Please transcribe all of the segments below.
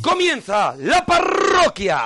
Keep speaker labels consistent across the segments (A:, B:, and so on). A: comienza la parroquia.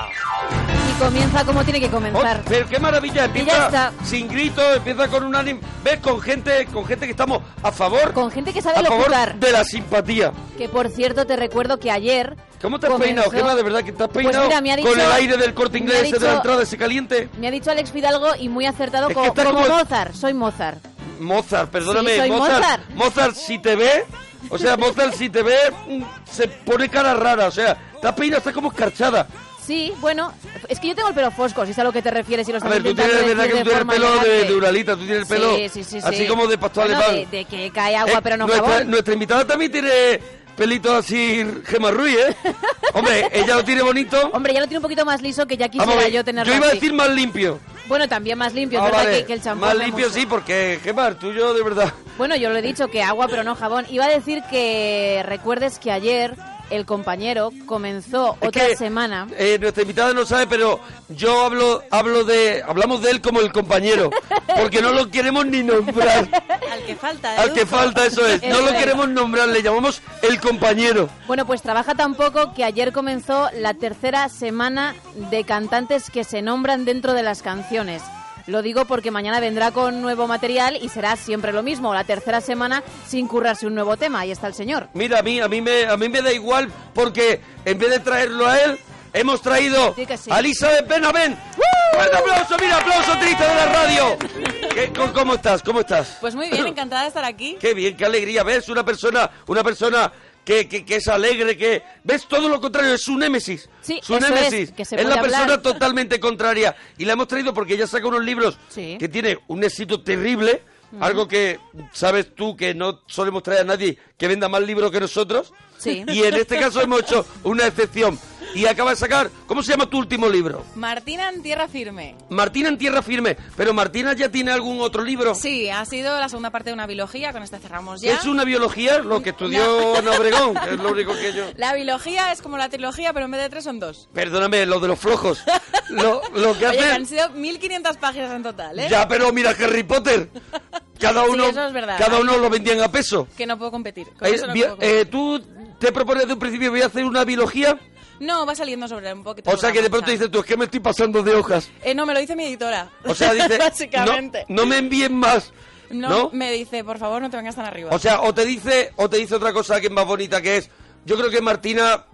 B: Y comienza como tiene que comenzar.
A: Oh, pero qué maravilla,
B: ya
A: empieza
B: está.
A: sin gritos, empieza con un ánimo, ves con gente, con gente que estamos a favor,
B: Con gente que
A: a
B: sabe
A: favor
B: locutar.
A: de la simpatía.
B: Que por cierto, te recuerdo que ayer.
A: ¿Cómo te has
B: comenzó-
A: peinado, Gemma? De verdad que te has
B: Pues
A: peinado
B: mira, me ha dicho-
A: con el aire del corte
B: me ha
A: inglés ese de la
B: dicho-
A: entrada, ese caliente.
B: Me ha dicho Alex Fidalgo y muy acertado
A: Es
B: co-
A: que
B: como,
A: está como-
B: Mozart. Soy Mozart.
A: Mozart, perdóname,
B: Sí, soy
A: Mozart, Mozart, si te ve, o sea, Mozart, si te ve, mm, se pone cara rara, o sea, te has peinado, estás como escarchada.
B: Sí, bueno, es que yo tengo el pelo fosco, si es a lo que te refieres y lo
A: A
B: estás
A: ver, tú
B: intentando
A: tienes, verdad
B: decir
A: que tú tienes el
B: forma
A: pelo de,
B: elegante.
A: de Uralita, tú tienes el pelo
B: Sí, sí, sí, sí.
A: así como de pastor
B: Bueno,
A: alemán.
B: De, de que cae agua,
A: Eh,
B: pero no
A: nuestra,
B: jabón.
A: nuestra invitada también tiene pelitos así, Gemma Ruiz, ¿eh? Hombre, ella lo tiene bonito.
B: Hombre, ya lo tiene un poquito más liso que ya
A: Vamos a
B: quisiera
A: ver,
B: yo tenerlo
A: iba a
B: así.
A: decir más limpio.
B: Bueno, también más limpio,
A: Ah,
B: es verdad
A: vale,
B: que, que el champú...
A: más
B: hace
A: limpio
B: mucho.
A: sí, porque Gemma, el tuyo de verdad.
B: Bueno, yo lo he dicho, que agua, pero no jabón. Iba a decir que recuerdes que ayer el compañero comenzó
A: Es
B: otra
A: que,
B: semana...
A: eh, nuestra invitada no sabe, pero yo hablo, hablo de, hablamos de él como el compañero, porque no lo queremos ni nombrar.
C: Al que falta,
A: Al que
C: deduzco.
A: falta, eso es. No
B: Eso
A: lo
B: es.
A: queremos nombrar, le llamamos el compañero.
B: Bueno, pues trabaja tan poco que ayer comenzó la tercera semana de cantantes que se nombran dentro de las canciones. Lo digo porque mañana vendrá con nuevo material y será siempre lo mismo, la tercera semana sin currarse un nuevo tema. Ahí está el señor.
A: Mira, a mí, a mí, me, a mí me da igual porque en vez de traerlo a él, hemos traído
B: Di que sí.
A: a Elizabeth Benavent. ¡Un aplauso! ¡Mira, aplauso triste de la radio! ¿Qué- co- ¿Cómo estás? ¿Cómo estás?
C: Pues muy bien, encantada de estar aquí.
A: Qué bien, qué alegría. ¿Ves? Una persona, una persona que, que- que es alegre, que... ¿Ves? Todo lo contrario, es su némesis.
B: Sí,
A: su
B: eso es,
A: némesis.
B: que se
A: es
B: puede
A: la
B: hablar.
A: persona totalmente contraria. Y la hemos traído porque ella saca unos libros
B: Sí.
A: que tiene un éxito terrible. Algo que sabes tú que no solemos traer a nadie que venda más libros que nosotros.
B: Sí.
A: Y en este caso hemos hecho una excepción. Y acaba de sacar, ¿cómo se llama tu último libro?
C: Martina en tierra firme.
A: Martina en tierra firme. Pero Martina ya tiene algún otro libro.
C: Sí, ha sido la segunda parte de una biología, con esta cerramos ya.
A: Es una biología, lo que estudió Ana Obregón, que es lo único que yo...
C: La biología es como la trilogía, pero en vez de tres son dos.
A: Perdóname, lo de los flojos. Lo, lo que
C: Oye, que
A: hacen...
C: han sido 1500 páginas en total, ¿eh?
A: Ya, pero mira Harry Potter. Cada
C: Sí,
A: uno,
C: eso es verdad.
A: cada uno lo vendían a peso.
C: Que no puedo competir. Con
A: Eh,
C: eso no,
A: bien,
C: puedo competir.
A: eh, ¿Tú te propones de un principio voy a hacer una biología?
C: No, va saliendo sobre un poquito.
A: O
C: sobre
A: sea
C: la
A: que de
C: marcha.
A: pronto dices tú, es que me estoy pasando de hojas.
C: Eh, no, me lo dice mi editora.
A: O sea, dices,
C: Básicamente.
A: No, no me envíen más.
C: No,
A: No,
C: me dice, por favor, no te vengas tan arriba.
A: O sea, o te dice, o te dice otra cosa que es más bonita que es. Yo creo que Martina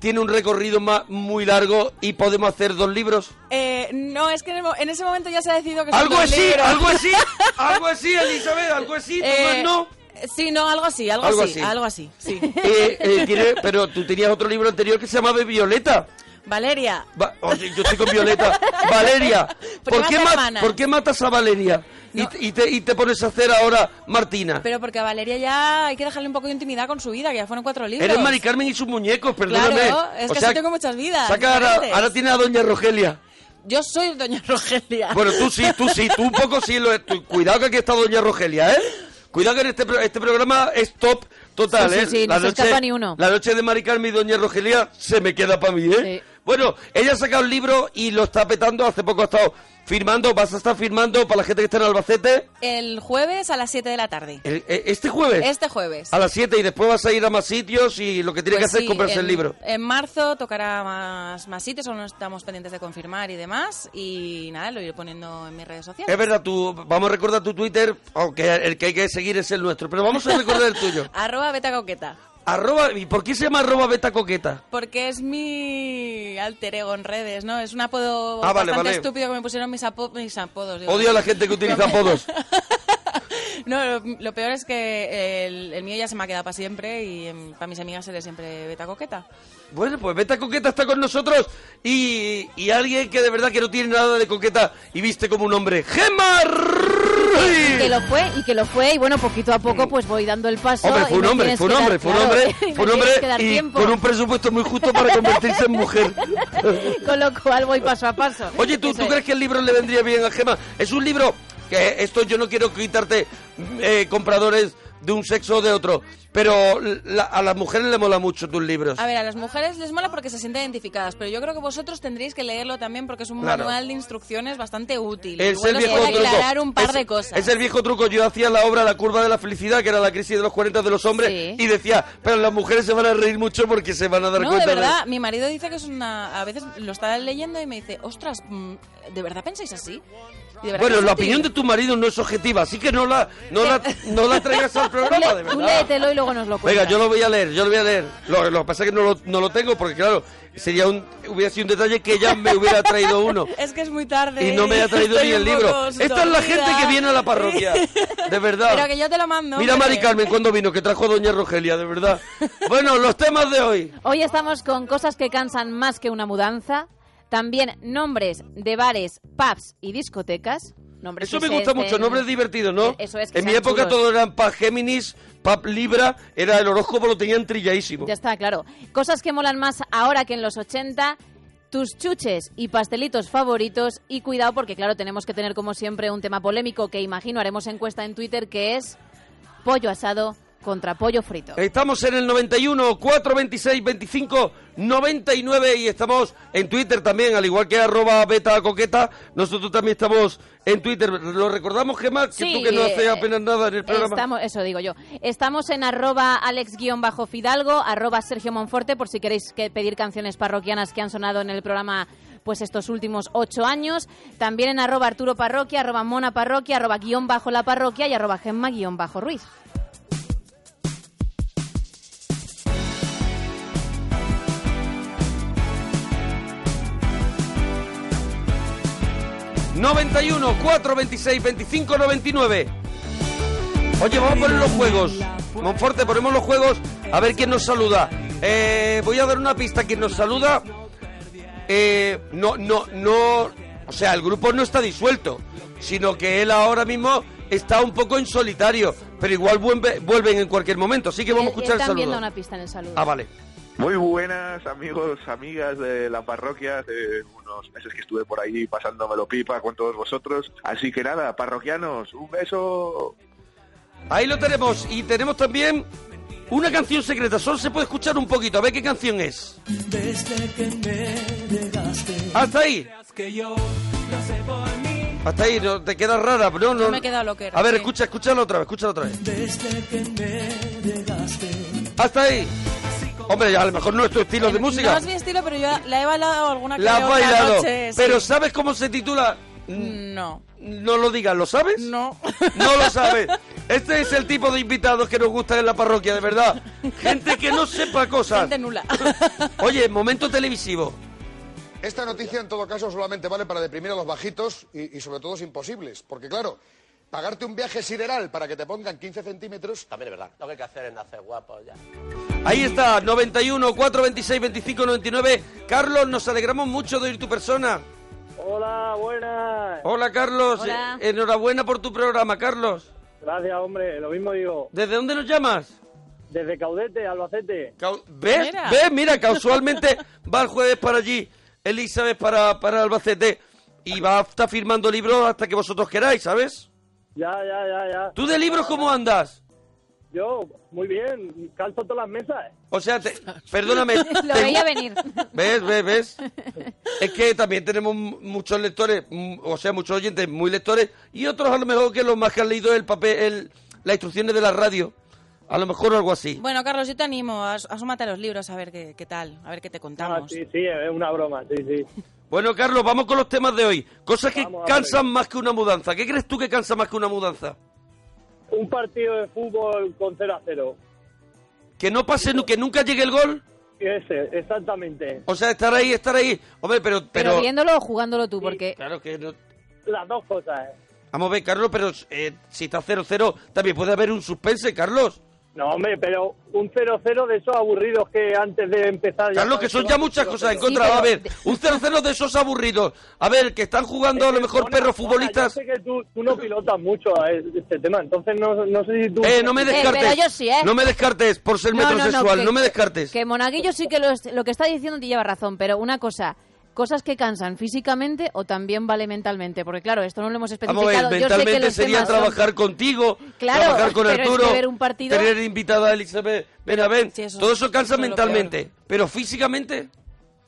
A: tiene un recorrido más, muy largo y podemos hacer dos libros.
C: Eh, no, es que en, el mo- en ese momento ya se ha decidido que son
A: Algo
C: dos
A: así,
C: libros.
A: algo así, algo así, Elizabeth, algo así, ¿tú
C: Eh,
A: no.
C: Sí, no, algo así, algo,
A: Algo
C: así,
A: así.
C: algo así, sí.
A: Eh, eh, tiene- pero tú tenías otro libro anterior que se llamaba Violeta.
C: Valeria,
A: Va- oye, yo estoy con Violeta. Valeria, ¿por
C: Primas
A: qué, ma-
C: hermanas.
A: por qué matas a Valeria? Y, te- y te, y te pones a hacer ahora Martina.
C: pero porque a Valeria ya hay que dejarle un poco de intimidad con su vida, que ya fueron cuatro libros.
A: Eres Mari Carmen y sus muñecos, perdóname.
C: Claro, es que así tengo muchas vidas
A: Saca ahora,
C: diferentes.
A: ahora tiene a Doña Rogelia.
C: Yo soy doña Rogelia.
A: Bueno, tú sí, tú sí, tú un poco sí lo es. Tú- Cuidado que aquí está Doña Rogelia, ¿eh? Cuidado que en este, pro- este programa es top total,
B: Sí, sí,
A: ¿eh?
B: sí, no se escapa ni uno.
A: La noche de Mari Carmen y Doña Rogelia se me queda para mí, ¿eh?
B: Sí.
A: Bueno, ella ha sacado el libro y lo está petando. Hace poco ha estado firmando, vas a estar firmando para la gente que está en Albacete
C: El jueves a las 7 de la tarde.
A: el- e- este jueves.
C: Este jueves.
A: A las 7 y después vas a ir a más sitios y lo que tiene que
C: Pues
A: hacer
C: sí,
A: es comprarse
C: en-
A: el libro.
C: En marzo tocará más, más sitios, aún no estamos pendientes de confirmar y demás. Y nada, lo iré poniendo en mis redes sociales.
A: Es verdad, tú, vamos a recordar tu Twitter, aunque el que hay que seguir es el nuestro, pero vamos a recordar el tuyo.
C: Arroba beta coqueta.
A: Arroba, ¿Y por qué se llama arroba beta coqueta?
C: Porque es mi alter ego en redes, ¿no? Es un apodo
A: Ah, vale,
C: bastante
A: vale.
C: estúpido que me pusieron mis, apo- mis apodos. digo.
A: Odio a la gente que utiliza apodos.
C: No, lo, lo peor es que el, el mío ya se me ha quedado para siempre y em, para mis amigas seré siempre beta coqueta.
A: Bueno, pues Beta Coqueta está con nosotros y, y alguien que de verdad que no tiene nada de coqueta y viste como un hombre. ¡Gemma Ruiz!
B: Que lo fue y que lo fue y bueno, poquito a poco pues voy dando el paso.
A: Mm. Hombre, fue
B: y
A: un
B: me
A: hombre,
B: tienes
A: fue un
B: que dar-
A: hombre, fue un
B: claro,
A: hombre,
B: me
A: fue un
B: tienes que
A: hombre
B: dar
A: y
B: tiempo.
A: con un presupuesto muy justo para convertirse en mujer.
B: Con lo cual voy paso a paso.
A: Oye, ¿tú,
B: Eso
A: ¿tú
B: es.
A: crees que el libro le vendría bien a Gemma? Es un libro que esto yo no quiero quitarte eh, compradores de un sexo o de otro, Pero la- a las mujeres le mola mucho tus libros.
C: A ver, a las mujeres les mola porque se sienten identificadas, pero yo creo que vosotros tendréis que leerlo también porque es un
A: Claro.
C: manual de instrucciones bastante útil.
A: Es
C: Igual
A: el
C: os
A: viejo
C: puede
A: truco.
C: aclarar un par
A: Es-
C: de cosas.
A: Es el viejo truco. Yo hacía la obra La curva de la felicidad, que era la crisis de los 40 de los hombres,
B: Sí.
A: y decía, pero las mujeres se van a reír mucho porque se van a dar
C: No, de
A: cuenta.
C: verdad, mi marido dice que es una... A veces lo está leyendo y me dice, ostras, mm, ¿de verdad pensáis así? Y de verdad
A: Bueno,
C: es
A: la
C: útil.
A: opinión de tu marido no es objetiva, así que no la, no la, no la traigas al programa, de
B: Tú
A: verdad.
B: léetelo y luego nos lo cuentas.
A: Venga, yo lo voy a leer, yo lo voy a leer. Lo, lo que pasa es que no lo, no lo tengo porque, claro, sería un, hubiera sido un detalle que ya me hubiera traído uno.
C: Es que es muy tarde.
A: Y no me ha traído
C: estoy
A: ni el
C: un
A: libro.
C: poco
A: Esta es la gente
C: dormida.
A: que viene a la parroquia. De verdad.
C: Pero que yo te lo mando.
A: Mira
C: hombre.
A: Mari Carmen cuando vino, que trajo a Doña Rogelia, de verdad. Bueno, los temas de hoy.
B: Hoy estamos con cosas que cansan más que una mudanza. También nombres de bares, pubs y discotecas. Nombres
A: Eso
B: que
A: me
B: se
A: gusta mucho,
B: estén-
A: nombres divertidos,
C: Eh,
A: ¿no?
B: Eso es, que
A: En mi
B: sean
A: época
B: chulos.
A: todo eran Pap Géminis, Pap Libra, era el horóscopo, lo tenían trilladísimo.
B: Ya está, claro. Cosas que molan más ahora que en los 80. Tus chuches y pastelitos favoritos. Y cuidado porque, claro, tenemos que tener como siempre un tema polémico que imagino haremos encuesta en Twitter que es pollo asado contra pollo frito.
A: Estamos en el 91, 4, 26, 25, 99 y estamos en Twitter también, al igual que arroba beta coqueta. Nosotros también estamos en Twitter. Lo recordamos, Gemma, que
B: Sí,
A: tú que no haces
B: eh,
A: apenas nada en el programa.
B: Estamos, eso digo yo. Estamos en arroba alex-fidalgo, arroba Sergio Monforte, por si queréis que pedir canciones parroquianas que han sonado en el programa pues estos últimos ocho años. También en arroba Arturo Parroquia, arroba Mona Parroquia, arroba guión bajo la parroquia y arroba Gemma guión bajo Ruiz.
A: ¡91, 4, 26, 25, 99. Oye, vamos a poner los juegos. Monforte, ponemos los juegos a ver quién nos saluda. Eh, voy a dar una pista. Quien nos saluda, eh, no, no, no. O sea, el grupo no está disuelto, sino que él ahora mismo está un poco en solitario, pero igual vuelve- vuelven en cualquier momento. Así que vamos a
B: Él- él
A: escuchar el
B: también
A: saludo.
B: da Eh, una pista en el saludo.
A: Ah, vale.
D: Muy buenas amigos, amigas de la parroquia, hace unos meses que estuve por ahí pasándomelo pipa con todos vosotros. Así que nada, parroquianos, un beso.
A: Ahí lo tenemos. Y tenemos también una canción secreta. Solo se puede escuchar un poquito. A ver qué canción es.
E: Desde que me dejaste,
A: Hasta ahí.
E: que yo no sé por mí.
A: Hasta ahí, no, te quedas rara, no, no.
C: me he quedado loquera,
A: A ver,
C: sí.
A: escucha, escúchalo otra vez, escúchalo otra vez.
E: Desde que me dejaste,
A: Hasta ahí. Hombre, a lo mejor no es tu estilo de
C: No
A: música.
C: es mi estilo, pero yo la he bailado alguna que
A: La has
C: otra
A: bailado.
C: noche, sí. Mm,
A: Pero ¿sabes cómo se titula? N-
C: No,
A: No lo digas, ¿lo sabes?
C: no.
A: No lo sabes. Este es el tipo de invitados que nos gustan en la parroquia, de verdad. Gente que no sepa cosas.
C: Gente nula.
A: Oye, momento televisivo.
F: Esta noticia, en todo caso, solamente vale para deprimir a los bajitos y, y sobre todo, es imposibles. Porque, claro, pagarte un viaje sideral para que te pongan 15 centímetros... También es verdad.
G: Lo que hay que hacer es nacer guapo ya.
A: Ahí está, 91, 4, 26, 25, 99. Carlos, nos alegramos mucho de oír tu persona.
H: Hola, buenas.
A: Hola Carlos,
B: Hola.
A: Eh, enhorabuena por tu programa, Carlos.
H: Gracias, hombre. Lo mismo digo.
A: ¿Desde dónde nos llamas?
H: Desde Caudete, Albacete.
A: Cau- ¿Ves?
C: Mira.
A: ¿Ves? Mira, casualmente va el jueves para allí, Elizabeth para, para Albacete y va a estar firmando libros hasta que vosotros queráis, ¿sabes?
H: Ya, ya, ya, ya.
A: ¿Tú de libros cómo andas?
H: Yo, muy bien. Calzo todas las mesas. ¿eh?
A: O sea, te- perdóname.
B: Lo
A: te-
B: veía venir.
A: ¿Ves? ¿Ves? ¿Ves? Es que también tenemos m- muchos lectores, m- o sea, muchos oyentes muy lectores y otros a lo mejor que los más que han leído el papel, el- las instrucciones de la radio. A lo mejor algo así.
C: Bueno, Carlos, yo te animo. as- Asómate a los libros a ver qué, qué tal, a ver qué te
H: Ah,
C: contamos.
H: sí, sí, es una broma. Sí, sí.
A: Bueno, Carlos, vamos con los temas de hoy. Cosas que
H: Vamos a
A: cansan más que una mudanza. ¿Qué crees tú que cansa más que una mudanza?
H: Un partido de fútbol con 0 a 0.
A: Que no pase, nu- que nunca llegue el gol.
H: Ese, exactamente.
A: O sea, estar ahí, estar ahí. Hombre, pero...
B: Pero,
A: Pero,
B: viéndolo o jugándolo tú, porque
A: Claro que no...
H: Las dos cosas. ¿eh?
A: Vamos a ver, Carlos, pero eh, si está 0-0, también puede haber un suspense, Carlos.
H: No, hombre, pero un 0-0 de esos aburridos que antes de empezar... ya
A: Carlos,
H: sabes
A: que son ya
H: va
A: muchas
H: 0-0.
A: cosas en
B: Sí,
A: contra.
B: pero-
A: Va a ver, un 0-0 de esos aburridos. A ver, que están jugando a lo mejor
H: Perdona,
A: perros
H: Juana,
A: futbolistas.
H: Yo sé que tú, tú no pilotas mucho a este tema, entonces no, no sé si tú...
A: Eh, no me
B: pero
A: descartes.
B: yo sí, ¿eh?
A: No me descartes por ser metrosexual. No,
B: que-
A: me descartes.
B: Que Monaguillo sí que lo, es- lo que está diciendo te lleva razón, pero una cosa, cosas que cansan físicamente o también vale mentalmente. Porque claro, esto no lo hemos
A: Vamos
B: especificado.
A: a ver,
B: Yo sé que
A: mentalmente
B: los
A: sería
B: temas son-
A: trabajar contigo,
B: Claro,
A: trabajar con
B: pero es que
A: Arturo,
B: ver un partido-
A: tener invitada a Elizabeth Benavent,
C: Sí, eso-
A: todo eso
C: eso
A: cansa
C: es lo
A: mentalmente, pero físicamente,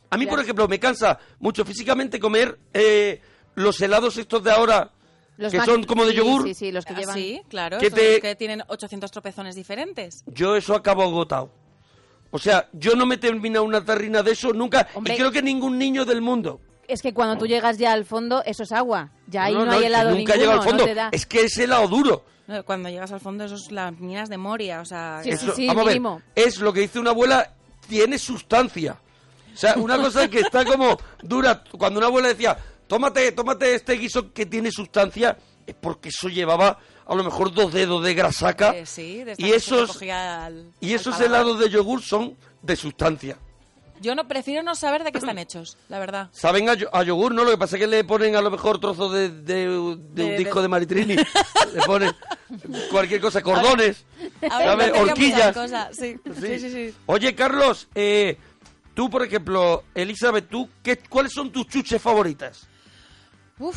A: a mí
C: Ya.
A: por ejemplo me cansa mucho físicamente comer eh, los helados estos de ahora,
B: los
A: que
B: más-
A: son como de
B: sí,
A: yogur,
B: Sí, sí, los que
C: Ah,
B: llevan.
C: Sí, claro.
A: ¿Qué
C: estos
A: te-
C: que tienen 800 tropezones diferentes.
A: yo eso acabo agotado. O sea, yo no me termina una tarrina de eso nunca,
B: Hombre.
A: y creo que ningún niño del mundo.
B: Es que cuando tú llegas ya al fondo, eso es agua. Ya ahí no, hay
A: que
B: helado
A: nunca
B: ninguno,
A: llega al
B: no
A: fondo.
B: te da.
A: Es que es helado duro.
C: No, Cuando llegas al fondo, eso es las minas de Moria. O sea,
B: Sí,
C: es-
B: sí,
A: Eso-
B: sí,
A: vamos a ver,
B: mínimo.
A: es lo que dice una abuela, tiene sustancia. O sea, una cosa que está como dura. Cuando una abuela decía, tómate, tómate este guiso que tiene sustancia, es porque eso llevaba a lo mejor dos dedos de grasaca.
C: eh, sí, de estas
A: y
C: que se te
A: esos,
C: cogía al-
A: y
C: al
A: esos
C: paladar.
A: helados de yogur son de sustancia.
C: Yo no prefiero no saber de qué están hechos, la verdad.
A: Saben a, yo- a yogur, ¿no? Lo que pasa es que le ponen a lo mejor trozos de, de- de
C: De-
A: un
C: de-
A: disco de Maritrini. le ponen cualquier cosa, cordones,
C: Ahora
A: ¿sabes?
C: no tengo
A: Horquillas.
C: muchas cosas, Sí.
A: Sí.
C: Sí, sí, sí.
A: Oye, Carlos, eh, tú, por ejemplo, Elizabeth, tú, ¿qué, ¿cuáles son tus chuches favoritas?
C: Uf.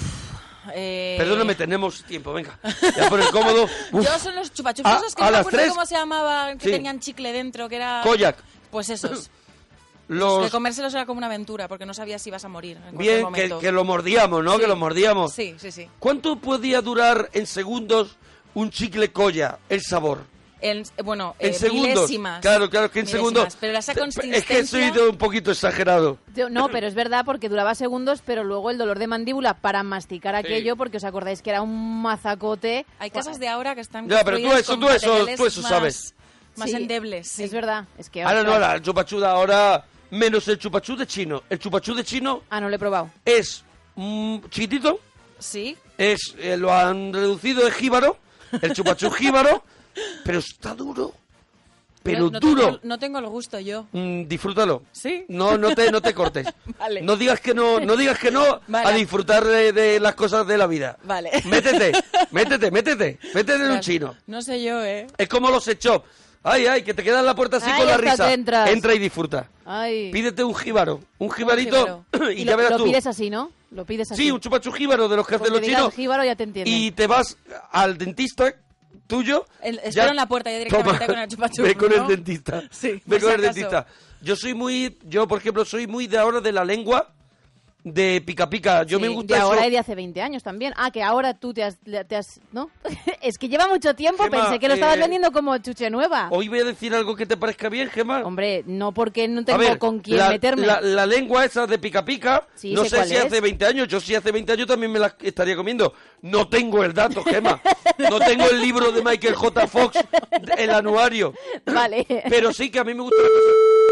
C: Eh...
A: Perdóname, tenemos tiempo, venga. Ya por el cómodo. Uf.
C: Yo son los chupachups,
A: A-
C: esos que
A: a
C: no me
A: las
C: acuerdo
A: tres.
C: cómo se llamaban, que
A: Sí.
C: tenían chicle dentro, que era...
A: Koyak.
C: Pues esos. Que
A: Los...
C: comérselos era como una aventura, porque no sabías si ibas a morir en cualquier
A: Bien, que,
C: momento.
A: que lo mordíamos, ¿no?
C: Sí.
A: Que lo mordíamos.
C: Sí, sí, sí.
A: ¿Cuánto podía durar en segundos un chicle colla, el sabor?
C: En, eh, bueno,
A: En
C: eh,
A: segundos.
C: milésimas.
A: Claro, claro, que en
C: Milésimas,
A: segundos.
C: Pero esa consistencia...
A: Es que soy de un poquito exagerado.
B: Yo- No, pero es verdad porque duraba segundos, pero luego el dolor de mandíbula para masticar aquello, porque os acordáis que era un mazacote. Pues,
C: Hay casas de ahora que están
A: Ya, pero tú
C: construidas
A: eso-
C: con
A: tú eso-
C: Em, materiales
A: tú eso
C: más-
A: sabes.
C: Más
B: Sí,
C: endebles, sí.
B: Es verdad. Es que
A: Ahora no,
B: ostras.
A: ahora el chupachú de ahora, menos el chupachú de chino. El chupachú de chino
B: Ah, no lo he probado.
A: es mm, chiquitito,
C: Sí,
A: es, eh, lo han reducido de jíbaro, el chupachú jíbaro, pero está duro, pero
C: No- no
A: duro.
C: Tengo, no tengo el gusto yo.
A: Mm, disfrútalo.
C: ¿Sí?
A: No, no te, no te cortes.
C: Vale.
A: No digas que no, no digas que no
C: Vale.
A: a disfrutar de, de las cosas de la vida.
C: Vale.
A: Métete, métete, métete, métete en un
C: Ostras,
A: chino.
C: No sé yo, ¿eh?
A: Es como los hechos. Ay, ay, que te quedas en la puerta así
B: Ay,
A: con la
B: hasta
A: risa.
B: que entras.
A: Entra y disfruta.
B: Ay.
A: Pídete un jíbaro, un jibarito
C: jíbaro.
A: y,
B: Y
A: ya
B: lo,
A: verás
B: lo
A: tú.
B: pides así, ¿no? Lo pides así.
A: Sí, un chupachu jíbaro de los que hacen los
B: Porque digas
A: chinos.
B: jíbaro ya te entienden.
A: Y te vas al dentista tuyo.
C: El-
A: ya-
C: espero en la puerta, yo directamente con el chupachup,
A: Ve con
C: ¿no?
A: el dentista.
C: Sí,
A: Ve con
C: por si
A: el
C: acaso.
A: dentista. Yo soy muy, yo por ejemplo soy muy de ahora de la lengua de pica pica. Yo
B: Sí,
A: me gusta
B: de ahora
A: eso.
B: y de hace 20 años también. Ah, que ahora tú te has... le- te has- ¿No? es que lleva mucho tiempo,
A: Gemma,
B: pensé que lo estabas
A: eh,
B: vendiendo como chuche nueva.
A: Hoy voy a decir algo que te parezca bien, Gemma.
B: Hombre, no porque no
A: A
B: tengo
A: ver,
B: con quién
A: la,
B: meterme.
A: La, la lengua esa de pica pica,
B: Sí,
A: no
B: sé
A: sé,
B: cuál
A: si
B: es.
A: hace 20 años, yo si hace 20 años también me la estaría comiendo. No tengo el dato, Gemma. No tengo el libro de Michael J. Fox, el anuario.
B: Vale.
A: Pero sí que a mí me gusta.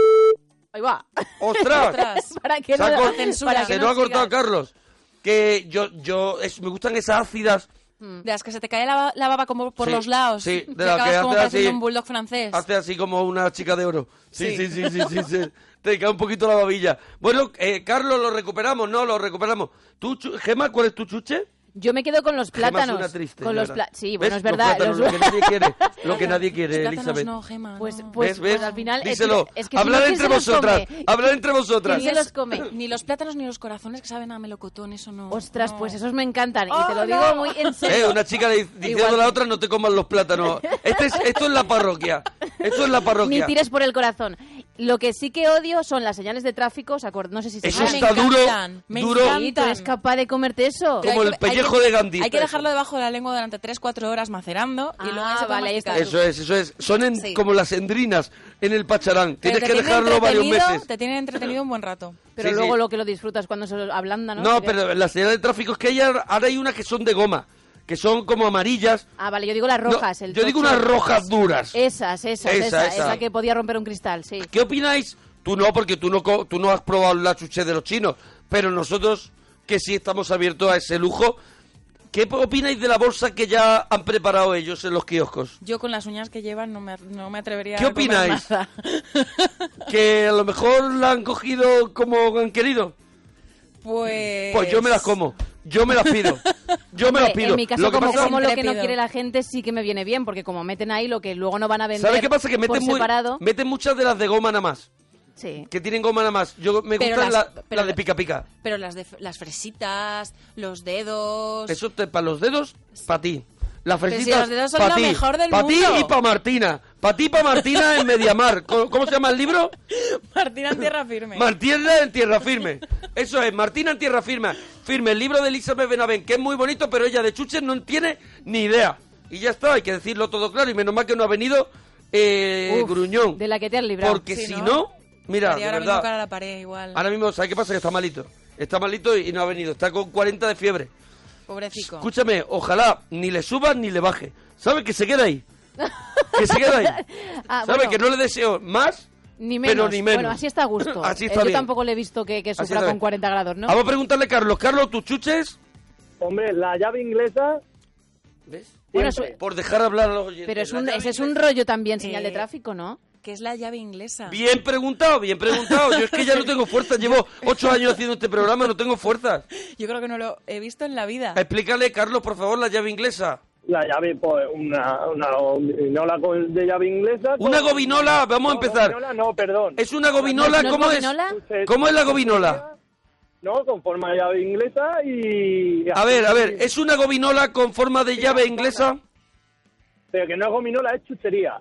B: Ahí va.
A: ¡Ostras!
C: Ostras.
B: para que
A: Se ha
B: no...
A: cort-
C: censura,
B: para que
A: se
B: no
A: lo ha
B: sigas.
A: cortado Carlos. Que yo, yo, es- me gustan esas ácidas.
B: Mm.
C: De las que se te cae la, ba- la baba como por
A: Sí,
C: los lados.
A: sí, de
C: que
A: la
C: acabas
A: que
C: como
A: hace
C: pareciendo
A: así. Ah,
C: un bulldog francés.
A: Hace así como una chica de oro. Sí, sí,
C: Sí.
A: sí, sí, sí. sí. Te cae un poquito la babilla. Bueno, eh, Carlos, lo recuperamos, no, lo recuperamos. ¿Tú, Chu- Gema, cuál es tu chuche?
B: Yo me quedo con los
A: Gemma
B: plátanos.
A: es una triste,
B: con
A: de
B: los
A: verdad.
B: pla- Sí, bueno,
A: ¿Ves?
B: es verdad.
A: Los plátanos, lo
B: los-
A: que nadie quiere. Lo que nadie
C: Los
A: quiere,
C: plátanos
A: Elizabeth.
C: no, Gema,
B: Pues,
C: no.
B: pues,
A: ¿Ves? ¿Ves?
B: pues al final... es que-
A: Díselo.
B: Es que si no,
A: Hablar
B: ¿quién
A: entre
B: se los
A: vosotras.
B: come?
A: Hablar entre vosotras.
B: ¿Quién se los come?
C: Ni los plátanos ni los corazones que saben a melocotón, eso no.
B: Ostras,
C: no. Oh,
B: pues esos me encantan. y te lo
C: ¡Hola!
B: digo muy en serio.
A: Eh, una chica le- diciendo a la otra no te comas los plátanos. Este es, esto es la parroquia. Esto es la
B: Ni
A: parroquia.
B: tires por el corazón. Lo que sí que odio son las señales de tráfico. ¿se acuer- No sé si se
A: Eso
C: Ah,
B: acuerdan.
C: me
A: está duro,
C: encantan, me
A: duro.
C: encantan.
B: Sí, ¿tú eres capaz de comerte eso?
A: Como
C: Pero
A: el pellejo de Gandhi,
C: Hay que
A: eso.
C: dejarlo debajo de la lengua durante 3-4 horas macerando
B: Ah,
C: y luego ya se puede
B: vale, ahí está.
C: masticar.
A: Eso es, eso es. Son en-
C: Sí.
A: como las endrinas en el pacharán.
C: Pero
A: Tienes
C: te
A: que
C: tienen
A: dejarlo varios
C: entretenido-
A: meses.
C: Te tienen entretenido un buen rato.
B: Pero
A: Sí,
B: luego
A: sí.
B: lo que lo disfrutas cuando se lo ablanda, ¿no?
A: No,
B: Creo.
A: pero las señales de tráfico es que hay, ahora ahora hay unas que son de goma, que son como amarillas.
B: Ah, vale, yo digo las
A: No,
B: rojas. el
A: yo digo
B: tocho.
A: unas rojas duras.
B: Esas, esas,
A: Esa,
B: esa, esa,
A: esa.
B: que podía romper un cristal, sí.
A: ¿Qué opináis? Tú no, porque tú no, co- tú no has probado la chuche de los chinos, pero nosotros que sí estamos abiertos a ese lujo. ¿Qué opináis de la bolsa que ya han preparado ellos en los kioscos?
C: Yo con las uñas que llevan no me, no me atrevería
A: ¿Qué
C: a comer
A: opináis?
C: nada.
A: Que a lo mejor la han cogido como han querido.
C: pues...
A: Pues yo me las como, yo me las pido, yo me las
B: Hombre,
A: pido.
B: En mi caso,
A: Lo que
B: como,
A: pasa-
B: como lo que no
C: Intrépido.
B: quiere la gente, sí que me viene bien, porque como meten ahí lo que luego no van a vender
A: ¿Sabes qué pasa? Que
B: por
A: meten, muy-
B: separado...
A: meten muchas de las de goma nada más.
B: Sí.
A: que tienen goma nada más. Yo me
C: Pero
A: gustan
C: las-
A: la,
C: pero-
A: la de pica pica.
C: Pero las, de, las fresitas, los dedos.
A: Pues Eso te para los dedos, para ti. Las
C: Pero si
A: fresitas,
C: los dedos son
A: para
C: lo
A: ti.
C: mejor del
A: Para ti
C: mundo.
A: y para Martina. Para ti y para Martina en Mediamar. ¿Cómo, cómo se llama el libro?
C: Martina en tierra firme.
A: Martina en tierra firme. Eso es, Martina en tierra firme. Firme, el libro de Elizabeth Benavent, que es muy bonito, pero ella de chuches no tiene ni idea. Y ya está, hay que decirlo todo claro. Y menos mal que no ha venido eh,
B: Uf,
A: Gruñón.
B: de la que te has librado.
A: Porque
C: Sí,
A: si
C: ¿no?
A: no, mira,
C: Estaría
A: de
C: ahora mismo cara
A: verdad. Ah,
C: a la pared igual.
A: Ahora mismo, ¿sabes qué pasa? Que está malito. Está malito y no ha venido. Está con 40 de fiebre.
C: Pobrecico.
A: Escúchame, ojalá ni le suba ni le baje. ¿Sabes que se queda ahí? Que se queda ahí.
B: Ah,
A: ¿Sabes
B: bueno.
A: que no le deseo más?
B: Ni menos.
A: pero ni menos.
B: Bueno, así está a gusto.
A: Así
B: Eh,
A: está
B: Yo
A: bien.
B: tampoco le he visto que, que
A: Así
B: sufra
A: está
B: con
A: bien. Ah,
B: 40 grados, ¿no?
A: Vamos a preguntarle a Carlos. Carlos, ¿tus chuches?
H: Hombre, la llave inglesa,
A: ¿Ves?
B: Bueno, es-
A: Por dejar hablar a los oyentes.
B: pero es
A: La
B: un,
A: llave
B: ese es
A: inglesa.
B: un rollo también, señal
C: Eh,
B: de tráfico, ¿no?
C: Que es la llave inglesa.
A: Bien preguntado, bien preguntado. Yo es que ya no tengo fuerza. Llevo ocho años haciendo este programa, no tengo fuerzas.
C: Yo creo que no lo he visto en la vida.
A: Explícale, Carlos, por favor, la llave inglesa.
H: la llave, pues una, una gobinola con- de llave inglesa. con-
A: Una gobinola, vamos a
H: No,
A: empezar.
H: gobinola no, perdón.
A: Es una gobinola,
B: ¿No es
A: ¿cómo es?
B: gobinola?
A: ¿Cómo es la gobinola?
H: No, con forma de llave inglesa y...
A: A ver, a ver, ¿es una gobinola con forma de llave inglesa?
H: Pero que no es gominola, es chuchería.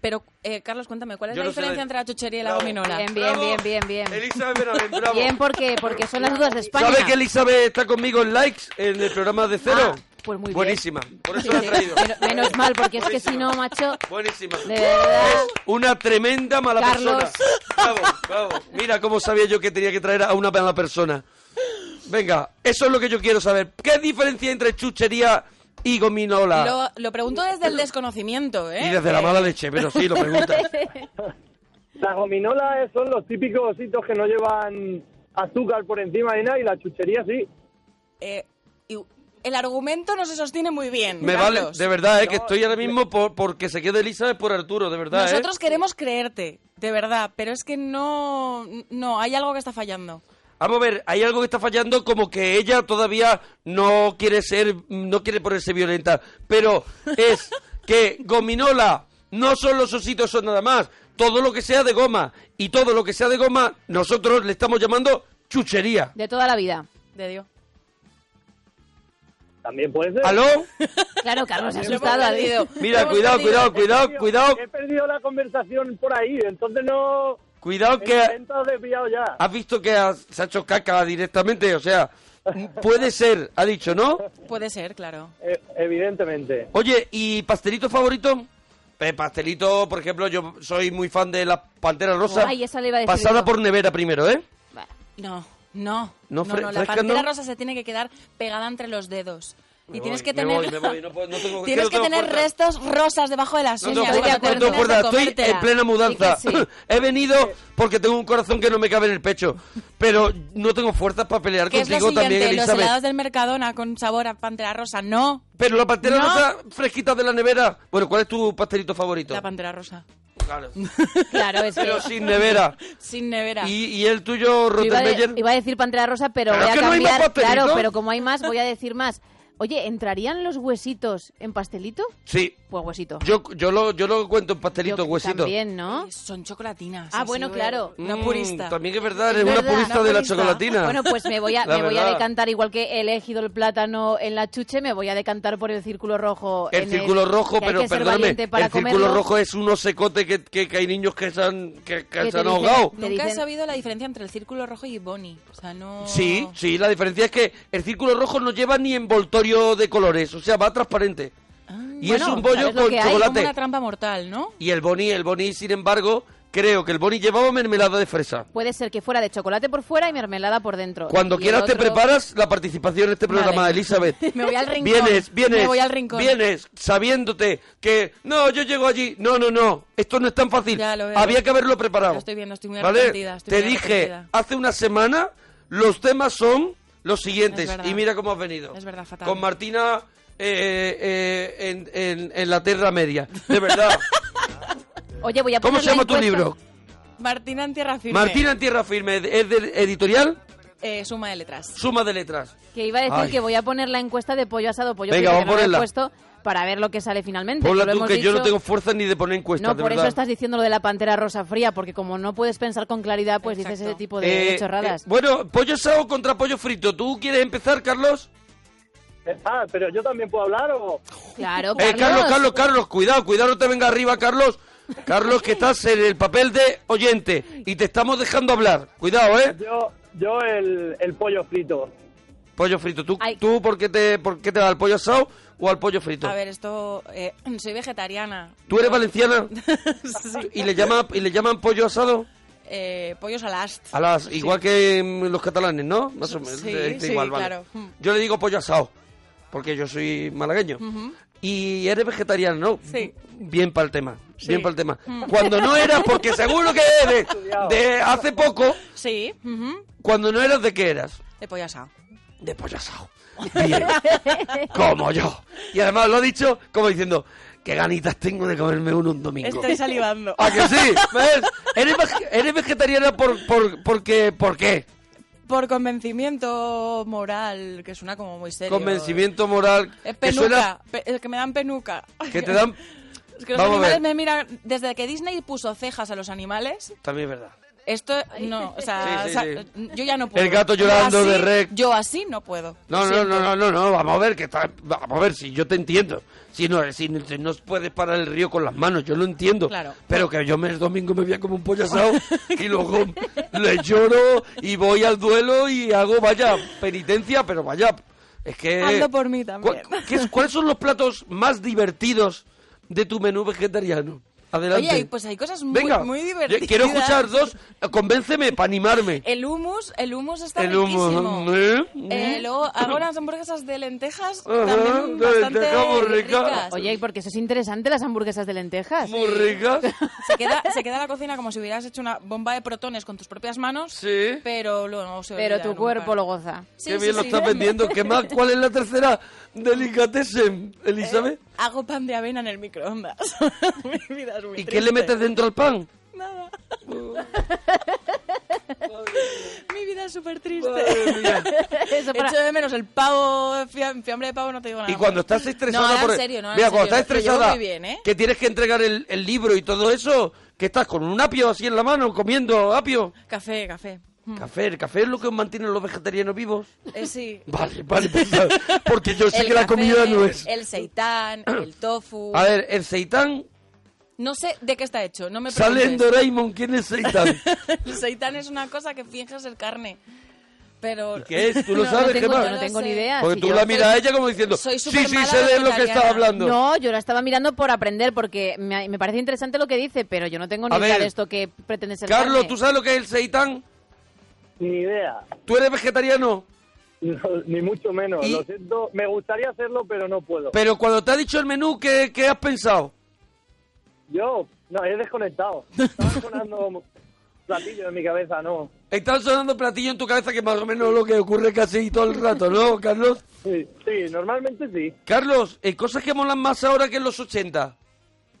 C: Pero, eh, Carlos, cuéntame, ¿cuál es
A: Yo
C: la
A: no sé
C: diferencia
A: de-
C: entre la chuchería y la
A: Bravo.
C: gominola?
B: Bien, bien, bien, bien, bien.
A: Elizabeth Benavent, bravo.
B: Bien, porque, porque son las dudas de España.
A: ¿Sabe que Elizabeth está conmigo en likes en el programa de cero?
B: Ah, pues muy bien.
A: Buenísima. Por eso la he traído.
B: Men- Menos mal, porque es que si no, macho,
A: Buenísima.
B: de verdad...
A: Una tremenda mala
B: Carlos.
A: persona. Bravo, bravo. Mira cómo sabía yo que tenía que traer a una mala persona. Venga, eso es lo que yo quiero saber. ¿Qué diferencia hay entre chuchería y gominola?
C: Lo, lo pregunto desde el desconocimiento, ¿eh?
A: Y desde la
C: Eh,
A: mala leche, pero sí, lo preguntas.
H: Las gominolas son los típicos ositos que no llevan azúcar por encima ni nada y la chuchería sí.
C: eh, y- el argumento no se sostiene muy bien.
A: Me vale,
C: Carlos.
A: de verdad, eh, que estoy ahora mismo por, porque se quede Elizabeth por Arturo, de verdad. eh.
C: Nosotros queremos creerte, de verdad, pero es que no, no, hay algo que está fallando.
A: Vamos a ver, hay algo que está fallando, como que ella todavía no quiere ser, no quiere ponerse violenta, pero es que gominola no son los ositos, son nada más. Todo lo que sea de goma y todo lo que sea de goma, nosotros le estamos llamando chuchería.
B: De toda la vida.
C: De Dios.
H: También puede ser.
A: ¿Aló?
B: Claro, Carlos, asustado, ha dicho.
A: Mira, cuidado, cuidado,
H: eh,
A: cuidado, cuidado,
H: He perdido la conversación por ahí, entonces no...
A: cuidado
H: el
A: que
H: intento has desviado ya.
A: has visto que has- se ha hecho caca directamente, o sea, puede ser, ha dicho, ¿no?
C: Puede ser, claro.
H: E- evidentemente.
A: Oye, ¿y pastelito favorito? Eh, pastelito, por ejemplo, yo soy muy fan de la Pantera Rosa.
B: Ay, esa le iba a decir
A: pasada
B: yo.
A: por nevera primero, ¿eh?
C: No, no.
A: No,
C: No,
A: fre-
C: no, la
A: fresca,
C: pantera
A: no.
C: rosa se tiene que quedar pegada entre los dedos.
A: Me
C: y tienes
A: voy,
C: que
A: me
C: tener.
A: voy, me voy, no puedo- no tengo- es que
C: tienes
A: no
C: que
A: tengo
C: tener
A: fuerza.
C: restos rosas debajo de las
A: No
C: uñas.
A: tengo
B: estoy
A: fuerza,
B: de acuerdo,
A: no tengo
B: no
A: fuerza,
C: Terminas de
A: estoy en
C: comértela.
A: plena mudanza.
B: Sí que sí.
A: He venido porque tengo un corazón que no me cabe en el pecho, pero no tengo fuerzas para pelear
C: ¿Qué es lo
A: contigo también,
C: siguiente? Los
A: Elizabeth.
C: helados del Mercadona con sabor a pantera rosa. No,
A: Pero la Pantera
C: No.
A: Rosa fresquita de la nevera. Bueno, ¿cuál es tu pastelito favorito?
C: la pantera rosa.
A: Claro.
B: Claro, es que...
A: Pero sin nevera.
C: Sin nevera.
A: ¿Y, y el tuyo,
B: Yo Iba, de-
A: Rottenmeier?
B: iba a decir Pantera Rosa, pero
A: Claro
B: voy a
A: que no hay más
B: cambiar.
A: pastelito.
B: claro, pero como hay más, voy a decir más. Oye, ¿entrarían los huesitos en pastelito?
A: Sí,
B: Pues huesito.
A: yo, yo, lo, yo lo cuento en pastelito,
B: Yo
A: huesito.
B: También, ¿no?
C: Son chocolatinas.
B: Ah,
C: así,
B: bueno,
C: güey.
B: claro.
C: Una
A: Mm,
C: purista.
A: También es verdad,
B: Es
A: eres una
B: verdad,
A: purista
C: una
A: de la
C: purista.
A: chocolatina.
B: Bueno, pues me voy a,
A: La
B: me voy a
A: verdad.
B: decantar, igual que he elegido el plátano en la chuche, me voy a decantar por el círculo rojo.
A: el
B: en
A: círculo rojo,
B: que hay
A: pero
B: que ser
A: perdóname, el
B: valiente para
A: círculo
B: comerlo.
A: rojo es un osecote que, que, que hay niños que se han, que, que
B: Que
A: se
B: te
A: han
B: dicen-
A: ahogado.
B: Te
C: Nunca he
B: dicen-
C: sabido la diferencia entre el círculo rojo y Bonnie. O sea, no.
A: Sí, sí, la diferencia es que el círculo rojo no lleva ni envoltorio de colores, o sea, va transparente. y
B: bueno,
A: es un bollo
B: ¿sabes lo
A: con
B: que hay?
C: Es como
A: chocolate.
C: una trampa mortal, ¿no?
A: Y el boni, el boni, sin embargo, creo que el boni llevaba mermelada de fresa.
B: Puede ser que fuera de chocolate por fuera y mermelada por dentro.
A: Cuando
B: Y
A: quieras
B: el
A: te
B: otro-
A: preparas la participación en este programa,
C: Vale.
A: Elizabeth.
C: Me voy al rincón.
A: Vienes, vienes.
C: Me voy al rincón.
A: Vienes sabiéndote que no, yo llego allí. No, no, no. Esto no es tan fácil.
C: Ya lo veo.
A: Había que haberlo preparado.
C: Lo estoy viendo, estoy muy
A: ¿Vale?
C: arrepentida, estoy
A: Te
C: muy
A: dije
C: arrepentida.
A: hace una semana, los temas son los siguientes.
C: Es verdad.
A: Y mira cómo has venido.
C: Es verdad, fatal.
A: Con Martina eh, eh, en, en- en la Tierra Media. De verdad.
B: Oye, voy a
A: ¿Cómo
B: poner
A: se
B: la
A: llama tu
B: encuesta.
A: libro?
C: Martina en tierra firme.
A: Martina en Tierra Firme. ¿Es de editorial?
C: eh, suma de letras.
A: Suma de letras.
B: Que iba a decir
A: Ay.
B: que voy a poner la encuesta de pollo asado, pollo
A: Venga,
B: frito,
A: vamos
B: que no la he
A: a ponerla.
B: puesto para ver lo que sale finalmente.
A: Ponla
B: Lo
A: tú,
B: hemos
A: que yo
B: dicho.
A: no tengo fuerza ni de poner encuestas,
B: No,
A: de
B: por eso
A: verdad.
B: estás diciendo lo de la pantera rosa fría, porque como no puedes pensar con claridad, pues dices
C: Exacto.
B: ese tipo de
A: Eh,
B: chorradas.
A: eh, bueno, pollo asado contra pollo frito. ¿Tú quieres empezar, Carlos?
H: Ah, pero yo también puedo hablar o...
B: claro,
A: Eh,
B: Oh, Carlos.
A: Carlos, Carlos, Carlos, cuidado, cuidado, no te venga arriba, Carlos. Carlos, que estás en el papel de oyente y te estamos dejando hablar. Cuidado, ¿eh?
H: Yo, yo el, el pollo frito.
A: Pollo frito. ¿Tú,
B: Ay.
A: tú por, qué te, por qué te da al pollo asado o al pollo frito?
C: A ver, esto... eh, soy vegetariana.
A: ¿Tú eres valenciana
C: Sí.
A: y le, llama, y le llaman pollo asado?
C: Eh, pollos al ast.
A: A las, igual que mm, los catalanes, ¿no? Más o menos.
C: Sí,
A: eh,
C: sí,
A: igual, vale.
C: claro. Mm.
A: Yo le digo pollo asado, porque yo soy malagueño. Y eres vegetariano, ¿no?
C: Sí.
A: Bien para el tema, bien
C: Sí.
A: para el tema. Cuando no eras, porque seguro que eres de hace poco,
C: Sí, ujú,
A: cuando no eras, ¿de qué eras?
C: de pollo asado.
A: De pollo asado. Bien. Como yo. Y además lo ha dicho como diciendo, qué ganitas tengo de comerme uno un domingo.
C: Estoy salivando.
A: ¿A que sí? ¿Ves? ¿Eres, vege- eres vegetariana por, por, porque, ¿por qué?
C: Por convencimiento moral, que suena como muy serio.
A: Convencimiento moral.
C: Es
A: que suena-
C: penuca, pe- el que me dan penuca.
A: que te dan...
C: Es que los
A: Vamos a
C: animales
A: ver.
C: me miran... Desde que Disney puso cejas a los animales,
A: También es verdad.
C: esto no, o sea,
A: Sí, sí,
C: o sea,
A: sí.
C: yo ya no puedo.
A: El gato llorando
C: Yo así-
A: de rec.
C: Yo así no puedo.
A: No,
C: Lo
A: no,
C: siento.
A: no, no, no, no, vamos a ver, que está, vamos a ver, si yo te entiendo. Si no, si no, si no puedes parar el río con las manos, yo lo entiendo.
C: Claro.
A: Pero que yo me, el domingo me voy a como un pollo asado y luego le lloro y voy al duelo y hago, vaya, penitencia, pero vaya, es que...
C: Hazlo por mí también.
A: ¿Cuál- qué es- ¿Cuáles son los platos más divertidos de tu menú vegetariano? Adelante.
C: Oye, pues hay cosas muy,
A: Venga,
C: muy
A: yo
C: divertidas.
A: Quiero escuchar dos, convénceme para animarme.
C: El hummus, el hummus está
A: El hummus,
C: riquísimo.
A: ¿eh?
C: Eh, luego hago unas hamburguesas de lentejas
A: Ajá,
C: también
A: de
C: bastante
A: lentejas muy ricas.
C: ricas.
B: Oye, porque eso es interesante, las hamburguesas de lentejas.
A: Muy ricas.
C: Se queda, se queda la cocina como si hubieras hecho una bomba de protones con tus propias manos,
A: Sí.
C: pero luego no se
B: Pero
C: olvida
B: tu
C: nunca.
B: cuerpo lo goza.
C: Sí,
A: Qué
C: sí,
A: bien lo
C: sí.
A: estás vendiendo. ¿Qué más? ¿Cuál es la tercera? Delicatessen, Elizabeth.
C: Hago pan de avena en el microondas. Mi vida es muy
A: ¿Y qué le
C: triste.
A: metes dentro al pan?
C: Nada. Mi vida es súper triste.
A: Madre mía.
B: Eso para-
C: Echo de menos el pavo, fiam- fiambre de pavo, no te digo nada.
A: Y cuando
C: más.
A: estás estresada
C: Ah, No, ahora
A: por
C: en serio, no, ahora
A: Mira,
C: en
A: cuando
C: serio,
A: estás
C: lo llevo
A: estresada
C: muy bien, ¿eh?
A: que tienes que entregar el, el libro y todo eso, que estás con un apio así en la mano comiendo apio.
C: Café, café.
A: Café, el café es lo que mantienen los vegetarianos vivos.
C: Eh, sí.
A: Vale, vale, pensad, porque yo sé
C: El
A: que la
C: café,
A: comida no es.
C: El seitán, el tofu.
A: A ver, eh, el seitán
C: No sé de qué está hecho, no me
A: sale en
C: preguntes.
A: Doraemon, ¿quién es seitán?
C: El seitán es una cosa que finge ser carne. Pero.
A: ¿Y qué es? ¿Tú lo
B: No, no
A: sabes,
B: tengo-
A: Gemma?
B: yo no tengo ni
C: sé.
B: idea.
A: Porque
B: si
A: tú
B: yo-
A: la miras a
C: soy-
A: ella como diciendo,
C: soy
A: sí, sí,
C: supermala
A: sé de lo que
C: vegetariana".
A: estás hablando.
B: No, yo la estaba mirando por aprender porque me, me parece interesante lo que dice, pero yo no tengo ni
A: A
B: idea
A: ver.
B: de esto que pretende ser.
A: Carlos,
B: carne.
A: ¿tú sabes lo que es el seitán?
H: Ni idea.
A: ¿Tú eres vegetariano?
H: No, ni mucho menos.
A: Y-
H: Lo siento. Me gustaría hacerlo, pero no puedo.
A: Pero cuando te ha dicho el menú, ¿qué, qué has pensado?
H: Yo, no, he desconectado. Estaba sonando platillo en mi cabeza, no.
A: Están sonando platillos en tu cabeza, que más o menos lo que ocurre casi todo el rato, ¿no, Carlos?
H: Sí, sí, normalmente sí.
A: Carlos, hay cosas que molan más ahora que en los 80.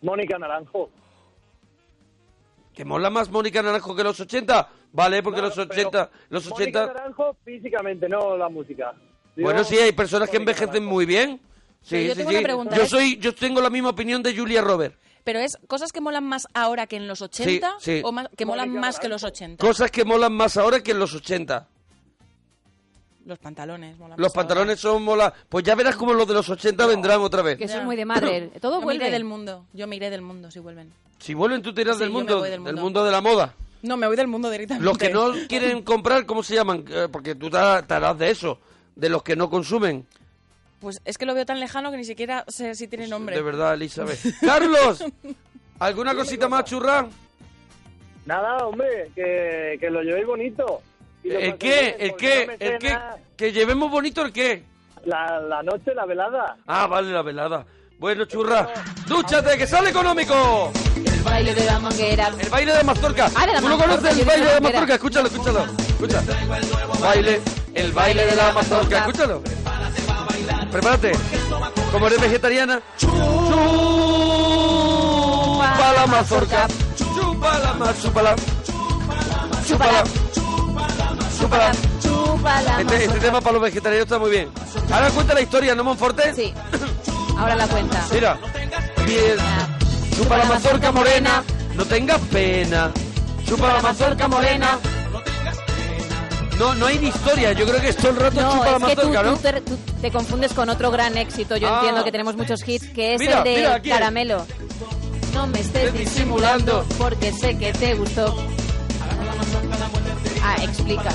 H: Mónica Naranjo.
A: ¿Que mola más Mónica Naranjo que los 80? Vale, porque
H: No,
A: los
H: pero
A: 80... Los
H: Mónica
A: 80...
H: Naranjo físicamente, no la música. Digo,
A: Bueno, sí, hay personas que
H: Mónica
A: envejecen
H: Naranjo.
A: muy bien.
C: Pero
A: Sí,
C: yo
A: sí,
C: tengo
A: sí.
C: una pregunta,
A: Yo,
C: ¿eh?
A: soy, yo tengo la misma opinión de Julia Robert.
C: Pero es cosas que molan más ahora que en los 80
A: Sí, sí.
C: o más- que molan
H: Mónica
C: más que
H: Naranjo.
C: los 80.
A: Cosas que molan más ahora que en los 80.
C: Los pantalones molan
A: Los
C: más ahora.
A: pantalones son mola. Pues ya verás como los de los 80 vendrán otra vez.
B: Que eso
C: Ya.
B: es muy de madre. Eh, Todo
C: Yo me iré
B: vuelve.
C: del mundo. Yo me iré del mundo si vuelven.
A: Si vuelven tú te irás
C: Sí,
A: del,
C: yo me
A: mundo,
C: voy del mundo.
A: del mundo de la moda.
C: No, me voy del mundo directamente.
A: Los que no quieren comprar, ¿cómo se llaman? Eh, Porque tú te te harás de eso, de los que no consumen.
C: Pues es que lo veo tan lejano que ni siquiera sé si tiene nombre.
A: Pues, De verdad, Elizabeth. Carlos, ¿alguna cosita más churra?
H: Nada, hombre, que, que lo llevéis bonito. Y lo
A: ¿El
H: paséis
A: Eh, qué?
H: bien,
A: ¿El
H: porque no
A: qué?
H: me
A: ¿El qué?
H: cena
A: ¿Que llevemos bonito el qué?
H: La, la noche, la velada.
A: Ah, vale, la velada. Bueno, churra, dúchate, que sale económico.
B: El baile de la manguera.
A: El baile de Mazorca.
B: Ah, de la
A: ¿Tú no
B: mazorca,
A: conoces
B: yo
A: el
B: de
A: baile de
B: la manguera.
A: Mazorca? Escúchalo, escúchalo. Escucha. Baile, el baile de la Mazorca. Escúchalo. Prepárate. Como eres vegetariana, chupa la mazorca. Chupa la mazorca. Chupa la mazorca. Chupa la
B: balama.
A: Este, este tema para los vegetarianos está muy bien. Ahora cuenta la historia, ¿no, Monforte?
B: Sí. Ahora la cuenta.
A: Mira. Bien. Chupa la mazorca morena, no tengas pena. Chupa la mazorca morena. No, no hay ni historia. Yo creo que es todo el rato
B: No,
A: chupa la
B: es que tú,
A: mazorca, ¿no?
B: tú te, tú te confundes con otro gran éxito. Yo
A: Ah.
B: entiendo que tenemos muchos hits, que es
A: Mira,
B: el de
A: mira, aquí es.
B: Caramelo. No me estés
A: Estoy disimulando.
B: disimulando porque sé que te gustó. Ah, explica.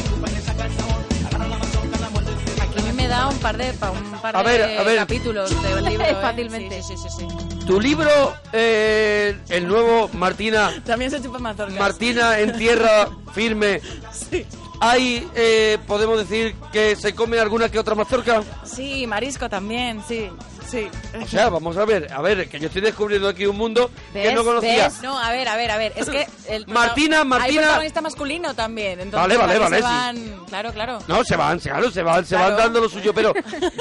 C: Aquí a mí me da un par de, pa- un par
A: A ver,
C: de
A: a ver.
C: capítulos del libro. ¿eh?
B: Fácilmente.
C: Sí, sí, sí, sí.
A: Tu libro, eh, el nuevo Martina,
C: También se chupa mazorcas.
A: Martina en tierra firme.
C: Sí.
A: Hay, eh, podemos decir que se come alguna que otra mazorca.
C: Sí, marisco también, sí, sí.
A: O sea, vamos a ver, a ver, que yo estoy descubriendo aquí un mundo que
B: ¿Ves?
A: no conocía.
B: ¿Ves?
C: No, a ver, a ver, a ver. Es que. El
A: Martina,
C: Hay
A: Martina.
C: protagonista masculino también.
A: Vale,
C: Entonces,
A: vale,
C: aquí
A: vale, sí.
C: Se van... Claro, claro.
A: No, se van, se- claro, se van, se
C: Claro.
A: van dando lo suyo, pero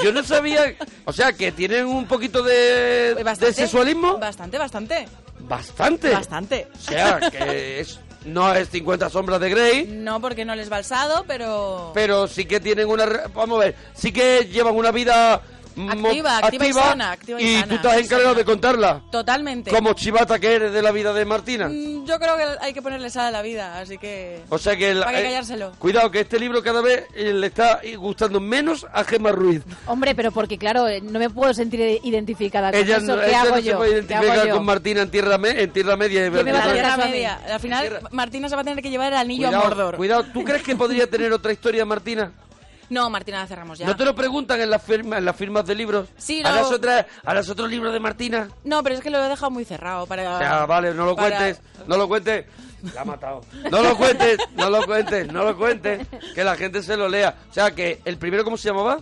A: yo no sabía, o sea, que tienen un poquito
C: Pues
A: de, de sexualismo.
C: Bastante, bastante.
A: Bastante.
C: Bastante.
A: O sea, que es, no es 50 sombras de Grey,
C: No porque no les va el sado, pero.
A: pero sí que tienen una, re- vamos a ver, sí que llevan una vida mo-
C: Activa, activa y sana, activa y sana.
A: tú estás encargado de contarla.
C: Totalmente.
A: Como chivata que eres de la vida de Martina.
C: Mm, Yo creo que hay que ponerle sal a la vida, así que.
A: O sea que... el-
C: Para que
A: eh,
C: callárselo.
A: cuidado, que este libro cada vez eh, le está gustando menos a Gemma Ruiz.
B: Hombre, pero porque claro, eh, no me puedo sentir identificada con
A: Ella,
B: eso.
A: no,
B: ¿Qué
A: ella
B: hago
A: no se
B: yo?
A: puede
B: ¿Qué hago
A: identificar
B: yo?
A: con Martina en tierra, me- en tierra media. es
B: me
A: verdad.
B: va a
C: la
B: hacer
C: Tierra
B: caso a mí?
C: Media. Al final,
A: Tierra-
C: Martina se va a tener que llevar el anillo a
A: Cuidado,
C: Mordor.
A: cuidado, ¿tú crees que podría tener otra historia, Martina?
C: No, Martina, la cerramos ya.
A: ¿No te lo preguntan en las firmas, en las firmas de libros?
C: Sí,
A: ¿Harás,
C: no.
A: otra, harás otro libro de Martina?
C: No, pero es que lo he dejado muy cerrado para.
B: Ah.
A: Ya, vale, no lo
C: para-
A: cuentes, no lo cuentes. La ha matado. No lo cuentes, no lo cuentes, no lo cuentes. Que la gente se lo lea. O sea, que el primero, ¿cómo se llamaba?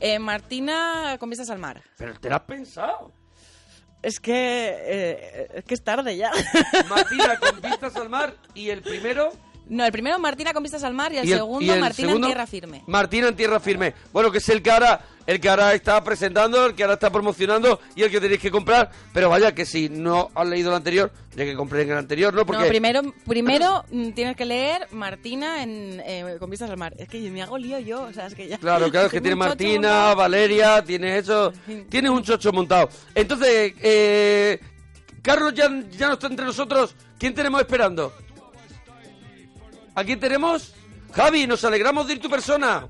C: Eh, Martina, con vistas al mar.
A: Pero te lo has pensado.
C: Es que. eh, es que es tarde ya.
A: Martina con vistas al mar y el primero...
C: no, el primero Martina con vistas al mar y el,
A: Y el-
C: segundo
A: y el
C: Martina
A: segundo,
C: en tierra firme.
A: Martina en tierra firme. Bueno, que es el que ahora, el que ahora está presentando, el que ahora está promocionando y el que tenéis que comprar. Pero vaya, que si no has leído el anterior, ya que compren el anterior, ¿no? Porque
C: No, primero, primero mm, tienes que leer Martina en, eh, con vistas al mar. Es que me hago lío yo, o sea, es que ya.
A: Claro, claro, es que
C: Tengo
A: tiene
C: un chocho
A: Martina,
C: montado.
A: Valeria, tiene eso. Tienes un chocho montado. Entonces, eh, Carlos ya, ya no está entre nosotros. ¿Quién tenemos esperando? ¿A quién tenemos? Javi, nos alegramos de ir tu persona.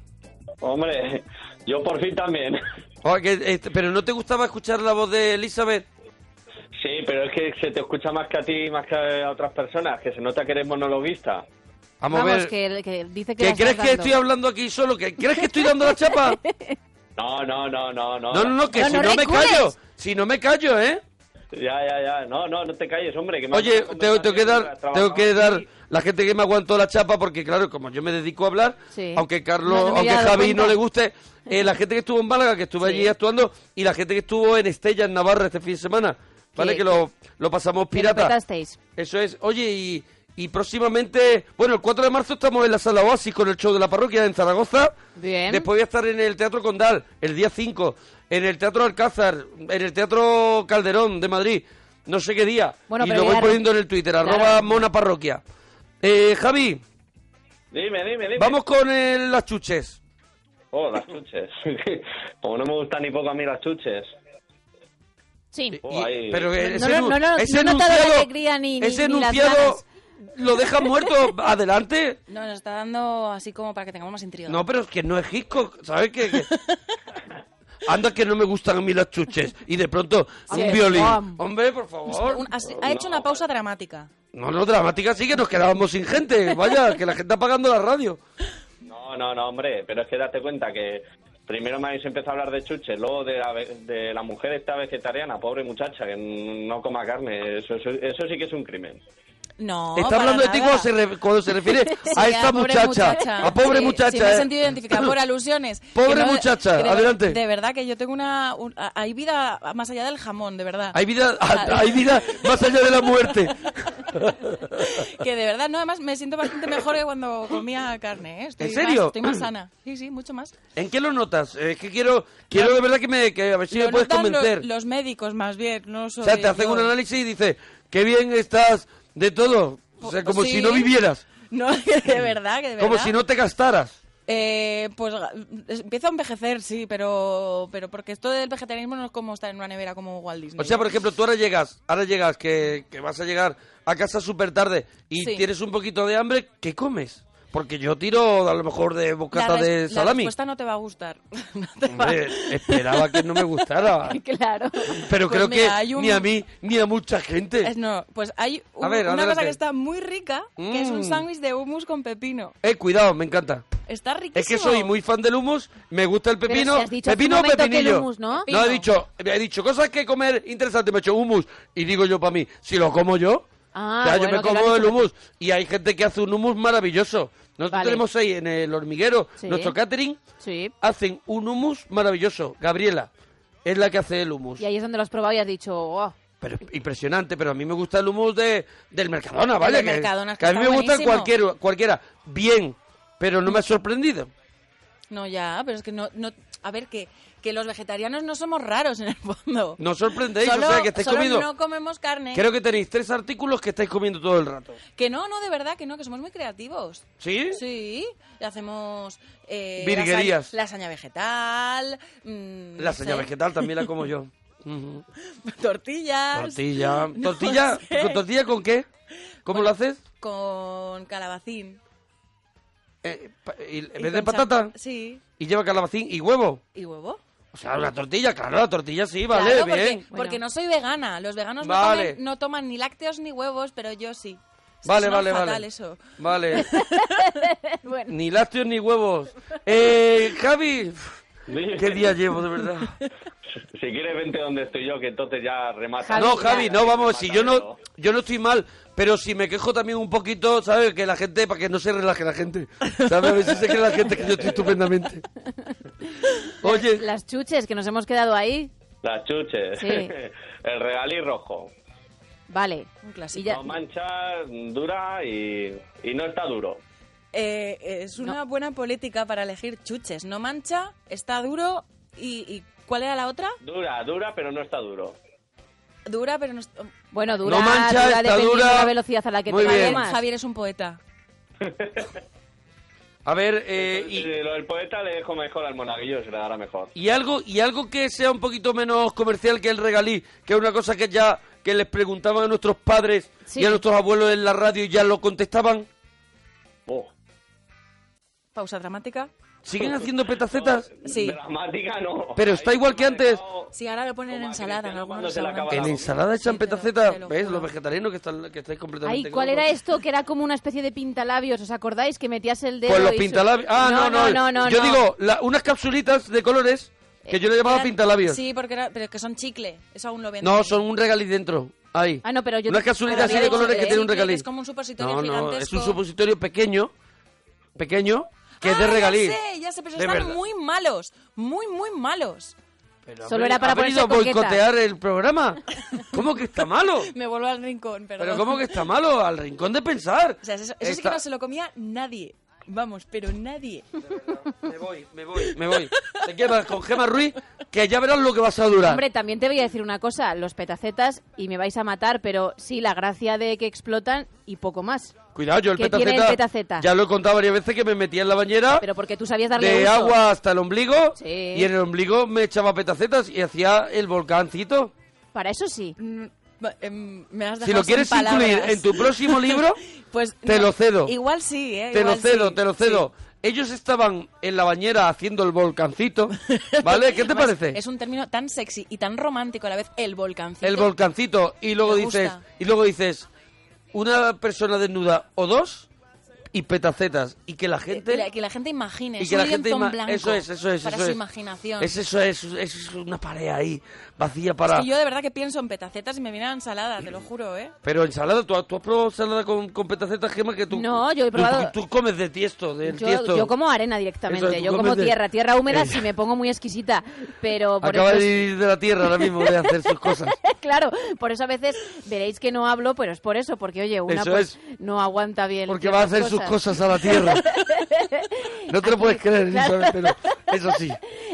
I: Hombre, yo por fin también.
A: Oh, que, este, pero no te gustaba escuchar la voz de Eh, Elizabeth.
I: Sí, pero es que se te escucha más que a ti y más que a otras personas, que se nota que eres monologuista.
A: Vamos, a
B: Vamos,
A: ver.
B: que, que dice que
A: ¿Que
B: la estás
A: crees que
B: dando.
A: estoy hablando aquí solo? ¿Que crees que estoy dando la chapa?
I: No, no, no, no, no.
A: No, no, no, que
B: No,
A: si
B: no
A: no, me
B: recules.
A: callo, si no me callo, ¿eh?
I: Ya, ya, ya. No, no, no te calles, hombre. Que me
A: Oye,
I: has dado
A: tengo, tengo que dar,
I: conversación,
A: tengo que
I: has
A: dar
I: trabajado
A: la gente que me aguantó la chapa, porque claro, como yo me dedico a hablar,
B: Sí.
A: aunque Carlos,
B: No, no me
A: aunque
B: había dado
A: Javi
B: cuenta.
A: no le guste, eh, la gente que estuvo en Málaga, que estuve allí actuando, y la gente que estuvo en Estella, en Navarra, este fin de semana, ¿vale?
B: Que-
A: Que lo, lo pasamos
B: Que
A: pirata.
B: petasteis.
A: Eso es. Oye, y, y próximamente, bueno, el 4 de marzo estamos en la sala Oasis con el show de la parroquia en Zaragoza.
B: Bien.
A: Después voy a estar en el Teatro Condal el día 5, en el Teatro Alcázar, en el Teatro Calderón de Madrid, no sé qué día.
B: Bueno,
A: y
B: pero
A: lo voy
B: ya-
A: poniendo en el Twitter,
B: Claro.
A: arroba mona parroquia. Eh, Javi,
I: aquí. Dime, dime, dime.
A: vamos con el- las chuches.
I: Oh, las chuches. Como no me gustan ni poco a mí las chuches.
B: Sí.
I: Oh,
A: Y-
I: ahí.
A: pero que
B: No,
A: ese
B: no, no, no,
A: ese
B: no he notado la
A: enunciado-
B: alegría ni- ni-
A: ese
B: ni las
A: enunciado
B: ganas.
A: lo deja muerto adelante.
C: No, nos está dando así como para que tengamos más intriga.
A: No, pero es que no es Hitchcock, ¿sabes qué? Que- Anda que no me gustan a mí las chuches. Y de pronto,
B: Sí,
A: un violín.
B: Juan.
A: Hombre, por favor.
C: Un- ha, ha hecho una pausa dramática.
A: No, no, dramática sí que nos quedábamos sin gente. Vaya, que la gente está pagando la radio.
I: No, no, no, hombre. Pero es que date cuenta que primero me habéis empezado a hablar de chuches, luego de la, ve- de la mujer esta vegetariana, pobre muchacha, que no coma carne. Eso, eso, eso sí que es un crimen.
C: No.
A: está
C: para
A: hablando de ti
C: nada.
A: cuando se, re- cuando se refiere a
C: Sí,
A: esta
C: pobre
A: muchacha, A pobre
C: Sí,
A: muchacha.
C: sí, me he
A: eh.
C: sentido identificada por alusiones.
A: Pobre
C: Que
A: muchacha,
C: que de-
A: adelante.
C: De verdad que yo tengo una... un- a- hay vida más allá del jamón, de verdad.
A: Hay vida, hay vida más allá de la muerte.
C: Que de verdad, no, además me siento bastante mejor que cuando comía carne, ¿eh? Estoy
A: ¿En serio?
C: Más, estoy más sana. Sí, sí, mucho más.
A: ¿En qué lo notas? Eh, Es que quiero, quiero de verdad que me, que a ver si
C: Lo
A: me puedes
C: notan lo-
A: convencer.
C: Los, médicos, más bien, no soy
A: O sea, te hacen
C: yo.
A: un análisis y dices, qué bien estás de todo. O sea, como
C: Sí.
A: si no vivieras,
C: No, que de verdad, que de verdad.
A: como si no te gastaras.
C: Eh, pues ga- es- empiezo a envejecer, sí, pero, pero porque esto del vegetarianismo no es como estar en una nevera como Walt Disney.
A: O sea, por ejemplo, tú ahora llegas, ahora llegas, que, que vas a llegar a casa súper tarde y
C: Sí.
A: tienes un poquito de hambre, ¿qué comes? Porque yo tiro a lo mejor de bocata de
C: res-
A: salami.
C: respuesta no te va a gustar. No te va-
A: Hombre, esperaba que no me gustara.
B: Claro.
A: Pero
C: Pues
A: creo
C: mira,
A: que
C: hay un-
A: ni a mí ni a mucha gente.
C: Es no, pues hay un-
A: A ver,
C: una
A: adelante.
C: cosa que está muy rica, que es
A: Mm.
C: un sándwich de hummus con pepino.
A: Eh, cuidado, me encanta.
C: Está riquísimo.
A: Es que soy muy fan del hummus, me gusta el
B: Pero
A: pepino.
B: si has dicho hace un
A: pepino o
B: momento que el
A: pepinillo.
B: hummus, ¿no?
A: he dicho, he dicho cosas que comer interesantes, me he hecho hummus y digo yo para mí, si lo como yo,
B: Ah,
A: o sea,
B: bueno,
A: yo me
B: que lo
A: como
B: has
A: el
B: dicho.
A: hummus y hay gente que hace un hummus maravilloso. Nosotros
B: Vale.
A: tenemos ahí en el hormiguero,
B: Sí.
A: nuestro catering,
B: Sí.
A: hacen un hummus maravilloso. Gabriela es la que hace el hummus.
B: Y ahí es donde lo has probado y has dicho, "Oh,
A: Pero es impresionante, pero a mí me gusta el hummus de, del Mercadona,
C: Del
A: ¿vale? que,
C: Mercadona,
A: que a mí
C: está
A: me gusta
C: buenísimo.
A: cualquiera, cualquiera, bien, pero no me ha sorprendido.
C: No, ya, pero es que no... no a ver, que, que los vegetarianos no somos raros en el fondo.
A: No os sorprendéis,
C: solo,
A: o sea, que estáis
C: solo
A: comiendo...
C: no comemos carne.
A: Creo que tenéis tres artículos que estáis comiendo todo el rato.
C: Que no, no, de verdad, que no, que somos muy creativos.
A: ¿Sí?
C: Sí, le hacemos... Eh,
A: Virguerías.
C: Lasaña, lasaña vegetal... mm, no
A: La señal
C: sé,
A: vegetal también la como yo. Ujú.
C: Tortillas.
A: Tortilla.
C: Ah, No
A: ¿Tortilla?
C: sé.
A: ¿Con tortilla con qué? ¿Cómo lo haces?
C: Con calabacín.
A: Eh, pa- y-
C: Y
A: ¿En vez de
C: con
A: patata?
C: chap- Sí.
A: Y lleva calabacín y huevo.
C: ¿Y huevo?
A: O sea, una tortilla, claro, la tortilla sí, vale,
C: Claro, porque,
A: bien.
C: porque no soy vegana. Los veganos no
A: Vale.
C: comen- no, toman, ni lácteos ni huevos, pero yo sí. Es que
A: Vale,
C: suena
A: vale,
C: fatal
A: vale.
C: eso.
A: Vale.
B: Bueno.
A: Ni lácteos ni huevos. Eh, Javi,
I: Dime.
A: ¿qué día llevo, de verdad?
I: Si quieres, vente donde estoy yo, que entonces ya remata.
A: No, Javi, no, vamos, si yo no,
I: Remátalo.
A: yo no estoy mal, pero si me quejo también un poquito, ¿sabes? Que la gente, para que no se relaje la gente. ¿Sabes? A veces se cree la gente que yo estoy estupendamente. Oye,
B: las chuches que nos hemos quedado ahí.
I: Las chuches.
B: Sí.
I: El regalí rojo.
B: Vale.
C: Un clásico.
B: Y ya-
I: No mancha, dura y, y no está duro.
C: Eh, es una buena política para elegir chuches. No mancha, está duro y... y ¿Cuál era la otra?
I: Dura, dura, pero no está duro.
C: Dura, pero no... es-
B: Bueno, dura,
A: no mancha,
B: dura,
A: está
B: dependiendo
A: dura.
B: de la velocidad a la que
A: Muy
B: te
A: bien.
C: Javier,
B: más.
C: Javier es un poeta.
A: a ver, eh,
I: Entonces,
A: y,
I: eh, lo del poeta le dejo mejor al monaguillo, se le dará mejor.
A: y algo, y algo que sea un poquito menos comercial que el regalí, que es una cosa que ya que les preguntaban a nuestros padres
B: Sí.
A: y a nuestros abuelos en la radio y ya lo contestaban.
I: Oh.
C: Pausa dramática.
A: ¿Siguen haciendo petacetas?
C: Sí.
I: Dramática no.
A: Pero está igual que antes.
C: Sí, ahora lo ponen en
I: Oh. Toma,
C: ensalada. En
I: Cristiano,
C: algunos
I: cuando se la acaba
A: En
I: la-
C: restaurantes.
A: ensalada echan
C: Sí, te lo-
A: petaceta,
C: te lo
A: ¿ves?
C: juro.
A: Los vegetarianos que, están, que estáis completamente...
B: Ay, ¿cuál
A: locos.
B: era esto? Que era como una especie de pintalabios, ¿os acordáis? Que metías el dedo
A: Pues los
B: y su-
A: pintalabios. Ah, no, no.
B: no, no,
A: yo
B: no.
A: digo, la- unas capsulitas de colores que yo le llamaba
C: Eh, Eran-
A: pintalabios.
C: Sí, porque era, pero que son chicle. Eso aún lo venden.
A: No, son un regalí dentro. Ahí.
B: Ah, no, pero yo-
A: Unas capsulitas
B: pero
A: así
B: había
A: de
B: dicho
A: colores
B: que
A: que tiene un
C: dentro
A: regalí.
C: es como un supositorio
A: no, no,
C: gigantesco.
A: es un supositorio pequeño. Pequeño. Que es
C: Ah,
A: de regalí.
C: Ya sé, ya sé, pero
A: De
C: están
A: verdad.
C: muy malos. Muy, muy malos.
A: Pero ha
B: Solo
A: veni-
B: era para
A: ha venido
B: ponerse
A: a
B: coqueta.
A: boicotear el programa. ¿Cómo que está malo?
C: Me vuelvo al rincón, perdón.
A: Pero ¿cómo que está malo? Al rincón de pensar.
C: O sea, eso, eso sí que
A: Está-
C: no se lo comía nadie. Vamos, pero nadie.
A: Me voy, me voy, me voy. Te quedas con Gema Ruiz, que ya verás lo que vas a durar.
B: Hombre, también te voy a decir una cosa, los petacetas, y me vais a matar, pero sí, la gracia de que explotan y poco más.
A: Cuidado, yo el
B: ¿Qué tiene
A: petaceta,
B: el petaceta?
A: Ya lo he contado varias veces que me metía en la bañera
B: Pero porque tú sabías darle
A: de
B: uso.
A: agua hasta el ombligo
B: Sí.
A: y en el ombligo me echaba petacetas y hacía el volcancito.
B: Para eso sí.
C: Mm, va- em, me has dejado
A: Si lo
C: sin
A: quieres
C: palabras.
A: incluir en tu próximo libro,
C: pues
A: te lo cedo.
C: Igual sí, ¿eh?
A: te lo
C: igual
A: cedo,
C: sí.
A: te lo cedo. Ellos estaban en la bañera haciendo el volcancito, ¿vale? ¿Qué te
B: Pues
C: Además,
A: parece?
C: Es un término tan sexy y tan romántico a la vez, el volcancito.
A: El volcancito y luego
C: Me
A: dices
C: gusta.
A: y luego dices una persona desnuda o dos y petacetas y que
B: Eh,
A: la gente
C: Que la, que la gente imagine.
A: y
C: es
A: que
C: un
A: la gente
C: lienzo en
A: ima-
C: blanco
A: eso es eso es
C: Para
A: eso
C: su
A: es.
C: imaginación.
A: es eso es eso es una pared ahí vacía para
C: Y yo de verdad que pienso en petacetas y me viene la ensalada, te lo juro, ¿eh?
A: pero ensalada ¿tú, has- tú has probado ensalada con, con petacetas Gema que tú
B: No, yo he
A: tú-
B: probado-
A: tú, comes de tiesto del
B: Yo,
A: tiesto
B: yo como arena directamente,
A: Eso, tú
B: yo como
A: comes de-
B: tierra, tierra húmeda
A: Ella.
B: si me pongo muy exquisita, pero por
A: acaba
B: eso
A: de ir de la tierra ahora mismo de hacer sus cosas
B: Claro, por eso a veces veréis que no hablo, pero es por eso, porque oye, una
A: Eso
B: pues,
A: es.
B: no aguanta bien.
A: porque
B: las
A: va a hacer sus cosas a la tierra no te lo
B: Aquí,
A: puedes creer
B: claro.
A: Isabel, pero eso sí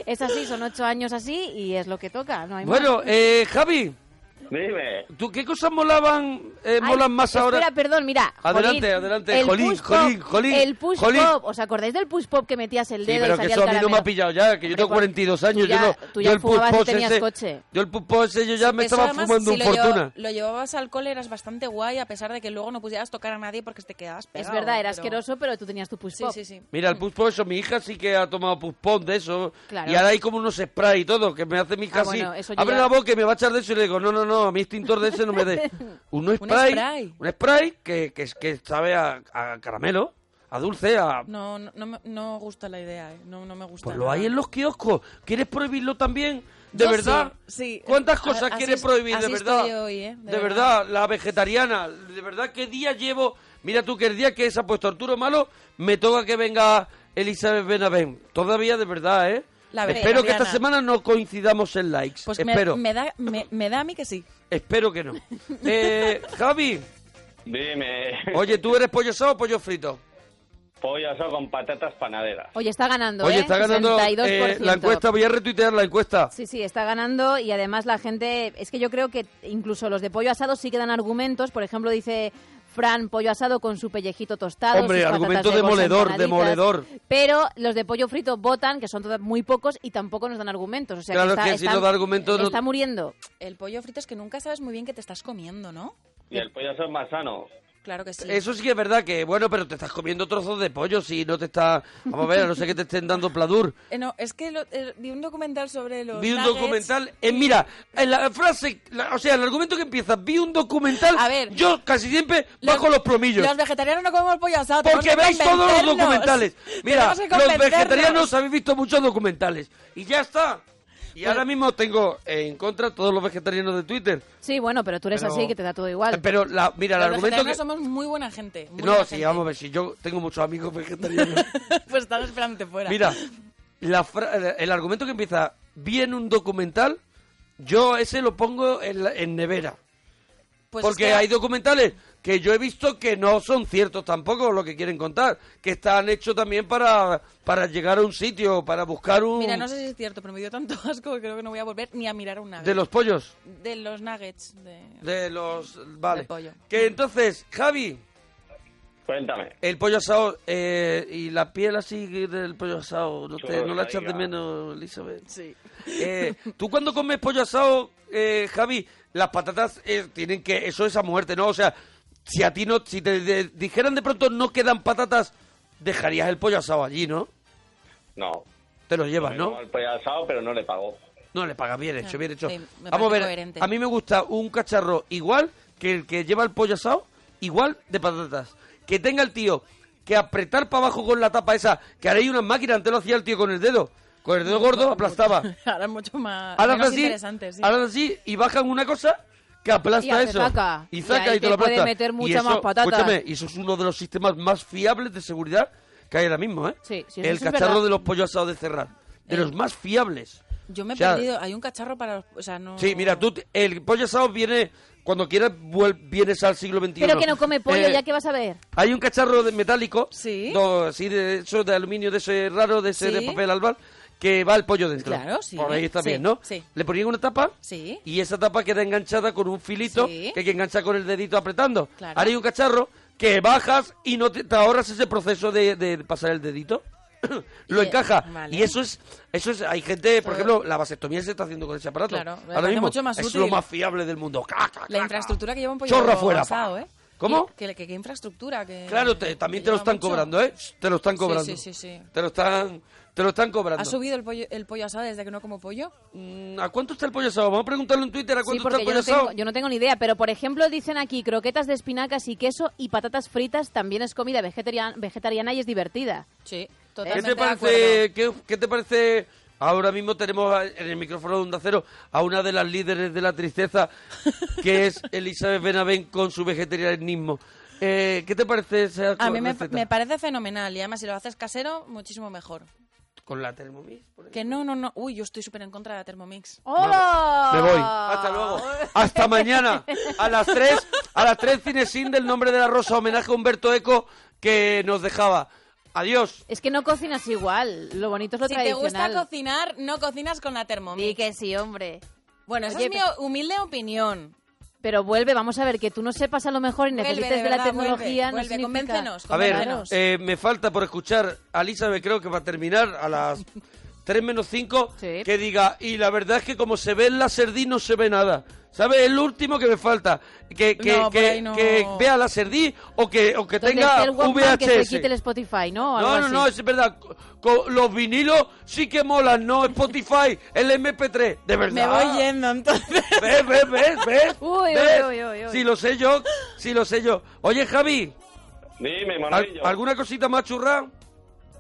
B: Es así, son ocho años así y es lo que toca, no hay más.
A: bueno eh, Javi
I: Dime.
A: ¿Tú qué cosas molaban, eh,
B: Ay,
A: molan más ahora?
B: Espera, perdón, mira.
A: Adelante,
B: Jolín,
A: adelante,
B: el
A: Jolín,
B: push
A: Jolín,
B: pop,
A: Jolín,
B: El push
A: Jolín.
B: pop. ¿Os acordáis del push pop que metías el
A: Sí,
B: dedo
A: pero
B: y
A: que
B: salía
A: eso
B: el
A: a mí no me
B: caramelo?
A: ha pillado ya, que yo
B: Hombre,
A: tengo
B: pues,
A: 42 años.
B: tú ya-
A: yo no,
B: tú ya
A: yo el
B: fumabas y
A: pulpo
B: tenías
A: ese,
B: coche.
A: Yo el pulpo ese, yo ya me
C: Eso,
A: estaba
C: además,
A: fumando
C: si
A: un
C: lo lleva-
A: fortuna.
C: lo llevastás al cole eras bastante guay, a pesar de que luego no pudieras tocar a nadie porque te quedabas
B: Es
C: pegado.
B: verdad, era
C: pero-
B: asqueroso, pero tú tenías tu push
C: Sí,
B: pop.
C: sí, sí.
A: Mira, el puspón, eso, mi hija sí que ha tomado puspón de eso.
B: Claro.
A: Y ahora hay como unos spray y todo, que me hace mi hija
B: Ah,
A: así,
B: bueno, eso yo
A: Abre
B: ya-
A: la boca y me va a echar de eso y le digo, no, no, no, a mi extintor de ese no me dé. Un spray.
C: spray.
A: un spray que, que, que sabe a, a caramelo, a dulce, a...
C: No, no, no, me- no gusta la idea, ¿eh? no, no me gusta.
A: Pues lo
C: nada.
A: hay en los kioscos. ¿Quieres prohibirlo también? ¿De
C: Yo
A: verdad?
C: sí, sí.
A: ¿Cuántas
C: A-
A: cosas
C: así
A: quieres
C: es-
A: prohibir?
C: así
A: de verdad.
C: estoy hoy, ¿eh?
A: de
C: De
A: verdad. la vegetariana. De verdad, ¿qué día llevo? Mira tú que el día que se ha puesto Arturo Malo, me toca que venga Elizabeth Benavén. Todavía de verdad, ¿eh?
C: La
A: Espero que esta
C: vegetariana.
A: semana no coincidamos en likes.
C: Pues me,
A: espero.
C: me da, me, me da a mí que sí.
A: Espero que no. Eh, Javi,
I: Dime.
A: oye, ¿tú eres pollo asado o pollo frito?
I: Pollo asado con patatas panaderas.
B: Oye, está ganando,
A: Oye,
B: ¿eh?
A: está ganando eh,
B: 62%.
A: la encuesta. Voy a retuitear la encuesta.
B: Sí, sí, está ganando y además la gente, es que yo creo que incluso los de pollo asado sí que dan argumentos, por ejemplo dice Fran pollo asado con su pellejito tostado.
A: Hombre,
B: sus patatas
A: argumento
B: de bolsa
A: demoledor,
B: empanaditas.
A: demoledor.
B: Pero los de pollo frito votan, que son toda- muy pocos y tampoco nos dan argumentos. O sea,
A: Claro
B: que, está,
A: que si
B: están-
A: no da argumentos, no-
B: Está muriendo.
C: El pollo frito es que nunca sabes muy bien qué te estás comiendo, ¿no?
I: Y el pollo asado es más sano.
C: Claro que sí.
A: Eso sí que es verdad que, bueno, pero te estás comiendo trozos de pollo si no te está... Vamos a ver, a no sé que te estén dando pladur.
C: Eh, no, es que lo- eh, vi un documental sobre los
A: Vi un
C: nuggets.
A: documental... eh, mira, en la frase, la- o sea, el argumento que empieza, vi un documental...
C: A ver.
A: yo casi siempre bajo los promillos.
C: Los vegetarianos no comemos pollo asado. tenemos
A: Porque
C: que
A: veis todos los
C: convencernos.
A: documentales. Mira,
C: Tenemos que
A: los
C: convencernos.
A: vegetarianos habéis visto muchos documentales. Y ya está. Y
C: Pues
A: ahora mismo tengo en contra a todos los vegetarianos de Twitter.
B: Sí, bueno, pero tú eres
A: Pero-
B: así que te da todo igual.
A: Pero la, mira, el
C: Los
A: argumento que...
C: vegetarianos somos muy buena gente. muy
A: No,
C: buena
A: sí,
C: gente.
A: vamos a ver, si yo tengo muchos amigos vegetarianos.
C: pues están esperándote fuera.
A: Mira, la fra- el argumento que empieza, vi en un documental, yo ese lo pongo en, la- en nevera.
C: Pues es
A: porque
C: que-
A: hay documentales que yo he visto que no son ciertos tampoco lo que quieren contar, que están hechos también para, para llegar a un sitio, para buscar un...
C: Mira, no sé si es cierto, pero me dio tanto asco que creo que no voy a volver ni a mirar un nugget.
A: De los pollos,
C: De los nuggets. de-
A: de los... Vale.
C: Del pollo.
A: Que entonces, Javi,
I: Cuéntame.
A: el pollo asado eh, y la piel así del pollo asado, ¿no, te-
I: Churro,
A: no la echas de
I: caiga.
A: menos, Elizabeth?
C: Sí.
A: Eh, Tú cuando comes pollo asado, eh, Javi, las patatas eh, tienen que... Eso es a muerte, ¿no? O sea, si a ti no... Si te de- dijeran de pronto no quedan patatas, dejarías el pollo asado allí, ¿no?
I: No.
A: Te lo llevas,
I: Me
A: ¿no?
I: como el pollo asado, pero no le pagó.
A: No, le pagas bien hecho, bien hecho.
C: Sí, me
A: Vamos a ver,
C: parece coherente.
A: a mí me gusta un cacharro igual que el que lleva el pollo asado, igual de patatas. Que tenga el tío que apretar para abajo con la tapa esa, que ahora hay una máquina, antes lo hacía el tío con el dedo. Con el dedo gordo aplastaba.
C: Ahora es mucho más
A: Ahora
C: menos
A: hace así,
C: interesante. sí.
A: ahora hace así, y bajan una cosa que aplasta
B: Y hace
A: eso.
B: zaca.
A: Y
B: Y
A: saca y, te
B: ahí que
A: lo
B: puede
A: aplasta.
B: meter
A: Y
B: mucha
A: eso,
B: más patata.
A: Escúchame, y eso es uno de los sistemas más fiables de seguridad que hay ahora mismo, ¿eh?
B: Sí, sí, eso
A: el
B: sí es
A: cacharro
B: verdad.
A: de los pollos asados de cerrar. De los más fiables.
C: Yo me he
A: O sea,
C: perdido. Hay un cacharro para los. O sea, no.
A: Sí, mira, tú, te- el pollo asado viene, cuando quieras, vuel- vienes al siglo XXI.
B: Pero que no come pollo,
A: Eh,
B: ya que vas a ver.
A: Hay un cacharro de metálico,
C: Sí.
A: no, sí, de eso de aluminio, de ese raro, de ese
C: Sí.
A: de papel albal, que va el pollo dentro.
C: Claro, sí.
A: Por ahí está
C: Sí,
A: bien, ¿no?
C: sí.
A: Le ponían una tapa
C: Sí.
A: y esa tapa queda enganchada con un filito
C: Sí.
A: que hay que enganchar con el dedito apretando.
C: Claro.
A: Ahora hay un cacharro que bajas y no te, te ahorras ese proceso de, de pasar el dedito. Lo
C: Y- eh,
A: encaja.
C: vale.
A: Y eso es, eso es, hay gente, por
C: Todo-
A: ejemplo, la vasectomía se está haciendo con ese aparato.
C: Claro, me
A: Ahora
C: parece
A: mismo
C: mucho más
A: es
C: útil.
A: lo más fiable del mundo. Ca, ca,
C: La
A: ca,
C: infraestructura que lleva un pollo
A: Chorra fuera,
C: asado,
A: pa.
C: ¿eh?
A: ¿Cómo?
C: Que, que- que infraestructura. Que,
A: Claro, te- también
C: que
A: te lo
C: Eh, lleva
A: están
C: mucho.
A: cobrando, ¿eh? Te lo están
C: Sí,
A: cobrando.
C: sí, sí, sí.
A: Te lo están, te lo están cobrando.
C: ¿Ha subido el pollo, el pollo asado desde que no como pollo?
A: Mm, ¿A cuánto está el pollo asado? Vamos a preguntarle en Twitter a
B: Sí,
A: cuánto está
B: porque
A: el
B: yo
A: pollo
B: no,
A: asado.
B: tengo, yo no tengo ni idea, pero por ejemplo dicen aquí croquetas de espinacas y queso y patatas fritas también es comida vegetarian- vegetariana y es divertida.
C: Sí,
A: ¿Qué
C: totalmente
A: te parece? Qué, qué te parece? Ahora mismo tenemos a- en el micrófono de Onda Cero a una de las líderes de la tristeza, que es Elizabeth Benavén con su vegetarianismo. Eh, ¿Qué te parece esa
C: A mí me,
A: receta?
C: me parece fenomenal y además si lo haces casero, muchísimo mejor.
A: Con la Thermomix. por ejemplo.
C: Que no, no, no. Uy, yo estoy súper en contra de la Thermomix.
B: ¡Hola!
A: Me voy. Hasta luego. Hasta mañana. A las 3, a las 3 Cinesin del nombre de la rosa, homenaje a Humberto Eco que nos dejaba. Adiós.
B: Es que no cocinas igual, lo bonito es lo
C: Si te
B: tradicional.
C: gusta cocinar, no cocinas con la Thermomix.
B: Di que sí, hombre.
C: Bueno, esa
B: Oye,
C: es mi o- humilde opinión.
B: Pero vuelve, vamos a ver, que tú no sepas a lo mejor y
C: Vuelve,
B: necesites
C: de
B: de, la
C: verdad,
B: tecnología.
C: vuelve,
B: no
C: vuelve,
B: significa-
C: convéncenos.
A: A ver,
C: Convéncenos.
A: eh, me falta por escuchar a Elizabeth, creo que va a terminar a las 3 menos 5,
B: Sí.
A: que diga, y la verdad es que como se ve el Laserdí no se ve nada. ¿Sabes? El último que me falta. Que, que,
C: No, por
A: que,
C: ahí no.
A: que vea Laserdí o que, o que
B: Entonces,
A: tenga
B: el Walkman que se
A: VHS.
B: quite el Spotify, ¿no? O algo
A: No, no,
B: así.
A: no, es verdad. Co- co- los vinilos sí que molan, ¿no? Spotify, el MP3, de verdad.
C: Me voy yendo entonces.
A: ¿Ves, ves, ves, ves?
B: Uy, uy,
A: ¿Ves?
B: uy, uy, uy.
A: Si lo sé yo, si lo sé yo. Oye, Javi,
I: Dime,
A: ¿al-
I: Manolillo.
A: ¿alguna cosita más churra?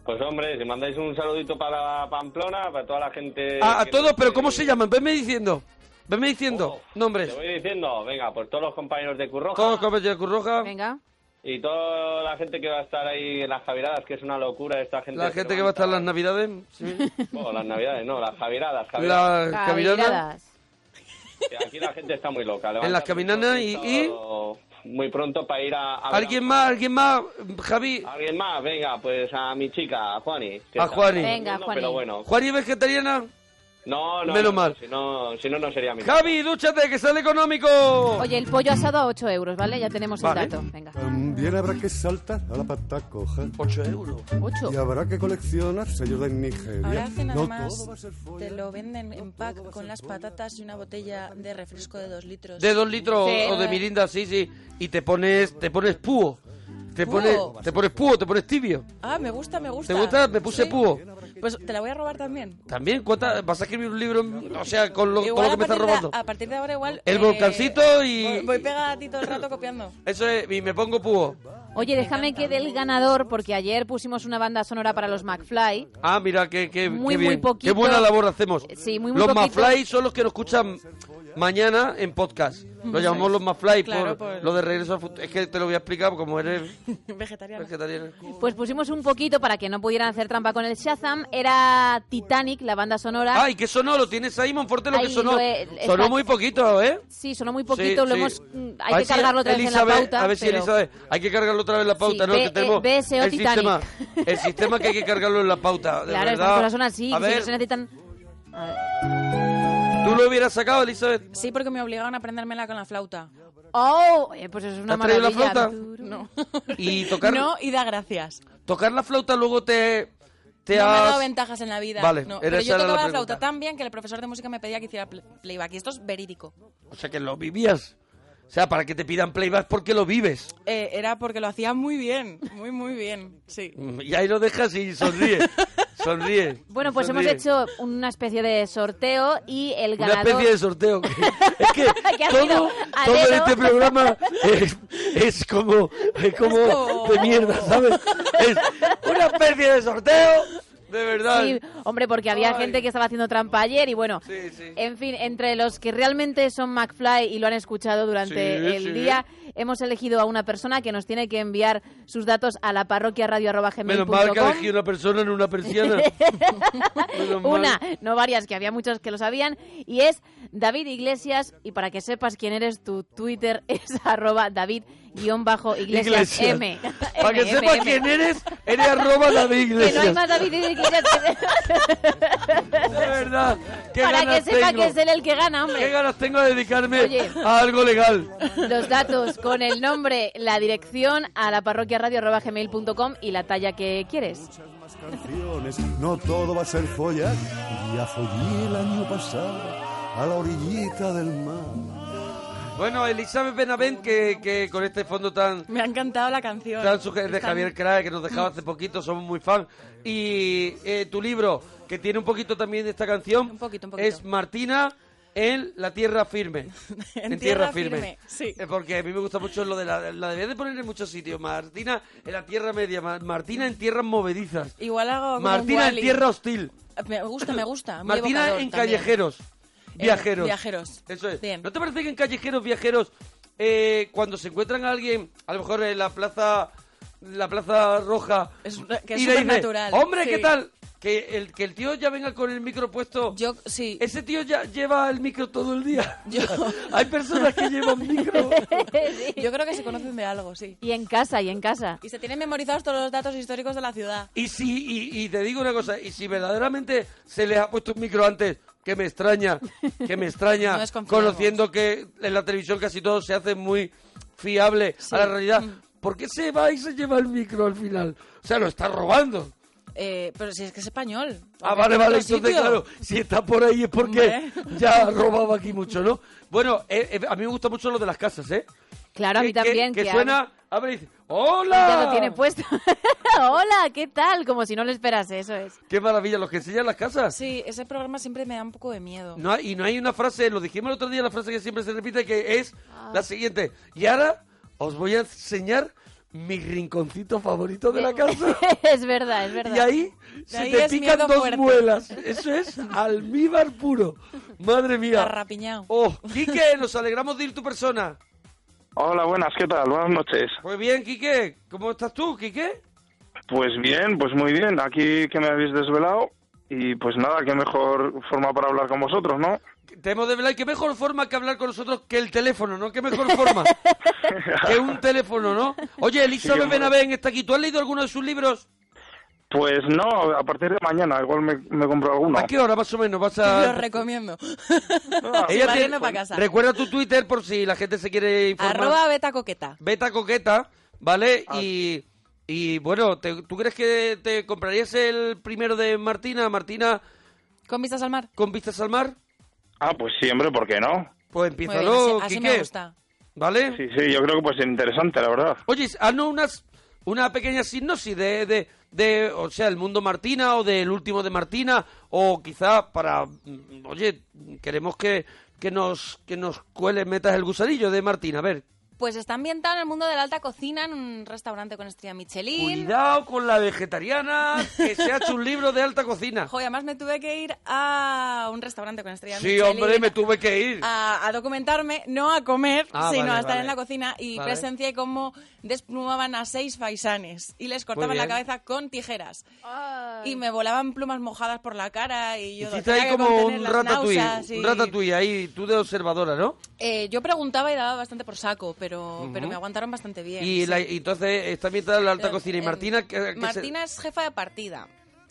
I: Pues hombre, si mandáis un saludito para Pamplona, para toda la gente...
A: A, a
I: Eh, que-
A: todos, pero ¿cómo se llaman? Venme diciendo. Venme
I: Oh.
A: diciendo nombres.
I: Te voy diciendo, venga, pues todos los compañeros de Curroja
A: Todos con de Cruz Roja.
B: Venga.
I: y toda la gente que va a estar ahí en las Javiradas, que es una locura esta gente.
A: La
I: se
A: gente que va a estar en las
I: levanta-
A: navidades. sí.
I: Bueno, Oh, las Navidades, no, las Javiradas. Javiradas.
A: Las caminanas.
B: Caviladas.
I: Que Aquí la gente está muy loca.
A: En las caminanas y- y-
I: y... Muy pronto para ir a... a ver
A: ¿Alguien
I: a-
A: más? ¿Alguien más? Javi.
I: ¿Alguien más? Venga, pues a mi chica, a Juani. que
A: A
I: está-
A: Juani.
B: Venga,
I: No,
B: Juani.
I: Pero bueno.
A: ¿Juan y vegetariana?
I: No, no.
A: Menos
I: no,
A: mal.
I: Si no, si no, no sería mi
A: Javi, dúchate, que sale económico.
B: Oye, el pollo asado a 8 euros, ¿vale? Ya tenemos
A: Vale.
B: el dato. Venga.
E: También Em, habrá que saltar a la pata coja
A: 8 euros.
B: 8.
E: y habrá que coleccionar sellos de Nigeria.
C: Ahora hacen
E: no
C: además,
E: todo va a ser
C: te
E: folla.
C: lo venden en pack con las patatas y una botella de refresco de dos litros.
A: De 2 litros
B: Sí.
C: eh.
A: o de mirinda, sí, sí. Y te pones, te pones púo. Te
C: Púo.
A: pones, te pones púo, te pones tibio.
C: Ah, me gusta, me gusta.
A: ¿Te gusta? Me puse
C: Sí.
A: púo.
C: Pues te la voy a robar también.
A: También, ¿cuánta- ¿vas a escribir un libro? O sea, con lo, todo
C: Igual
A: lo que me
C: a,
A: estás
C: partir de,
A: robando.
C: a partir de ahora igual... eh,
A: El volcancito y-
C: voy- Voy pegada a ti todo el rato copiando.
A: Eso es, y me pongo púo.
B: Oye, déjame que dé el ganador, porque ayer pusimos una banda sonora para los McFly.
A: Ah, mira, qué, qué,
B: Muy,
A: qué bien.
B: muy poquito.
A: Qué buena labor hacemos.
B: Sí, muy, muy
A: Los
B: poquito.
A: McFly son los que nos escuchan mañana en podcast. Lo llamamos los McFly
C: Claro,
A: por
C: por-
A: lo de regreso al futuro. Es que te lo voy a explicar porque como eres
C: Vegetariana.
A: vegetariano.
B: Pues pusimos un poquito para que no pudieran hacer trampa con el Shazam. Era Titanic, la banda sonora.
A: Ay, que sonó, lo tienes ahí, Monforte, lo que
B: Ahí
A: sonó.
B: lo he-
A: sonó
B: está-
A: muy poquito, ¿eh?
B: Sí, sonó muy poquito,
A: Sí,
B: lo
A: sí.
B: hemos... mm,
A: A
B: Hay
A: ver
B: que
A: si
B: cargarlo otra vez en la
A: Elizabeth-
B: pauta.
A: A ver si
B: pero-
A: Elizabeth, hay que cargarlo otra vez en la pauta,
B: Sí,
A: ¿no? Que
B: B-
A: tenemos
B: eh, BSO
A: el
B: Titanic.
A: sistema. El sistema que hay que cargarlo en la pauta, de
B: Claro,
A: verdad.
B: estas cosas son así,
A: A
B: que si
A: ver,
B: no se necesitan...
A: ¿tú lo hubieras sacado, Elizabeth?
C: Sí, porque me obligaron a aprendérmela con la flauta.
B: ¡Oh! Oye, pues eso es una
A: ¿Te has traído la
B: maravilla.
A: flauta?
C: No.
A: ¿Y tocar?
C: No, y da gracias.
A: Tocar la flauta luego te... te
C: no me ha
A: has-
C: dado ventajas en la vida.
A: Vale,
C: no.
A: era-
C: Pero
A: esa
C: yo
A: era la
C: tocaba la
A: pregunta.
C: flauta tan bien que el profesor de música me pedía que hiciera pl- playback. Y esto es verídico.
A: O sea, que lo vivías. O sea, para que te pidan playback porque lo vives.
C: Eh, era porque lo hacía muy bien, muy, muy bien. Sí.
A: Mm, Y ahí lo dejas y sonríe. sonríe.
B: Bueno, pues hemos
A: sonríe.
B: hecho una especie de sorteo y el
A: Una
B: ganador...
A: especie de sorteo. Es que
B: Que ha
A: todo,
B: sido a
A: todo
B: dedo.
A: este programa es, es como, es como
C: como-
A: de mierda, ¿sabes? Es una especie de sorteo, de verdad.
B: Sí, hombre, porque había
A: Ay.
B: gente que estaba haciendo trampa ayer y bueno,
A: Sí, sí.
B: en fin, entre los que realmente son McFly y lo han escuchado durante
A: Sí,
B: el
A: sí.
B: día, hemos elegido a una persona que nos tiene que enviar sus datos a la parroquia
A: Menos mal que ha elegido una persona en una persiana. Menos mal.
B: Una, no varias, que había muchos que lo sabían, y es David Iglesias, y para que sepas quién eres, tu Twitter es arroba David guión bajo Iglesias,
A: Iglesias.
B: M.
A: Para que
B: M, M,
A: sepas
B: M.
A: quién eres, eres arroba David
B: Que no hay
A: Iglesias.
B: más David Iglesias
A: De verdad.
B: que-
A: qué
B: para que
A: ganas
B: sepa
A: tengo.
B: que es él el que gana,
A: ¿Qué
B: hombre.
A: ganas tengo de dedicarme
B: Oye.
A: a algo legal?
B: Los datos con el nombre, la dirección a la parroquia y la talla que quieres.
E: Más canciones, no todo va a ser follar. Ya follé el año pasado a la orillita del mar.
A: Bueno, Elizabeth Benavent, que, que con este fondo tan,
C: Me ha encantado la canción.
A: tan sugerente de
C: Tan-
A: Javier Crae, que nos dejaba hace poquito, somos muy fan. Y eh, tu libro, que tiene un poquito también de esta canción,
C: Un poquito, un poquito.
A: es Martina en La Tierra Firme.
C: En Tierra Firme, sí.
A: Eh, Porque a mí me gusta mucho lo de la... La debía de poner en muchos sitios. Martina en la Tierra Media, Ma- Martina en Tierras Movedizas.
C: Igual hago como un
A: Martina en
C: Wall-E.
A: Tierra Hostil.
C: Me gusta, me gusta. muy
A: Martina
C: evocador
A: en
C: también.
A: callejeros.
C: Eh,
A: Viajeros.
C: viajeros.
A: Eso es.
C: Bien.
A: ¿No te parece que en callejeros, viajeros, eh, cuando se encuentran a alguien, a lo mejor en la plaza, la plaza roja,
C: Es una- que es
A: y le dice,
C: supernatural,
A: hombre,
C: sí.
A: ¿qué tal? Que el, que el tío ya venga con el micro puesto.
C: Yo, sí.
A: Ese tío ya lleva el micro todo el día.
C: Yo-
A: Hay personas que llevan micro.
C: Yo creo que se conocen de algo, sí.
B: Y en casa, y en casa.
C: Y se tienen memorizados todos los datos históricos de la ciudad.
A: Y si, y, y te digo una cosa, y si verdaderamente se les ha puesto un micro antes, que me extraña, que me extraña,
C: No desconfiamos.
A: conociendo que en la televisión casi todo se hace muy fiable a la realidad.
B: Mm.
A: ¿Por qué se va y se lleva el micro al final? O sea, lo está robando.
C: Eh, pero si es que es español.
A: Ah, vale, vale,
C: Otro
A: entonces
C: sitio.
A: claro, si está por ahí es porque
C: Hombre.
A: ya robaba aquí mucho, ¿no? Bueno, eh, eh, a mí me gusta mucho lo de las casas, ¿eh?
B: Claro, a mí
A: Que- que-
B: también.
A: Que,
B: que
A: suena, abre y dice,
B: ahora
A: ¡Hola!
B: Ya lo tiene puesto. Hola, ¿qué tal? Como si no lo esperase, eso es.
A: Qué maravilla, los que enseñan las casas.
C: Sí, ese programa siempre me da un poco de miedo.
A: No hay- y no hay una frase, lo dijimos el otro día, la frase que siempre se repite, que es
C: Ah.
A: la siguiente. Y ahora os voy a enseñar mi rinconcito favorito de
C: Eh,
A: la casa.
B: es verdad, es verdad.
A: Y ahí se
C: ahí
A: te
C: es
A: pican
C: miedo
A: dos
C: fuerte.
A: muelas. Eso es almíbar puro. Madre mía.
C: Garrapiñao.
A: Oh, Quique, nos alegramos de ir tu persona.
D: Hola, buenas, ¿qué tal? Buenas noches.
A: Pues bien, Quique, ¿cómo estás tú, Quique?
D: Pues bien, pues muy bien. Aquí que me habéis desvelado. Y pues nada, qué mejor forma para hablar con vosotros, ¿no?
A: Te hemos de velar, qué mejor forma que hablar con nosotros que el teléfono, ¿no? Qué mejor forma que un teléfono, ¿no? Oye, Elizabeth
D: hombre.
A: Benavén está aquí. ¿Tú has leído alguno de sus libros?
D: Pues no, a partir de mañana igual me, me compro alguno.
A: ¿A qué hora más o menos vas
C: Lo
A: a...?
C: recomiendo.
D: Ah,
A: Ella
C: va
A: tiene-
C: yendo pa' casa.
A: Recuerda tu Twitter por si la gente se quiere informar.
C: Arroba beta coqueta.
A: Beta Coqueta, ¿vale? Y, y bueno, te- ¿tú crees que te comprarías el primero de Martina? Martina
C: Con vistas al mar.
A: con vistas al mar.
D: Ah, pues sí, hombre, ¿por qué no?
A: Pues
C: Muy bien, así,
A: empiézalo,
C: así
A: Quique.
C: me gusta.
A: ¿Vale?
D: Sí, sí, yo creo que puede ser interesante, la verdad.
A: Oye, haznos unas, una pequeña sinopsis de, de, de, o sea, el mundo Martina o del último de Martina, o quizá para, mm, oye, queremos que, que nos que nos cueles, metas el gusanillo de Martina. A ver,
C: Pues está ambientado en el mundo de la alta cocina en un restaurante con estrella Michelin.
A: cuidado con la vegetariana, que se ha hecho un libro de alta cocina.
C: Joder, además me tuve que ir a un restaurante con estrella
A: Sí,
C: Michelin.
A: hombre, me tuve que ir.
C: a, a documentarme, no a comer,
A: Ah,
C: sino
A: vale,
C: a estar
A: vale.
C: en la cocina y
A: Vale.
C: presencié cómo desplumaban a seis faisanes y les cortaban la
A: bien.
C: cabeza con tijeras y me volaban plumas mojadas por la cara y yo
A: Hiciste
C: tenía
A: ahí
C: que
A: como
C: contener
A: un
C: las
A: ratatouille,
C: náuseas y-
A: un ratatouille ahí, tú de observadora, ¿no?
C: Eh, yo preguntaba y daba bastante por saco, pero, pero me aguantaron bastante bien.
A: Y,
C: sí.
A: la- y entonces está ambientada en la alta
C: Pero,
A: cocina. ¿Y
C: eh,
A: Martina? que- que se-
C: Martina es jefa de partida,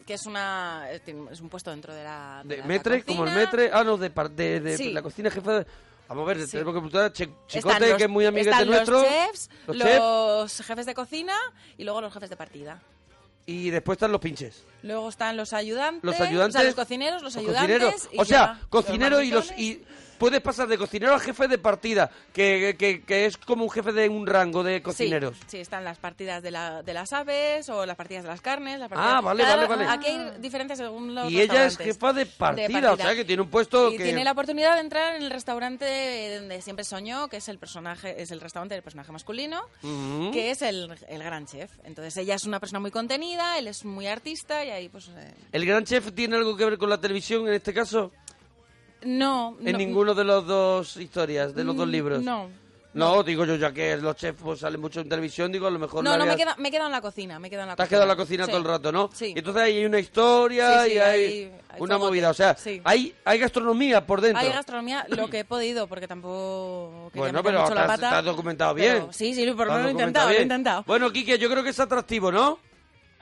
C: que es una es tiene- es un puesto dentro de la. de
A: De
C: la
A: metre, como el
C: cocina.
A: metre. Ah, no, de, par- de, de
C: Sí.
A: la cocina jefa. de- Vamos a ver,
C: Sí.
A: tenemos que apuntar a Che-
C: Están
A: Chicote,
C: los-
A: que es muy amiguete
C: están
A: nuestro.
C: Los chefs,
A: los
C: los,
A: chefs,
C: jefes de cocina y luego los jefes de partida.
A: Y después están los pinches.
C: Luego están los ayudantes.
A: Los
C: O
A: ayudantes.
C: sea, los cocineros, los, ayudantes.
A: cocineros.
C: y
A: O sea,
C: ya, los
A: cocinero y los.
C: barbicones.
A: Y puedes pasar de cocinero a jefe de partida, que, que, que es como un jefe de un rango de cocineros.
C: Sí, sí, están las partidas de, la, de las aves o las partidas de las carnes. las
A: Ah,
C: partidas-
A: vale,
C: Cada-
A: vale, vale.
C: Aquí hay diferencias según los
A: Y ella es
C: restaurantes.
A: jefa de partida, o sea que tiene un puesto
C: Y
A: que...
C: tiene la oportunidad de entrar en el restaurante donde siempre soñó, que es el personaje, es el restaurante del personaje masculino,
A: Ujú.
C: que es el, el gran chef. Entonces ella es una persona muy contenida, él es muy artista y ahí pues... eh,
A: ¿El gran chef tiene algo que ver con la televisión en este caso?
C: no,
A: En
C: no, Mm,
A: ninguno de los dos historias, de los dos libros.
C: No.
A: No, digo yo, ya que los chefs pues, salen mucho en televisión, digo, a lo mejor...
C: No,
A: la
C: no, me
A: veas-
C: he quedado, me he quedado en la cocina, me he quedado en la
A: Te has
C: cocina.
A: quedado en la cocina
C: Sí.
A: todo el rato, ¿no?
C: Sí.
A: Y entonces ahí hay una historia
C: Sí, sí,
A: y hay,
C: hay- hay
A: una
C: fogote.
A: movida. O sea,
C: Sí.
A: hay, hay gastronomía por dentro.
C: Hay gastronomía, lo que he podido, porque tampoco quería
A: Bueno,
C: meter
A: pero
C: mucho la
A: te has-
C: pata.
A: te has documentado
C: Pero
A: bien.
C: Sí, sí, por lo
A: Está
C: menos lo
A: documentado
C: he intentado, lo he
A: bien.
C: intentado.
A: Bueno, Quique, yo creo que es atractivo, ¿no?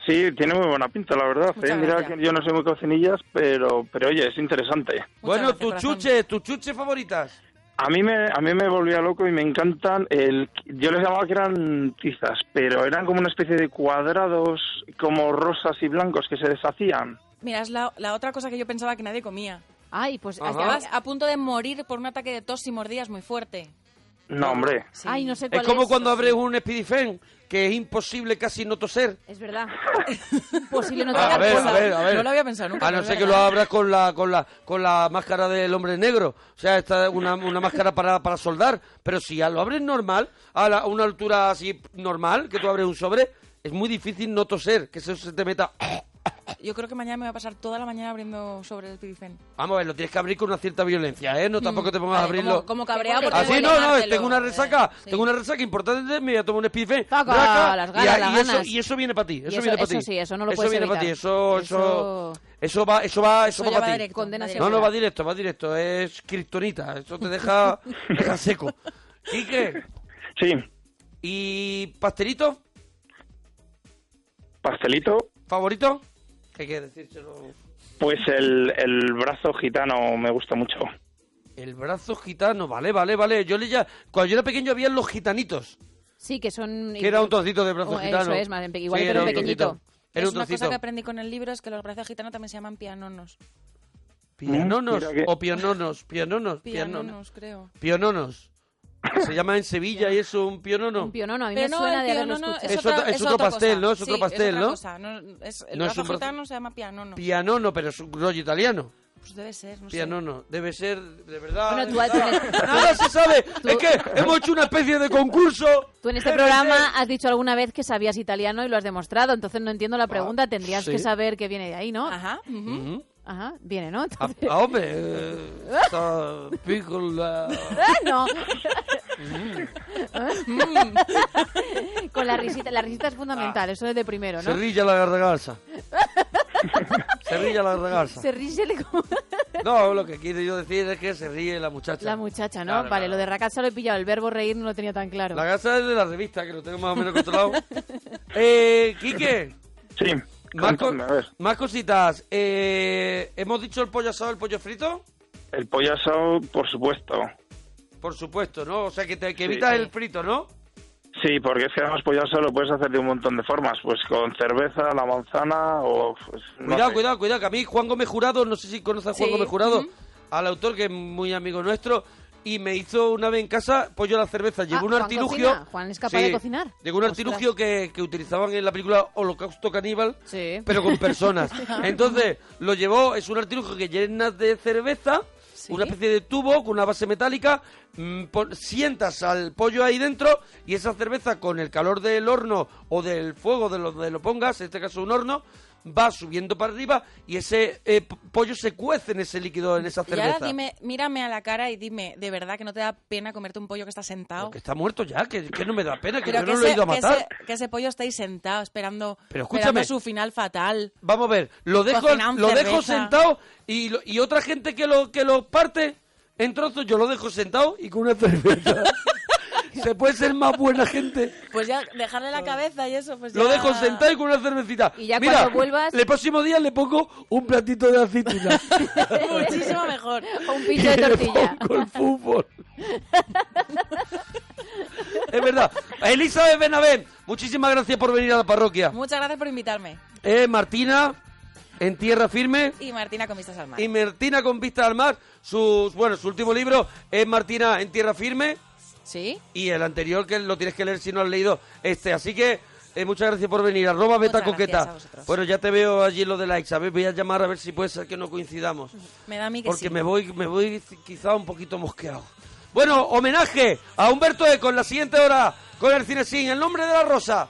D: Sí, tiene muy buena pinta, la verdad.
C: Muchas
D: eh. Mira
C: gracias.
D: que yo no soy muy cocinillas, pero, pero oye, es interesante.
A: bueno,
C: gracias,
A: tus
C: corazón.
A: chuches, tus chuches favoritas.
D: A mí me, a mí me volvía loco y me encantan. El, yo les llamaba que eran tizas, pero eran como una especie de cuadrados, como rosas y blancos que se deshacían.
C: Mira, es la, la otra cosa que yo pensaba que nadie comía.
B: Ay, pues
A: Ajá.
B: hasta-
C: Estabas a punto de morir por un ataque de tos y mordías muy fuerte.
D: No, hombre.
C: Sí.
B: Ay, no sé cuál
A: Es
B: es.
A: como cuando abres un Speedifen, que es imposible casi no toser.
B: Es verdad. Imposible no tener
C: Ah, a ver,
B: cosa.
C: a ver. No lo había pensado nunca,
A: A Ah, no
C: pero
A: ser
C: es
A: que lo
C: verdad.
A: abras con la, con la, con la máscara del hombre negro. O sea, esta es una, una máscara para, para soldar. Pero si ya lo abres normal, a, la- a una altura así normal, que tú abres un sobre, es muy difícil no toser, que eso se te meta.
C: Yo creo que mañana me voy a pasar toda la mañana abriendo sobre el pibifén.
A: Vamos a ver, lo tienes que abrir con una cierta violencia, ¿eh? No
B: Mm,
A: tampoco te pongas a
C: Vale,
A: abrirlo.
C: Como, como cabreado porque
A: Así
C: voy a
A: no, no,
C: tomártelo.
A: tengo una resaca,
C: Eh, sí.
A: tengo una resaca importante, me voy a tomar un speedfest.
B: Taca,
A: braca,
B: las
A: y a-
B: ganas, las
A: y, eso,
B: ganas.
A: y eso viene para ti, eso,
B: eso-
A: viene para ti.
B: eso sí, eso no lo puedes
A: Eso viene para ti,
B: evitar.
A: eso, eso,
B: Eso-
A: eso va, eso va, eso,
C: Eso
A: va
C: ya
A: para
C: va
A: ti.
C: directo,
B: Condena
C: va
B: segura.
A: No, no va directo, va directo, es kriptonita, eso te deja, te deja seco. Quique,
D: Sí,
A: ¿y pastelito?
D: pastelito.
A: ¿Favorito? ¿Qué hay que decírselo?
J: Pues el, el brazo gitano me gusta mucho.
A: El brazo gitano, vale, vale, vale. Yo leía, cuando yo era pequeño había los gitanitos,
B: Sí, que son...
A: que era un trocito de brazo
B: Oh,
A: gitano.
B: Eso es, más en pe- igual
A: Sí,
B: pero
A: era un
B: pequeñito.
A: trocito. Era
C: es
A: un
C: una cosa
A: trocito.
C: que aprendí con el libro, es que los brazos gitanos también se llaman pianonos.
A: Pianonos
J: Mira que-
A: o piononos, piononos, piononos.
C: Pianonos, creo.
A: Piononos. Se llama en Sevilla y eso un pionono.
B: Un pionono, a mí
C: Pero
B: me
C: no,
B: suena
C: el
B: de haberlo
C: pionono
B: escuchado.
A: Es otra- es otro
C: otra
A: pastel,
C: cosa.
A: ¿no? Es otro
C: Sí,
A: pastel,
C: otra
A: ¿no?
C: cosa, no, es- el
A: No es
C: brazo
A: un brazo-
C: gitano se llama pianono.
A: Pianono, pero es un rollo italiano.
C: Pues debe ser, no sé.
A: Pianono, debe ser de verdad.
B: Bueno,
A: de
B: tú has-
A: verdad.
B: tienes-
A: Nada se sabe.
B: Tú-
A: Es que hemos hecho una especie de concurso.
B: Tú en este
A: Debe
B: programa has dicho alguna vez que sabías italiano y lo has demostrado, entonces no entiendo la pregunta, tendrías
A: Ah, sí.
B: que saber que viene de ahí, ¿no? Ajá,
C: Ajá. ujú.
A: ser- Ujú.
B: viene, ¿no?
A: Ah,
B: Entonces-
A: ah, hombre, eh, esta pícola.
B: ¡Ah, no!
A: Mm.
B: Mm. Con la risita, la risita es fundamental, eso es de primero,
A: Ah. Se
B: ¿no?
A: rilla la garragalsa. Se rilla la garragalsa.
B: Se ríe como
A: No, lo que quiero yo decir es que se ríe la muchacha.
B: la muchacha, ¿no?
A: Claro,
B: vale,
A: claro.
B: lo de racazza lo he pillado, el verbo reír no lo tenía tan claro. Ah,
A: La garza es de la revista, que lo tengo más o menos controlado. eh, Quique,
J: Sí.
A: más, co-
J: Cuéntame, a ver.
A: más cositas. Eh, ¿Hemos dicho el pollo asado, el pollo frito?
J: El pollo asado, por supuesto.
A: Por supuesto, ¿no? O sea, que, te, que
J: Sí.
A: evitas el frito, ¿no?
J: Sí, porque es que además pollo asado lo puedes hacer de un montón de formas. Pues con cerveza, la manzana o... pues, no
A: Cuidado,
J: sé.
A: cuidado, cuidado, que a mí Juan Gómez Jurado, no sé si conoces a Juan
C: Sí,
A: Gómez Jurado,
C: ujú.
A: al autor que es muy amigo nuestro, y me hizo una vez en casa pollo a la cerveza. Llegó
B: Ah,
A: un
B: Juan
A: artilugio.
B: cocina, Juan es capaz de cocinar.
A: Llegó un
B: Ostras.
A: artilugio que, que utilizaban en la película Holocausto Caníbal,
B: Sí.
A: pero con personas. Entonces lo llevó, es un artilugio que llenas de cerveza.
C: Sí.
A: Una especie de tubo con una base metálica, mm, pon- sientas al pollo ahí dentro y esa cerveza con el calor del horno o del fuego de donde lo pongas, en este caso un horno, va subiendo para arriba y ese eh, p- pollo se cuece en ese líquido, en esa
C: Y ahora
A: cerveza.
C: dime, mírame a la cara y dime, ¿de verdad que no te da pena comerte un pollo que está sentado?
A: Pero que está muerto ya, que, que no me da pena, que
C: Pero
A: yo no lo he
C: ese-
A: ido a
C: que
A: matar.
C: ese- que ese pollo está ahí sentado esperando,
A: Pero
C: esperando
A: escúchame.
C: su final fatal.
A: Vamos a ver, lo dejo,
C: Cocinado en
A: lo dejo
C: cerveza.
A: sentado y, lo- y otra gente que lo, que lo parte en trozos, yo lo dejo sentado y con una cerveza. se puede ser más buena gente.
C: Pues ya, dejarle la cabeza y eso, pues
A: Lo
C: ya-
A: dejo sentado y con una cervecita.
B: Y ya
A: Mira,
B: cuando vuelvas-
A: El próximo día le pongo un platito de aceituna.
C: Muchísimo mejor.
B: O un pincho de tortilla.
A: Con el fútbol. es verdad. Elizabeth Benavent, muchísimas gracias por venir a la parroquia.
C: Muchas gracias por invitarme.
A: Eh, Martina, en tierra firme.
C: Y Martina con vistas al mar.
A: ¿Eh? Y Martina con vista al mar. Sus, bueno, su último libro es Martina en tierra firme.
C: ¿Sí?
A: Y el anterior que lo tienes que leer si no has leído este. Así que eh, muchas gracias por venir. Arroba
C: Muchas
A: Beta Coqueta.
C: gracias a vosotros.
A: Bueno, ya te veo allí en lo de likes. A ver, voy a llamar a ver si puede ser que no coincidamos.
C: Me da a mí que
A: Porque
C: sí.
A: me voy, me voy quizá un poquito mosqueado. Bueno, homenaje a Humberto Eco en la siguiente hora con el cine sin el nombre de la rosa.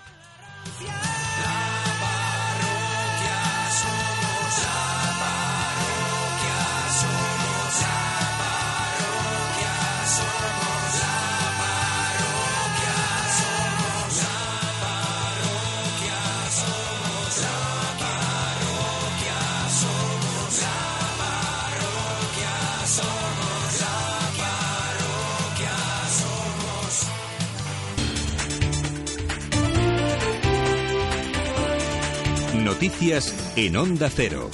K: Noticias en Onda Cero.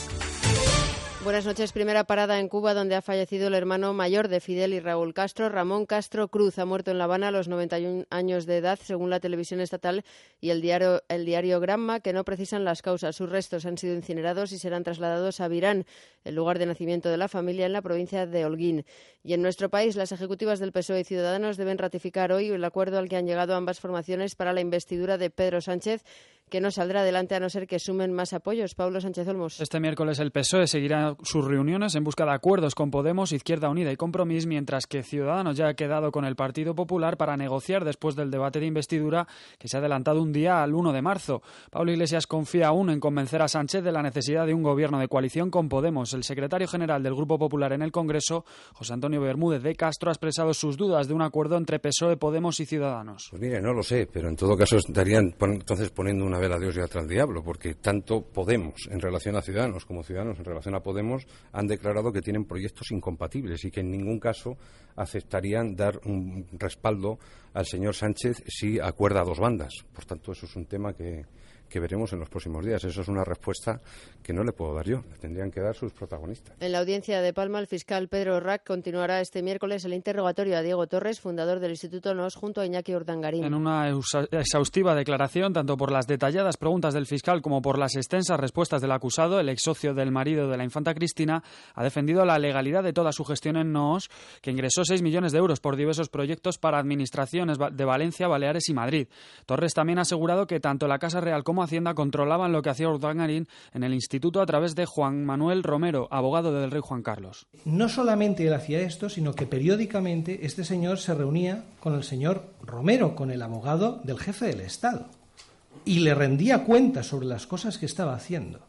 L: Buenas noches. Primera parada en Cuba, donde ha fallecido el hermano mayor de Fidel y Raúl Castro, Ramón Castro Cruz. Ha muerto en La Habana a los 91 años de edad, según la televisión estatal y el diario, el diario Granma, que no precisan las causas. Sus restos han sido incinerados y serán trasladados a Virán, el lugar de nacimiento de la familia en la provincia de Holguín. Y en nuestro país, las ejecutivas del PSOE E y Ciudadanos deben ratificar hoy el acuerdo al que han llegado ambas formaciones para la investidura de Pedro Sánchez, que no saldrá adelante a no ser que sumen más apoyos. Pablo Sánchez Olmos.
M: Este miércoles el PSOE seguirá sus reuniones en busca de acuerdos con Podemos, Izquierda Unida y Compromís, mientras que Ciudadanos ya ha quedado con el Partido Popular para negociar después del debate de investidura que se ha adelantado un día al 1 de marzo. Pablo Iglesias confía aún en convencer a Sánchez de la necesidad de un gobierno de coalición con Podemos. El secretario general del Grupo Popular en el Congreso, José Antonio Bermúdez de Castro, ha expresado sus dudas de un acuerdo entre PSOE, E, Podemos y Ciudadanos.
N: Pues mire, no lo sé, pero en todo caso estarían pon- entonces poniendo una vela a Dios y otra al diablo, porque tanto Podemos en relación a Ciudadanos como Ciudadanos en relación a Podemos han declarado que tienen proyectos incompatibles y que en ningún caso aceptarían dar un respaldo al señor Sánchez si acuerda a dos bandas. Por tanto, eso es un tema que, que veremos en los próximos días. Eso es una respuesta que no le puedo dar yo, la tendrían que dar sus protagonistas.
L: En la audiencia de Palma, el fiscal Pedro Rack continuará este miércoles el interrogatorio a Diego Torres, fundador del Instituto NOS, junto a Iñaki Urdangarín.
M: En una exa- exhaustiva declaración, tanto por las detalladas preguntas del fiscal como por las extensas respuestas del acusado, el ex socio del marido de la infanta Cristina ha defendido la legalidad de toda su gestión en NOS, que ingresó 6 millones de euros por diversos proyectos para administraciones va- de Valencia, Baleares y Madrid. Torres también ha asegurado que tanto la Casa Real como Hacienda controlaban lo que hacía Urdangarín en el instituto a través de Juan Manuel Romero, abogado del rey Juan Carlos.
O: No solamente él hacía esto, sino que periódicamente este señor se reunía con el señor Romero, con el abogado del jefe del Estado, y le rendía cuentas sobre las cosas que estaba haciendo.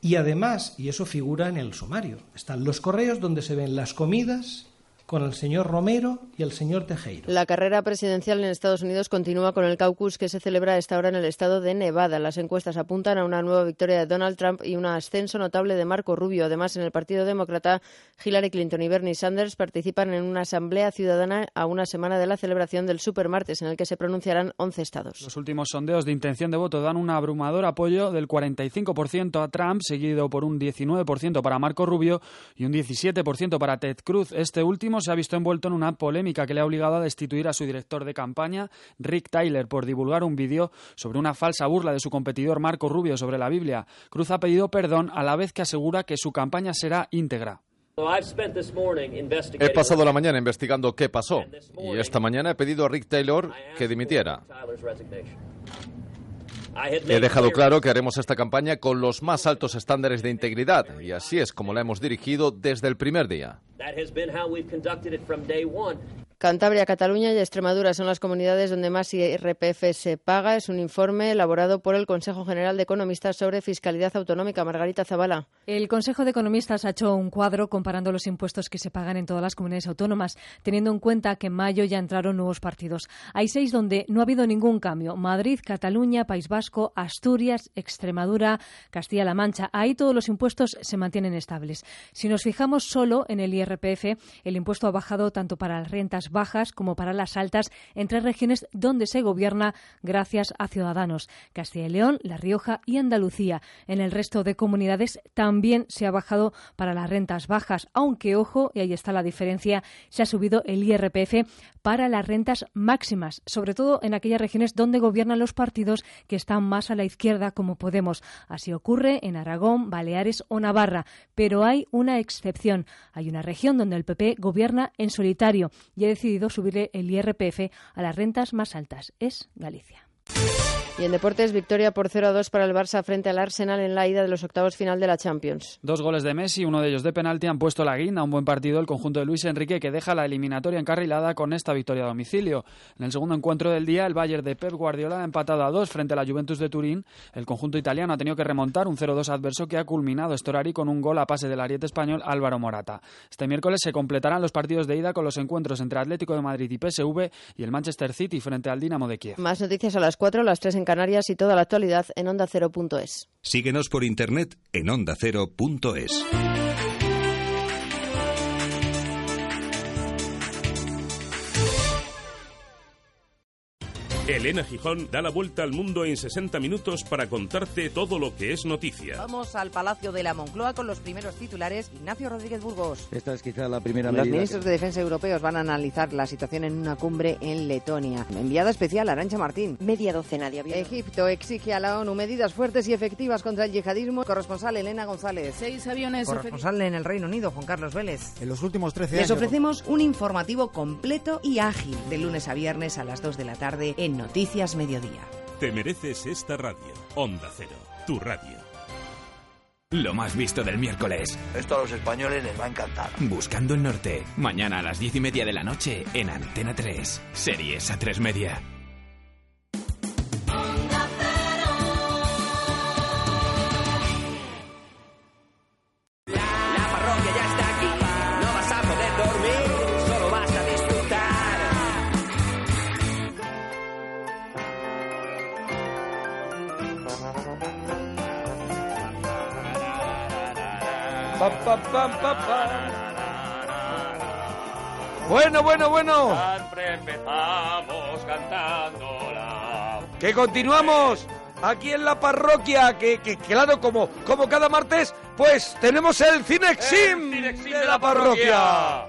O: Y además, y eso figura en el sumario, están los correos donde se ven las comidas con el señor Romero y el señor Tejero.
L: La carrera presidencial en Estados Unidos continúa con el caucus que se celebra a esta hora en el estado de Nevada. Las encuestas apuntan a una nueva victoria de Donald Trump y un ascenso notable de Marco Rubio. Además, en el Partido Demócrata, Hillary Clinton y Bernie Sanders participan en una asamblea ciudadana a una semana de la celebración del Supermartes, en el que se pronunciarán 11 estados.
M: Los últimos sondeos de intención de voto dan un abrumador apoyo del 45% a Trump, seguido por un 19% para Marco Rubio y un 17% para Ted Cruz. Este último se ha visto envuelto en una polémica que le ha obligado a destituir a su director de campaña, Rick Tyler, por divulgar un vídeo sobre una falsa burla de su competidor Marco Rubio sobre la Biblia. Cruz ha pedido perdón a la vez que asegura que su campaña será íntegra.
P: He pasado la mañana investigando qué pasó y esta mañana he pedido a Rick Taylor que dimitiera. He dejado claro que haremos esta campaña con los más altos estándares de integridad y así es como la hemos dirigido desde el primer día.
L: Cantabria, Cataluña y Extremadura son las comunidades donde más IRPF se paga. Es un informe elaborado por el Consejo General de Economistas sobre Fiscalidad Autonómica. Margarita Zavala.
Q: El Consejo de Economistas ha hecho un cuadro comparando los impuestos que se pagan en todas las comunidades autónomas, teniendo en cuenta que en mayo ya entraron nuevos partidos. Hay seis donde no ha habido ningún cambio. Madrid, Cataluña, País Vasco, Asturias, Extremadura, Castilla-La Mancha. Ahí todos los impuestos se mantienen estables. Si nos fijamos solo en el IRPF, el impuesto ha bajado tanto para las rentas bajas como para las altas en tres regiones donde se gobierna gracias a ciudadanos. Castilla y León, La Rioja y Andalucía. En el resto de comunidades también se ha bajado para las rentas bajas, aunque, ojo, y ahí está la diferencia, se ha subido el IRPF para las rentas máximas, sobre todo en aquellas regiones donde gobiernan los partidos que están más a la izquierda, como Podemos. Así ocurre en Aragón, Baleares o Navarra, pero hay una excepción. Hay una región donde el PP gobierna en solitario y ha decidido subirle el IRPF a las rentas más altas. Es Galicia.
L: Y en deportes, victoria por 0 a 2 para el Barça frente al Arsenal en la ida de los octavos final de la Champions.
M: Dos goles de Messi, uno de ellos de penalti, han puesto la guinda a un buen partido el conjunto de Luis Enrique que deja la eliminatoria encarrilada con esta victoria a domicilio. En el segundo encuentro del día, el Bayern de Pep Guardiola ha empatado a dos frente a la Juventus de Turín. El conjunto italiano ha tenido que remontar un 0-2 adverso que ha culminado Storari con un gol a pase del ariete español Álvaro Morata. Este miércoles se completarán los partidos de ida con los encuentros entre Atlético de Madrid y PSV y el Manchester City frente al Dinamo de Kiev.
L: Más noticias a las 4, las 3 en Canarias y toda la actualidad en onda ondacero.es.
K: Síguenos por internet en ondacero.es.
R: Elena Gijón da la vuelta al mundo en 60 minutos para contarte todo lo que es noticia.
S: Vamos al Palacio de la Moncloa con los primeros titulares. Ignacio Rodríguez Burgos.
T: Esta es quizá la primera
S: Los
T: medida.
S: ministros de Defensa europeos van a analizar la situación en una cumbre en Letonia. Enviada especial Arancha Martín. Media docena de aviones. Egipto exige a la ONU medidas fuertes y efectivas contra el yihadismo. Corresponsal Elena González. Seis aviones. Corresponsal en el Reino Unido, Juan Carlos Vélez.
T: En los últimos 13
S: Les
T: años.
S: ofrecemos un informativo completo y ágil de lunes a viernes a las 2 de la tarde en Noticias Mediodía.
R: Te mereces esta radio. Onda Cero, tu radio.
U: Lo más visto del miércoles.
V: Esto a los españoles les va a encantar.
U: Buscando el norte. Mañana a las diez y media de la noche en Antena 3. Series a tres media.
W: No vas a poder dormir, solo vas a disfrutar.
A: Pa, pa, pa, pa, pa. Bueno, bueno, bueno.
X: Siempre empezamos cantándola.
A: Que continuamos aquí en la parroquia, que, que claro, como, como cada martes, pues tenemos el Cinexim de la parroquia.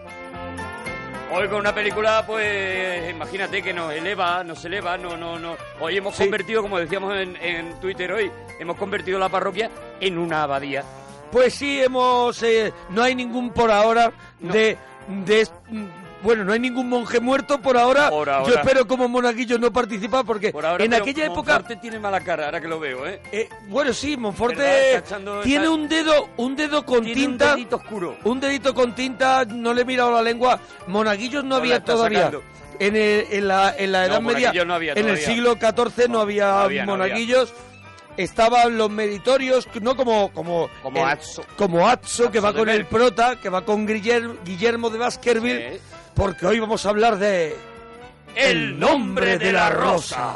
F: Hoy con una película, pues imagínate que nos eleva, nos eleva, no, no, no. Hoy hemos convertido, como decíamos en, en Twitter hoy, hemos convertido la parroquia en una abadía.
A: Pues sí, hemos. eh, no hay ningún por ahora de. de es- mm, bueno, no hay ningún monje muerto por ahora.
F: Por ahora.
A: Yo espero como monaguillo no participar porque
F: Por ahora,
A: en
F: pero
A: aquella época.
F: Monforte tiene mala cara, ahora que lo veo, ¿eh?
A: Bueno, sí,
F: ¿Verdad?
A: Monforte
F: Está echando
A: tiene
F: esa-
A: un dedo, un dedo con tinta. Un dedito
F: oscuro.
A: Un dedito con tinta, no le he mirado la lengua. Monaguillos
F: la
A: no, había
F: está
A: todavía.
F: sacando.
A: En, el- en la, en la
F: No,
A: Edad Media,
F: monaguillos no había
A: en el
F: todavía.
A: siglo XIV no, había
F: había, no había.
A: monaguillos. Estaban los meritorios, no como como
F: Como Atzo.
A: como Atzo, que va
F: de
A: con el
F: Merck.
A: prota, que va con Guillermo, Guillermo de Baskerville, porque hoy vamos a hablar de
F: El
A: nombre de la rosa.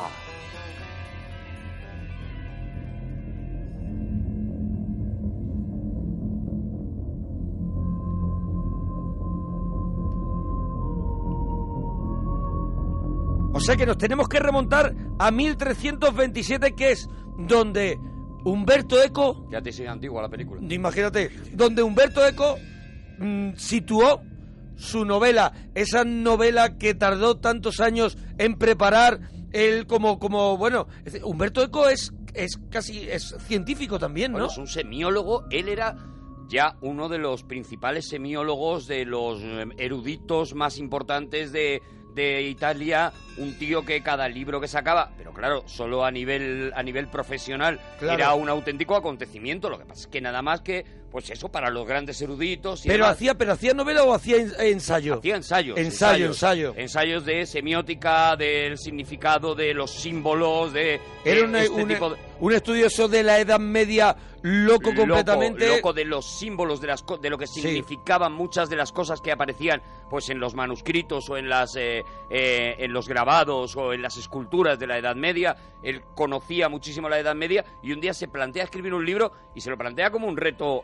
A: O sea que nos tenemos que remontar a 1327, que es donde Humberto Eco,
F: Ya te sigue antigua la película.
A: imagínate, donde Humberto Eco mm, situó su novela, esa novela que tardó tantos años en preparar, él como, como bueno, es decir, Humberto Eco es, es casi, es científico también, ¿no?
F: Bueno, es un semiólogo, él era ya uno de los principales semiólogos, de los eh, eruditos más importantes de, de Italia, un tío que cada libro que sacaba, pero claro, solo a nivel, a nivel profesional,
A: Claro.
F: era un auténtico acontecimiento, lo que pasa es que nada más que, pues eso, para los grandes eruditos... y
A: pero
F: demás.
A: hacía, pero hacía novela o hacía en- ensayo.
F: Hacía ensayos.
A: Ensayo, ensayo.
F: Ensayos de semiótica, del significado, de los símbolos, de...
A: Era
N: Eh,
A: un,
F: este
A: un-
F: tipo de-
A: un estudioso de la Edad Media loco, completamente.
F: Loco de los símbolos, de, las, co- de lo que significaban muchas de las cosas que aparecían pues en los manuscritos o en, las, eh, eh, en los grabados o en las esculturas de la Edad Media. Él conocía muchísimo la Edad Media y un día se plantea escribir un libro y se lo plantea como un reto,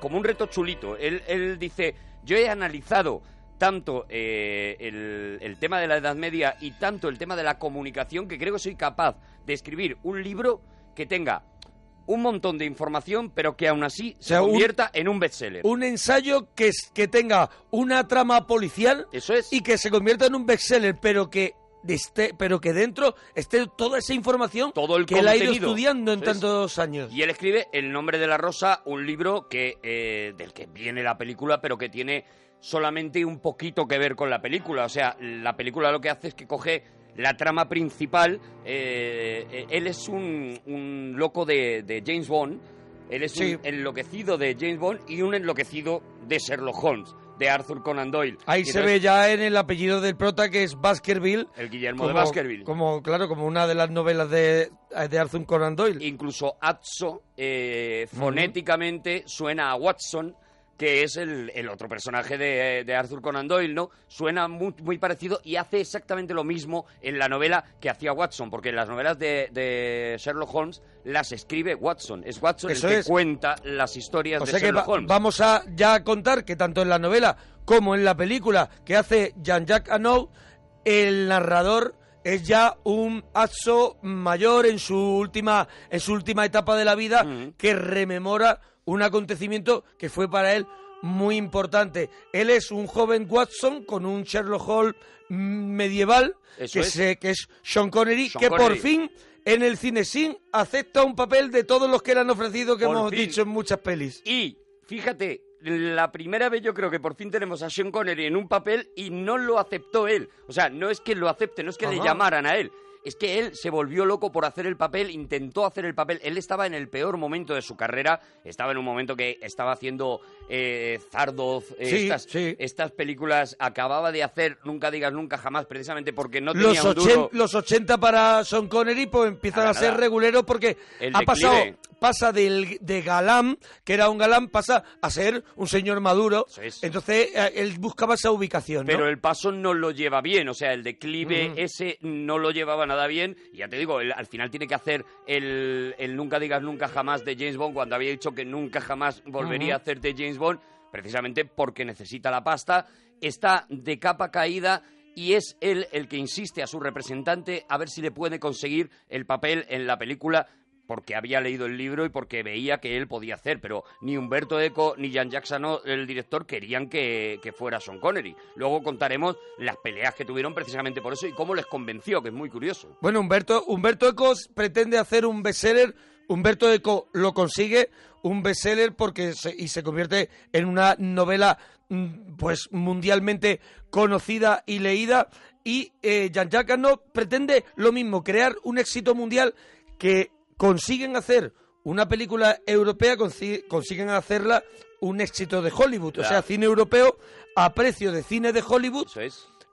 F: como un reto chulito. Él, él dice, yo he analizado tanto eh, el, el tema de la Edad Media y tanto el tema de la comunicación que creo que soy capaz de escribir un libro que tenga un montón de información, pero que aún así se
A: sea, un-
F: convierta en un bestseller.
A: Un ensayo que, es- que tenga una trama policial y que se convierta en un bestseller, pero que esté, pero que dentro esté toda esa información que él ha ido
F: contenido.
A: estudiando en
F: Eso es.
A: tantos años.
F: Y él escribe El nombre de la rosa, un libro que eh, del que viene la película, pero que tiene solamente un poquito que ver con la película. O sea, la película lo que hace es que coge la trama principal. eh, eh, él es un, un loco de, de James Bond. Él es
A: Sí.
F: un enloquecido de James Bond y un enloquecido de Sherlock Holmes, de Arthur Conan Doyle.
A: Ahí
F: Y
A: se
F: entonces-
A: ve ya en el apellido del prota que es Baskerville.
F: El Guillermo de Baskerville.
A: Como, claro, como una de las novelas de, de Arthur Conan Doyle.
F: Incluso Atso eh, fonéticamente suena a Watson, que es el, el otro personaje de, de Arthur Conan Doyle, ¿no? Suena muy, muy parecido y hace exactamente lo mismo en la novela que hacía Watson, porque en las novelas de, de Sherlock Holmes las escribe Watson. Es Watson
A: Eso
F: el que
A: es.
F: cuenta las historias
A: O
F: de
A: sea que
F: Sherlock
A: va-
F: Holmes.
A: vamos a ya contar que tanto en la novela como en la película que hace Jean-Jacques Anou, el narrador es ya un Atso mayor en su última en su última etapa de la vida que rememora un acontecimiento que fue para él muy importante. Él es un joven Watson con un Sherlock Holmes mm, medieval
F: Eso
A: que,
F: es.
A: se- que es Sean Connery
F: Sean
A: que por
F: Connery.
A: fin en el cine sin acepta un papel de todos los que le han ofrecido que
F: Por
A: hemos
F: fin.
A: dicho en muchas pelis.
F: Y fíjate, la primera vez yo creo que por fin tenemos a Sean Connery en un papel y no lo aceptó él. O sea, no es que lo acepte, no es que le
A: Ajá.
F: llamaran a él. Es que él se volvió loco por hacer el papel, intentó hacer el papel. Él estaba en el peor momento de su carrera. Estaba en un momento que estaba haciendo eh, Zardoz, eh,
A: Sí,
F: estas, estas películas. Acababa de hacer Nunca digas nunca jamás, precisamente porque no tenía un
A: los, ochen-
F: duro.
A: los 80 para Son Connery pues empiezan
F: Nada,
A: a ser
F: nada.
A: reguleros porque
F: El
A: ha
F: declive.
A: pasado pasa del de galán que era un galán pasa a ser un señor maduro entonces eh, él buscaba esa ubicación ¿no?
F: Pero el paso no lo lleva bien, o sea, el declive
A: Mm.
F: ese no lo llevaba nada bien. Y ya te digo, él al final tiene que hacer el, el Nunca digas nunca jamás de James Bond, cuando había dicho que nunca jamás volvería
A: Ujú.
F: a hacer de James Bond, precisamente porque necesita la pasta. Está de capa caída y es él el que insiste a su representante a ver si le puede conseguir el papel en la película. porque había leído el libro y porque veía que él podía hacer, pero ni Humberto Eco ni Jan Jackson, el director, querían que, que fuera Sean Connery. Luego contaremos las peleas que tuvieron precisamente por eso y cómo les convenció, que es muy curioso.
A: Bueno, Humberto, Humberto Eco pretende hacer un bestseller. Humberto Eco lo consigue, un bestseller porque se, y se convierte en una novela mm, pues mundialmente conocida y leída y eh, Jan Jacques Arnaud pretende lo mismo, crear un éxito mundial que consiguen hacer una película europea, consi- consiguen hacerla un éxito de Hollywood, o
F: Claro.
A: sea, cine europeo a precio de cine de Hollywood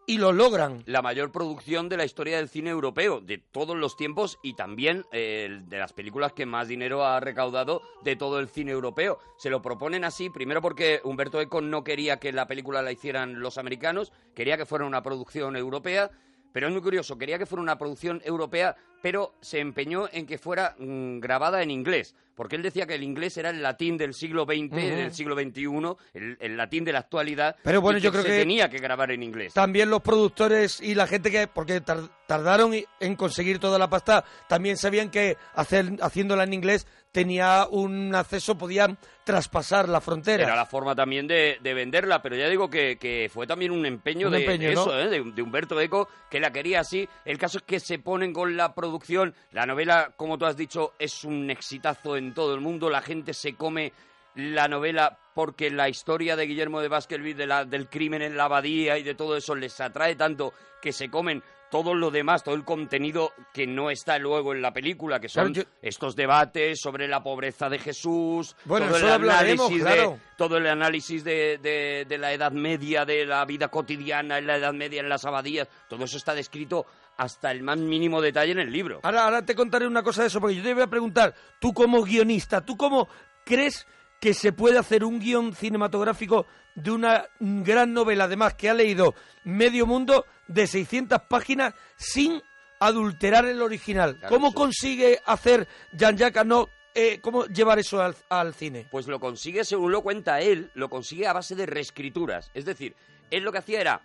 A: y lo logran.
F: La mayor producción de la historia del cine europeo, de todos los tiempos y también eh, el de las películas que más dinero ha recaudado de todo el cine europeo. Se lo proponen así, primero porque Humberto Eco no quería que la película la hicieran los americanos, quería que fuera una producción europea. Pero es muy curioso, quería que fuera una producción europea, pero se empeñó en que fuera mm, grabada en inglés, porque él decía que el inglés era el latín del siglo XX,
A: Ujú.
F: del siglo XXI, el, el latín de la actualidad,
A: Pero bueno,
F: y
A: yo creo
F: se
A: que-
F: tenía que grabar en inglés.
A: También los productores y la gente que, porque tar- tardaron i- en conseguir toda la pasta, también sabían que hacer, haciéndola en inglés tenía un acceso, podían traspasar la frontera.
F: Era la forma también de, de venderla, pero ya digo que, que fue también un empeño,
A: Un
F: de,
A: empeño,
F: de
A: ¿no?
F: eso, ¿eh? de, de Humberto Eco, que la quería así. El caso es que se ponen con la producción. La novela, como tú has dicho, es un exitazo en todo el mundo. La gente se come la novela porque la historia de Guillermo de Baskerville, de la- del crimen en la abadía y de todo eso, les atrae tanto que se comen todo lo demás, todo el contenido que no está luego en la película, que son
A: Claro, yo-
F: estos debates sobre la pobreza de Jesús,
A: Bueno,
F: todo,
A: eso
F: el
A: lo hablaremos,
F: análisis de,
A: claro.
F: todo el análisis de, de- de la Edad Media, de la vida cotidiana en la Edad Media, en las abadías, todo eso está descrito hasta el más mínimo detalle en el libro.
A: Ahora, ahora te contaré una cosa de eso, porque yo te voy a preguntar, tú como guionista, ¿tú cómo crees que se puede hacer un guión cinematográfico de una gran novela, además, que ha leído medio mundo de 600 páginas sin adulterar el original? ¿Cómo consigue hacer Jean-Jacques Arnaud, eh, cómo llevar eso al, al cine?
F: Pues lo consigue, según lo cuenta él, lo consigue a base de reescrituras. Es decir, él lo que hacía era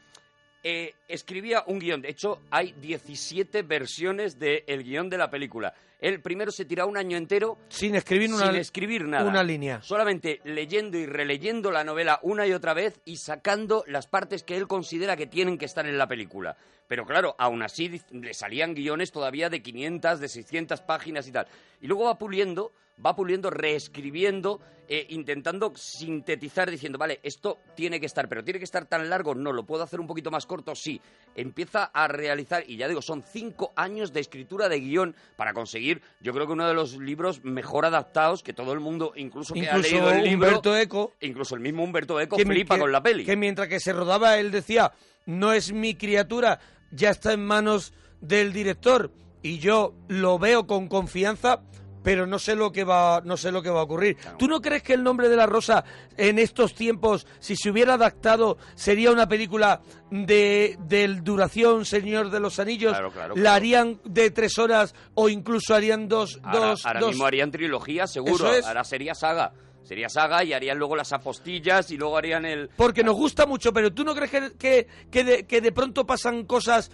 F: eh, escribía un guión. De hecho, hay 17 versiones del guión de la película. Él primero se tira un año entero
A: Sin escribir una,
F: sin escribir nada.
A: una línea.
F: Solamente leyendo y releyendo la novela una y otra vez y sacando las partes que él considera que tienen que estar en la película. Pero claro, aún así diz- le salían guiones todavía de 500, de 600 páginas y tal. Y luego va puliendo, va puliendo, reescribiendo, eh, intentando sintetizar diciendo, vale, esto tiene que estar, pero tiene que estar tan largo, no, lo puedo hacer un poquito más corto, sí. Empieza a realizar, y ya digo, son cinco años de escritura de guión para conseguir, yo creo que uno de los libros mejor adaptados que todo el mundo, incluso que ha
A: Incluso
F: leído el libro,
A: Humberto Eco,
F: incluso el mismo Humberto Eco
A: que mi-
F: flipa
A: que-
F: con la peli.
A: Que mientras que se rodaba él decía, no es mi criatura, ya está en manos del director y yo lo veo con confianza, pero no sé lo que va, no sé lo que va a ocurrir. ¿Tú no crees que el nombre de la rosa en estos tiempos, si se hubiera adaptado, sería una película de, del duración Señor de los Anillos? la
F: claro.
A: harían de tres horas o incluso harían dos,
F: Ahora,
A: dos,
F: ahora
A: dos-
F: mismo harían trilogía, seguro.
A: Eso es.
F: Ahora sería saga. Sería saga y harían luego las apostillas y luego harían el...
A: porque nos gusta mucho, pero ¿tú no crees que, que, que de, que de pronto pasan cosas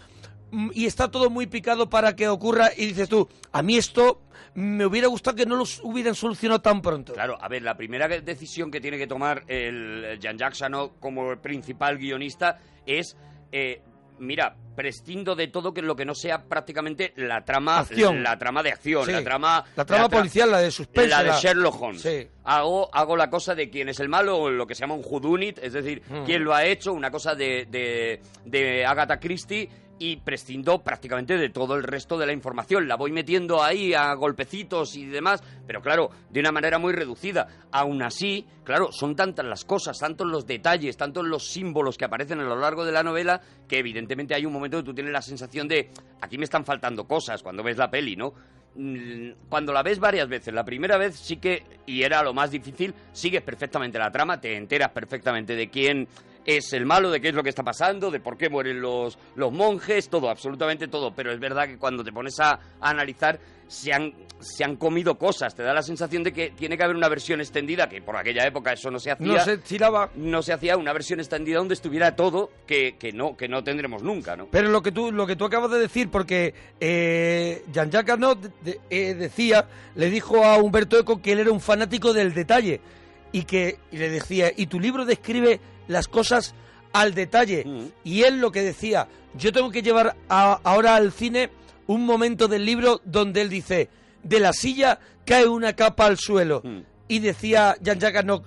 A: mm, y está todo muy picado para que ocurra y dices tú, a mí esto me hubiera gustado que no los hubieran solucionado tan pronto?
F: Claro, a ver, la primera que- decisión que tiene que tomar el Jan Jackson como principal guionista es, eh, mira, prescindo de todo que lo que no sea prácticamente la trama,
A: Acción.
F: la trama de acción,
A: Sí.
F: la trama,
A: La trama
F: tra-
A: policial, la de suspense.
F: la de
A: la-
F: Sherlock Holmes.
A: Sí.
F: Hago, hago la cosa de quién es el malo, o lo que se llama un whodunit, es decir,
A: Mm.
F: quién lo ha hecho, una cosa de, de, de Agatha Christie, y prescindo prácticamente de todo el resto de la información. La voy metiendo ahí a golpecitos y demás, pero claro, de una manera muy reducida. Aún así, claro, son tantas las cosas, tantos los detalles, tantos los símbolos que aparecen a lo largo de la novela, que evidentemente hay un momento que tú tienes la sensación de, aquí me están faltando cosas cuando ves la peli, ¿no? Mm, cuando la ves varias veces, la primera vez sí que, y era lo más difícil, sigues perfectamente la trama, te enteras perfectamente de quién es el malo, de qué es lo que está pasando, de por qué mueren los, los monjes, todo, absolutamente todo. Pero es verdad que cuando te pones a, a analizar, se han, se han comido cosas. Te da la sensación de que tiene que haber una versión extendida, que por aquella época eso no se hacía.
A: No se estilaba.
F: No se hacía una versión extendida donde estuviera todo, que, que no, que no tendremos nunca, ¿no?
A: Pero lo que tú, lo que tú acabas de decir, porque eh, Jean-Jacques Arnaud de- eh, decía, le dijo a Humberto Eco que él era un fanático del detalle y que y le decía, y tu libro describe las cosas al detalle. Y él lo que decía, yo tengo que llevar a- ahora al cine un momento del libro donde él dice, de la silla cae una capa al suelo. Y decía Jean-Jacques Arnaud,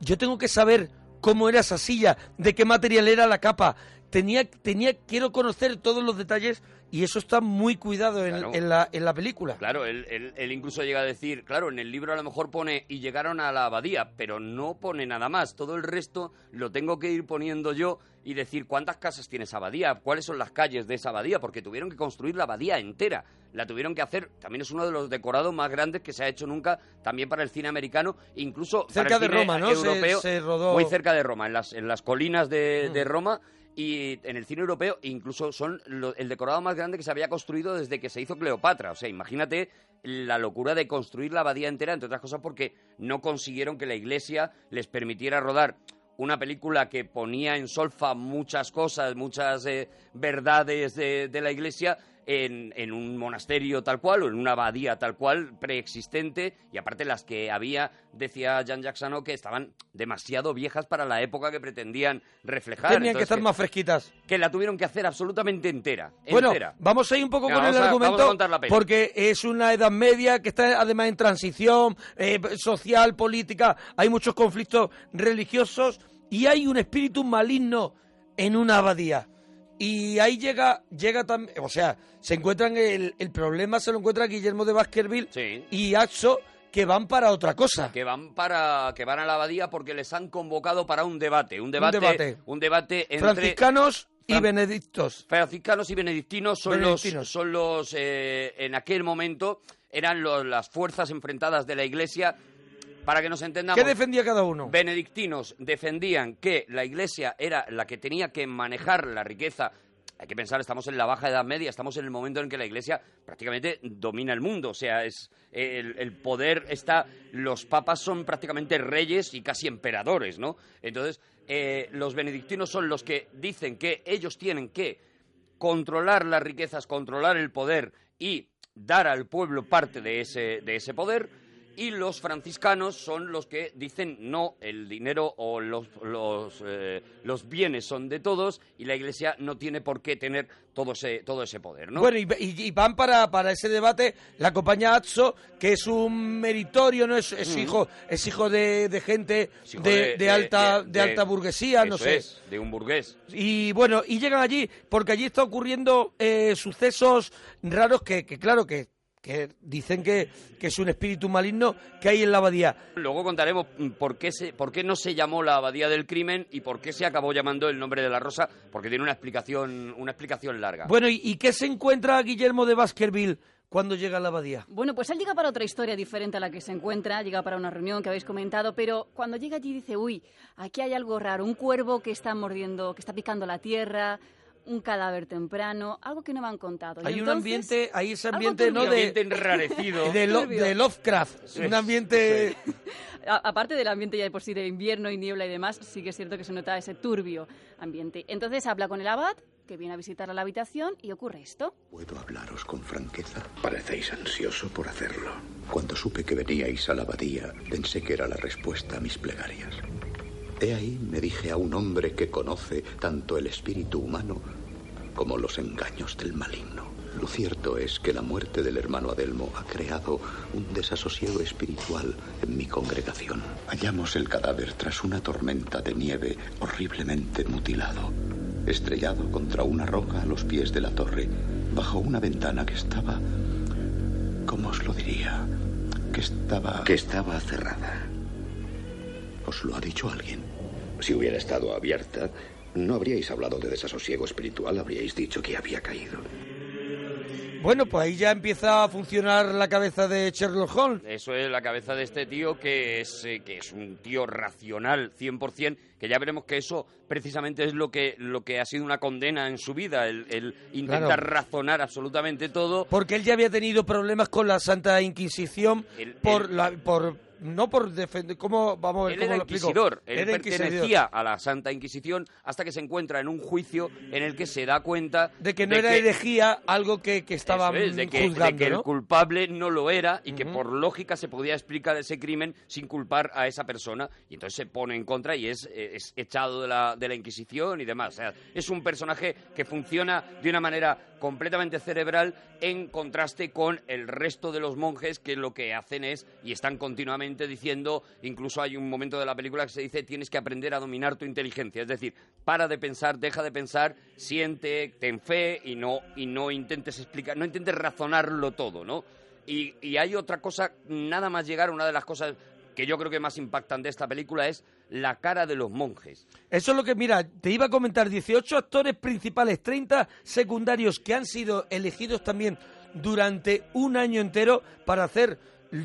A: yo tengo que saber cómo era esa silla, de qué material era la capa. Tenía, tenía, quiero conocer todos los detalles y eso está muy cuidado en,
F: Claro.
A: en la, en la película.
F: Claro, él, él- él incluso llega a decir, claro, en el libro a lo mejor pone y llegaron a la abadía, pero no pone nada más. Todo el resto lo tengo que ir poniendo yo y decir cuántas casas tiene esa abadía, cuáles son las calles de esa abadía, porque tuvieron que construir la abadía entera. La tuvieron que hacer, también es uno de los decorados más grandes que se ha hecho nunca, también para el cine americano, incluso para
A: Cerca
F: el
A: de
F: cine
A: Roma, ¿no? Se-
F: Europeo,
A: se rodó-
F: muy cerca de Roma, en las, en las colinas de, de Roma y en el cine europeo e incluso son lo- el decorado más grande que se había construido desde que se hizo Cleopatra. O sea, imagínate la locura de construir la abadía entera, entre otras cosas porque no consiguieron que la iglesia les permitiera rodar una película que ponía en solfa muchas cosas, muchas eh, verdades de, de la iglesia en, en un monasterio tal cual o en una abadía tal cual preexistente y aparte las que había, decía Jan Jacksano, que estaban demasiado viejas para la época que pretendían reflejar.
A: Tenían que
F: Entonces,
A: estar más fresquitas.
F: que la tuvieron que hacer absolutamente entera.
A: Bueno,
F: entera.
A: vamos a ir un poco
F: Venga,
A: con el
F: vamos a- vamos a
A: argumento
F: contar la peli.
A: porque es una edad media que está además en transición eh, social, política, hay muchos conflictos religiosos y hay un espíritu maligno en una abadía. Y ahí llega, llega también, o sea, se encuentran el, el problema, se lo encuentra Guillermo de Baskerville y Axo que van para otra cosa.
F: que van para que van a la abadía porque les han convocado para un debate, un debate,
A: debate.
F: un debate entre
A: Franciscanos y
F: Fran-
A: benedictos.
F: Franciscanos y benedictinos son
A: Benedictinos.
F: los, son los eh, en aquel momento eran los- las fuerzas enfrentadas de la Iglesia. Para que nos entendamos,
A: ¿Qué defendía cada uno?
F: benedictinos defendían que la Iglesia era la que tenía que manejar la riqueza. Hay que pensar, estamos en la baja edad media, estamos en el momento en que la Iglesia prácticamente domina el mundo. O sea, es el, el poder está. Los papas son prácticamente reyes y casi emperadores, ¿no? Entonces, eh, los benedictinos son los que dicen que ellos tienen que controlar las riquezas, controlar el poder y dar al pueblo parte de ese, de ese poder. Y los franciscanos son los que dicen no, el dinero o los, los, eh, los bienes son de todos y la iglesia no tiene por qué tener todo ese, todo ese poder, ¿no?
A: Bueno, y, y- y van para, para ese debate la compañía Atso, que es un meritorio, ¿no? Es, es
F: Ujú.
A: hijo, es hijo de, de gente
F: Hijo
A: de, de alta, de, alta burguesía, no
F: eso
A: sé.
F: es, de un burgués.
A: Y bueno, y llegan allí, porque allí está ocurriendo eh, sucesos raros que, que claro, que, que dicen que, que es un espíritu maligno que hay en la abadía.
F: Luego contaremos mm, por qué, se, por qué no se llamó la abadía del crimen y por qué se acabó llamando el nombre de la rosa, porque tiene una explicación, una explicación larga.
A: Bueno, ¿y, y qué se encuentra Guillermo de Baskerville cuando llega a la abadía?
G: Bueno, pues él llega para otra historia diferente a la que se encuentra, llega para una reunión que habéis comentado, pero cuando llega allí dice, uy, aquí hay algo raro, un cuervo que está mordiendo, que está picando la tierra, un cadáver temprano, algo que no me han contado. Y
A: Hay un
G: entonces-
A: ambiente, hay ese
G: algo
A: ambiente, ¿no?
G: turbio.
A: De,
G: Ambiente enrarecido.
A: De, lo-
G: Turbio.
A: de Lovecraft.
G: Sí,
A: un ambiente.
G: A- aparte del ambiente ya de por sí de invierno y niebla y demás, sí que es cierto que se nota ese turbio ambiente. Entonces habla con el abad, que viene a visitar a la habitación, y ocurre esto.
H: ¿Puedo hablaros con franqueza? Parecéis ansioso por hacerlo. Cuando supe que veníais a la abadía, pensé que era la respuesta a mis plegarias. He ahí, me dije a un hombre que conoce tanto el espíritu humano como los engaños del maligno. Lo cierto es que la muerte del hermano Adelmo ha creado un desasosiego espiritual en mi congregación. Hallamos el cadáver tras una tormenta de nieve horriblemente mutilado, estrellado contra una roca a los pies de la torre, bajo una ventana que estaba... ¿Cómo os lo diría? Que estaba... Que estaba cerrada. ¿Os lo ha dicho alguien?
T: Si hubiera estado abierta, no habríais hablado de desasosiego espiritual, habríais dicho que había caído.
A: Bueno, pues ahí ya empieza a funcionar la cabeza de Sherlock Holmes.
F: Eso es la cabeza de este tío que es, eh, que es un tío racional 100%, que ya veremos que eso precisamente es lo que, lo que ha sido una condena en su vida, el, el intentar
A: Claro.
F: razonar absolutamente todo.
A: Porque él ya había tenido problemas con la Santa Inquisición
F: El-
A: por
F: el-
A: la por no por defender cómo vamos a ver
F: Él
A: Pues, cómo
F: era
A: lo explico.
F: inquisidor, él
A: Era
F: pertenecía a la Santa Inquisición hasta que se encuentra en un juicio en el que se da cuenta
A: de que no era herejía algo que, que estaban
F: Eso es, de que, de
A: juzgando,
F: que el
A: ¿no?
F: culpable no lo era y que
A: Ujú.
F: por lógica se podía explicar ese crimen sin culpar a esa persona y entonces se pone en contra y es, eh, es echado de la, de la Inquisición y demás. O sea, es un personaje que funciona de una manera completamente cerebral en contraste con el resto de los monjes que lo que hacen es y están continuamente diciendo, incluso hay un momento de la película que se dice tienes que aprender a dominar tu inteligencia, es decir, para de pensar, deja de pensar, siente, ten fe y no y no intentes explicar, no intentes razonarlo todo, ¿no? Y, y hay otra cosa, nada más llegar, una de las cosas que yo creo que más impactan de esta película es la cara de los monjes.
A: Eso es lo que, mira, te iba a comentar, 18 actores principales, 30 secundarios que han sido elegidos también durante un año entero para hacer,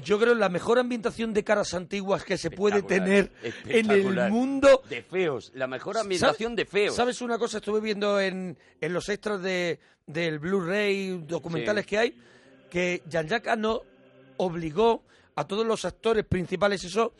A: yo creo, la mejor ambientación de caras antiguas que se puede tener en el
F: espectacular.
A: mundo.
F: De feos, la mejor
A: ¿Sabes-
F: ambientación de feos.
A: ¿Sabes una cosa? Estuve viendo en, en los extras de, del Blu-ray, documentales
F: Sí.
A: que hay, que Jean-Jacques Arnaud obligó a todos los actores principales, eso,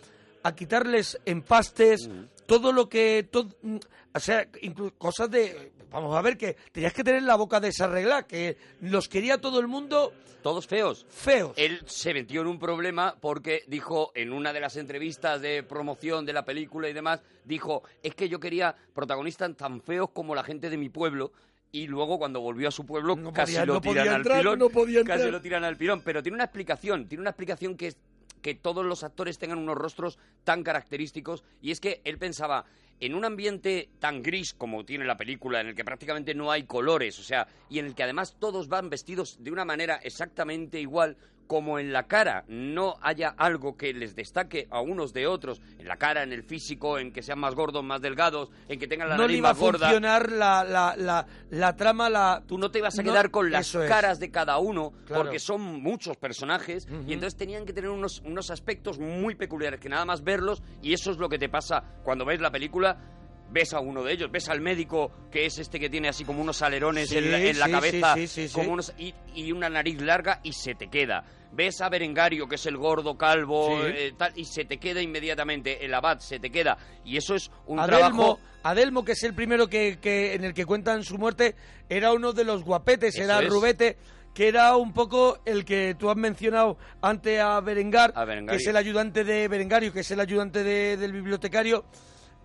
A: a quitarles empastes,
F: Mm.
A: todo lo que... todo- mm, o sea, inclu- cosas de... Vamos a ver, que tenías que tener la boca desarreglada, que los quería todo el mundo...
F: Todos feos.
A: Feos.
F: Él se metió en un problema porque dijo en una de las entrevistas de promoción de la película y demás, dijo, es que yo quería protagonistas tan feos como la gente de mi pueblo. Y luego cuando volvió a su pueblo casi
A: podía-
F: lo
A: no podía
F: tiran al
A: entrar,
F: pilón.
A: no podía
F: casi
A: entrar.
F: lo tiran al pilón. Pero tiene una explicación, tiene una explicación que es que todos los actores tengan unos rostros tan característicos. Y es que él pensaba, en un ambiente tan gris como tiene la película, en el que prácticamente no hay colores, o sea, y en el que además todos van vestidos de una manera exactamente igual, como en la cara no haya algo que les destaque a unos de otros, en la cara, en el físico, en que sean más gordos, más delgados, en que tengan la
A: no le
F: nariz
A: iba a
F: más gorda.
A: funcionar la, la, la, la trama, la...
F: Tú no te ibas a
A: No,
F: quedar con las
A: eso es.
F: caras de cada uno,
A: Claro.
F: porque son muchos personajes,
A: Ujú.
F: y entonces tenían que tener unos, unos aspectos muy peculiares, que nada más verlos, y eso es lo que te pasa cuando ves la película, ves a uno de ellos, ves al médico, que es este que tiene así como unos alerones
A: Sí,
F: en la, en la
A: sí,
F: cabeza,
A: sí, sí, sí, sí.
F: como unos- y, y una nariz larga, y se te queda. Ves a Berengario, que es el gordo, calvo,
A: Sí.
F: eh, tal, y se te queda inmediatamente, el abad se te queda, y eso es un
A: Adelmo,
F: trabajo...
A: Adelmo, que es el primero que, que- en el que cuentan su muerte, era uno de los guapetes,
F: Eso
A: era
F: es.
A: Rubete, que era un poco el que tú has mencionado antes a Berengar, que
F: Berengario.
A: es el ayudante de Berengario, que es el ayudante de- del bibliotecario,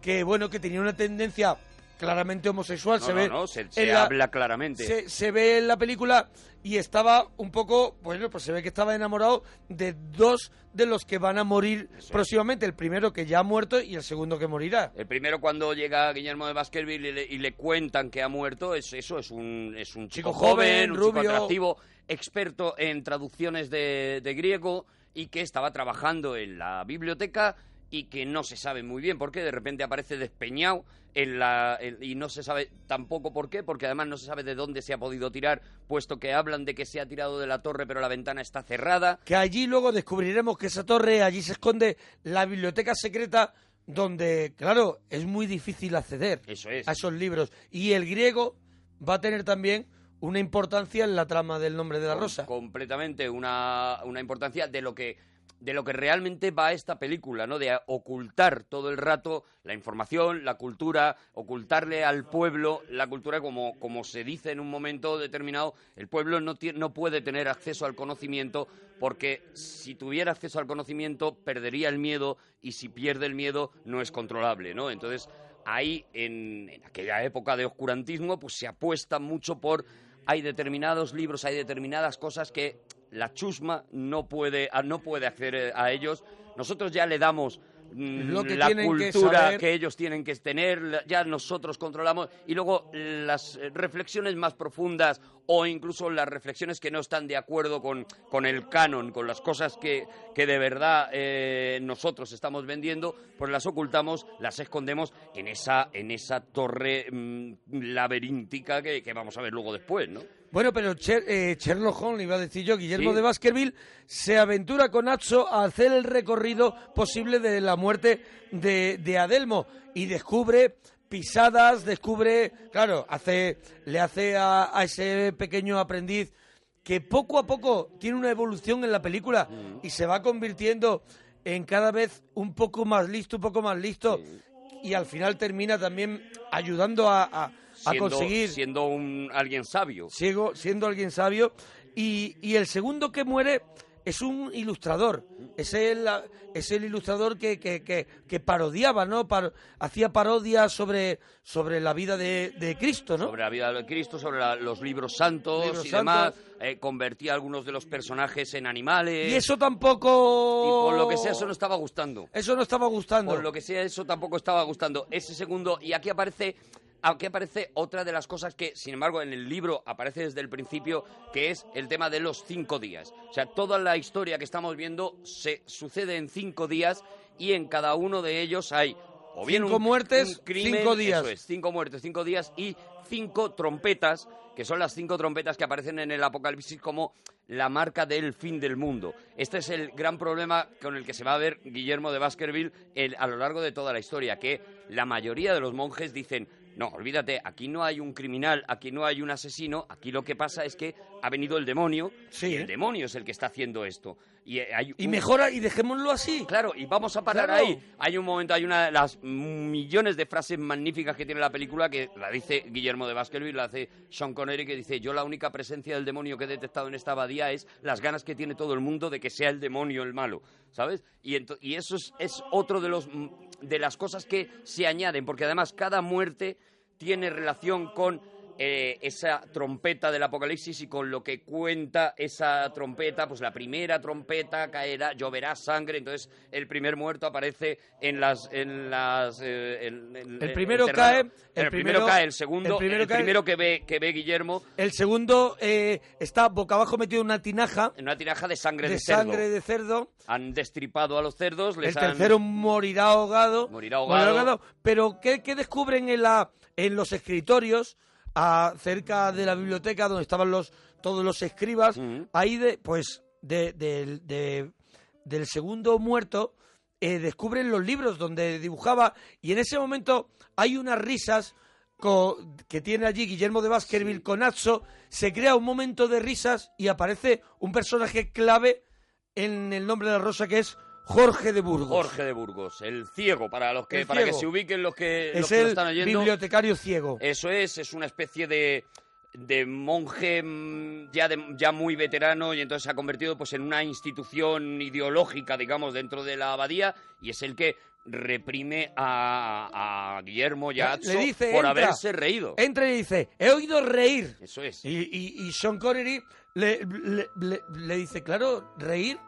A: que bueno, que tenía una tendencia claramente homosexual,
F: No,
A: se
F: no,
A: ve
F: no, se, se
A: en la-
F: habla claramente.
A: se, se ve en la película y estaba un poco, bueno, pues se ve que estaba enamorado de dos de los que van a morir próximamente, el primero que ya ha muerto y el segundo que morirá.
F: El primero cuando llega Guillermo de Baskerville y le, y le cuentan que ha muerto, es, eso es un, es un chico,
A: Chico joven,
F: joven, un chico
A: rubio.
F: atractivo, experto en traducciones de, de griego y que estaba trabajando en la biblioteca y que no se sabe muy bien por qué, de repente aparece despeñado en la, en- y no se sabe tampoco por qué, porque además no se sabe de dónde se ha podido tirar, puesto que hablan de que se ha tirado de la torre pero la ventana está cerrada.
A: que allí luego descubriremos que esa torre, allí se esconde la biblioteca secreta donde, claro, es muy difícil acceder a esos libros. Y el griego va a tener también una importancia en la trama del nombre de la
F: Com-
A: rosa.
F: Completamente una, una importancia de lo que de lo que realmente va esta película, ¿no? De ocultar todo el rato la información, la cultura, ocultarle al pueblo la cultura como, como se dice en un momento determinado, el pueblo no, tie- no puede tener acceso al conocimiento porque si tuviera acceso al conocimiento perdería el miedo y si pierde el miedo no es controlable, ¿no? Entonces ahí en, en aquella época de oscurantismo pues se apuesta mucho por hay determinados libros, hay determinadas cosas que ah, la chusma no puede, a- no puede acceder a ellos. eh, Nosotros ya le damos mm,
A: Lo que
F: la
A: tienen que
F: cultura que,
A: saber-
F: ellos tienen que tener, la- ya nosotros controlamos, y luego las eh, reflexiones más profundas o incluso las reflexiones que no están de acuerdo con, con el canon, con las cosas que, que de verdad eh, nosotros estamos vendiendo, pues las ocultamos, las escondemos en esa, en esa torre mm, laberíntica que, que vamos a ver luego después, ¿no?
A: Bueno, pero Cher- eh, Sherlock Holmes, iba a decir yo, Guillermo
F: Sí.
A: de Baskerville, se aventura con Atso a hacer el recorrido posible de la muerte de, de Adelmo y descubre pisadas, descubre, claro, hace, le hace a, a ese pequeño aprendiz que poco a poco tiene una evolución en la película
F: Mm.
A: y se va convirtiendo en cada vez un poco más listo, un poco más listo y al final termina también ayudando a- a- a
F: Siendo-
A: conseguir
F: Siendo un, alguien sabio.
A: ciego, siendo alguien sabio. Y, y el segundo que muere es un ilustrador. Es el, es el ilustrador que, que, que- que parodiaba, ¿no? Par- hacía parodias sobre, sobre la vida de, de Cristo, ¿no?
F: sobre la vida de Cristo, sobre la- los libros santos
A: Libros
F: y demás. eh, convertía a algunos de los personajes en animales.
A: Y eso tampoco...
F: Y por lo que sea, eso no estaba gustando.
A: Eso no estaba gustando.
F: Por lo que sea, eso tampoco estaba gustando. Ese segundo, y aquí aparece... Aquí aparece otra de las cosas que, sin embargo, en el libro aparece desde el principio, que es el tema de los cinco días. O sea, toda la historia que estamos viendo se sucede en cinco días y en cada uno de ellos hay o bien
A: Cinco
F: un-
A: muertes,
F: un crimen,
A: cinco días.
F: eso es, cinco muertes, cinco días y cinco trompetas, que son las cinco trompetas que aparecen en el Apocalipsis como la marca del fin del mundo. Este es el gran problema con el que se va a ver Guillermo de Baskerville el- a lo largo de toda la historia, que la mayoría de los monjes dicen, no, olvídate, aquí no hay un criminal, aquí no hay un asesino, aquí lo que pasa es que ha venido el demonio y el demonio es el que está haciendo esto. Y, eh, hay
A: ¿eh? Y
F: un-
A: mejora y dejémoslo así.
F: Claro, y vamos a parar
A: Claro.
F: ahí. Hay un momento, hay una de las millones de frases magníficas que tiene la película que la dice Guillermo de Baskerville, la hace Sean Connery, que dice: Yo la única presencia del demonio que he detectado en esta abadía es las ganas que tiene todo el mundo de que sea el demonio el malo, ¿sabes? Y, ento- y eso es, es otro de, los, mm, de las cosas que se añaden, porque además cada muerte tiene relación con eh, esa trompeta del apocalipsis y con lo que cuenta esa trompeta, pues la primera trompeta caerá, lloverá sangre, entonces el primer muerto aparece en las... En las eh, en- en-
A: El primero
F: enterrado.
A: cae,
F: El, primero,
A: el primero-
F: cae, el segundo...
A: el
F: El
A: primero
F: primero, que,
A: cae-
F: ve, que ve Guillermo
A: El segundo eh, está boca abajo metido en una tinaja
F: en una tinaja de sangre de,
A: de sangre
F: cerdo.
A: de cerdo.
F: Han destripado a los cerdos, les
A: El
F: han...
A: tercero morirá ahogado.
F: Morirá ahogado.
A: Pero ¿qué, qué descubren en, la, en los escritorios a- cerca de la biblioteca donde estaban los, todos los escribas? Ahí, de, pues, de- del- de- del segundo muerto, eh, descubren los libros donde dibujaba y en ese momento hay unas risas co- que tiene allí Guillermo de Baskerville con Atso. Se crea un momento de risas y aparece un personaje clave en el nombre de la rosa que es Jorge de Burgos.
F: Jorge de Burgos, el ciego, para los que
A: El
F: para que
A: ciego.
F: se ubiquen los que, los
A: es
F: que nos
A: el
F: están oyendo. eh,
A: bibliotecario ciego.
F: Eso es, es una especie de, de monje mm, ya, de- ya muy veterano y entonces se ha convertido pues en una institución ideológica, digamos, dentro de la abadía y es el que reprime a, a Guillermo y a
A: Le
F: Atzo
A: dice,
F: por
A: "Entra".
F: haberse reído.
A: Entra y dice, he oído reír.
F: Eso es.
A: Y, y- y Sean Connery le, le- le- le dice, claro, reír.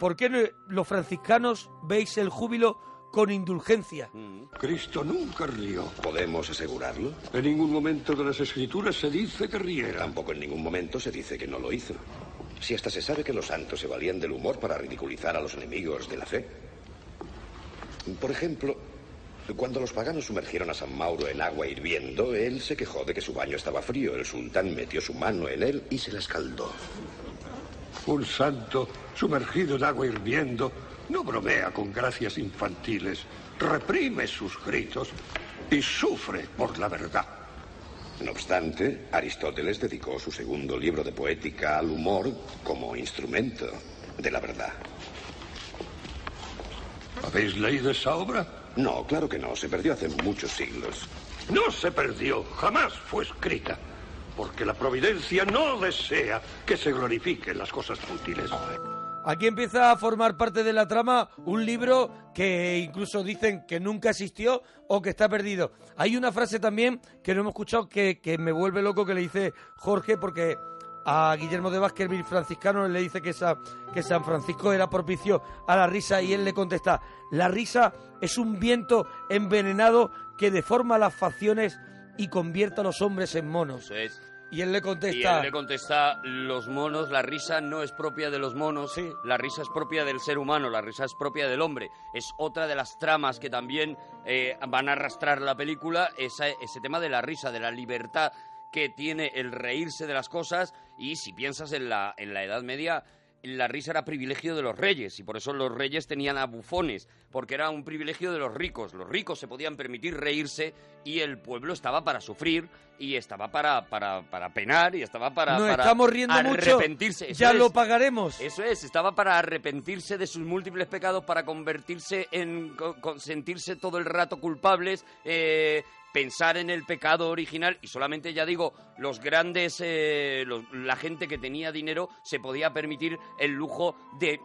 A: ¿Por qué no- los franciscanos veis el júbilo con indulgencia?
F: Mm.
T: Cristo nunca rió. ¿Podemos asegurarlo? En ningún momento de las escrituras se dice que riera. Tampoco en ningún momento se dice que no lo hizo. Si hasta se sabe que los santos se valían del humor para ridiculizar a los enemigos de la fe. Por ejemplo, cuando los paganos sumergieron a San Mauro en agua hirviendo, él se quejó de que su baño estaba frío. El sultán metió su mano en él y se la escaldó.
Y: Un santo sumergido en agua hirviendo no bromea con gracias infantiles, reprime sus gritos y sufre por la verdad.
T: No obstante, Aristóteles dedicó su segundo libro de poética al humor como instrumento de la verdad.
Y: ¿Habéis leído esa obra?
T: No, claro que no. Se perdió hace muchos siglos.
Y: No se perdió, jamás fue escrita, porque la providencia no desea que se glorifiquen las cosas fútiles.
A: Aquí empieza a formar parte de la trama un libro que incluso dicen que nunca existió o que está perdido. Hay una frase también que no hemos escuchado que, que me vuelve loco que le dice Jorge porque a- a Guillermo de Baskerville franciscano le dice que, esa- que San Francisco era propicio a la risa y él le contesta, la risa es un viento envenenado que deforma las facciones y convierte a los hombres en monos.
F: es.
A: Y él le
F: Y
A: contesta,
F: él le contesta, los monos, la risa no es propia de los monos, la risa es propia del ser humano, la risa es propia del hombre. Es otra de las tramas que también eh, van a arrastrar la película, esa- ese tema de la risa, de la libertad que tiene el reírse de las cosas y si piensas en la, en la Edad Media... La risa era privilegio de los reyes y por eso los reyes tenían a bufones, porque era un privilegio de los ricos. Los ricos se podían permitir reírse y el pueblo estaba para sufrir y estaba para, para, para penar y estaba para...
A: nos
F: para
A: estamos riendo mucho,
F: arrepentirse. Eso
A: ya
F: es.
A: lo pagaremos.
F: Eso es, estaba para arrepentirse de sus múltiples pecados, para convertirse en. co- con- sentirse todo el rato culpables, eh, pensar en el pecado original y solamente, ya digo, los grandes. eh, los- la gente que tenía dinero se podía permitir el lujo de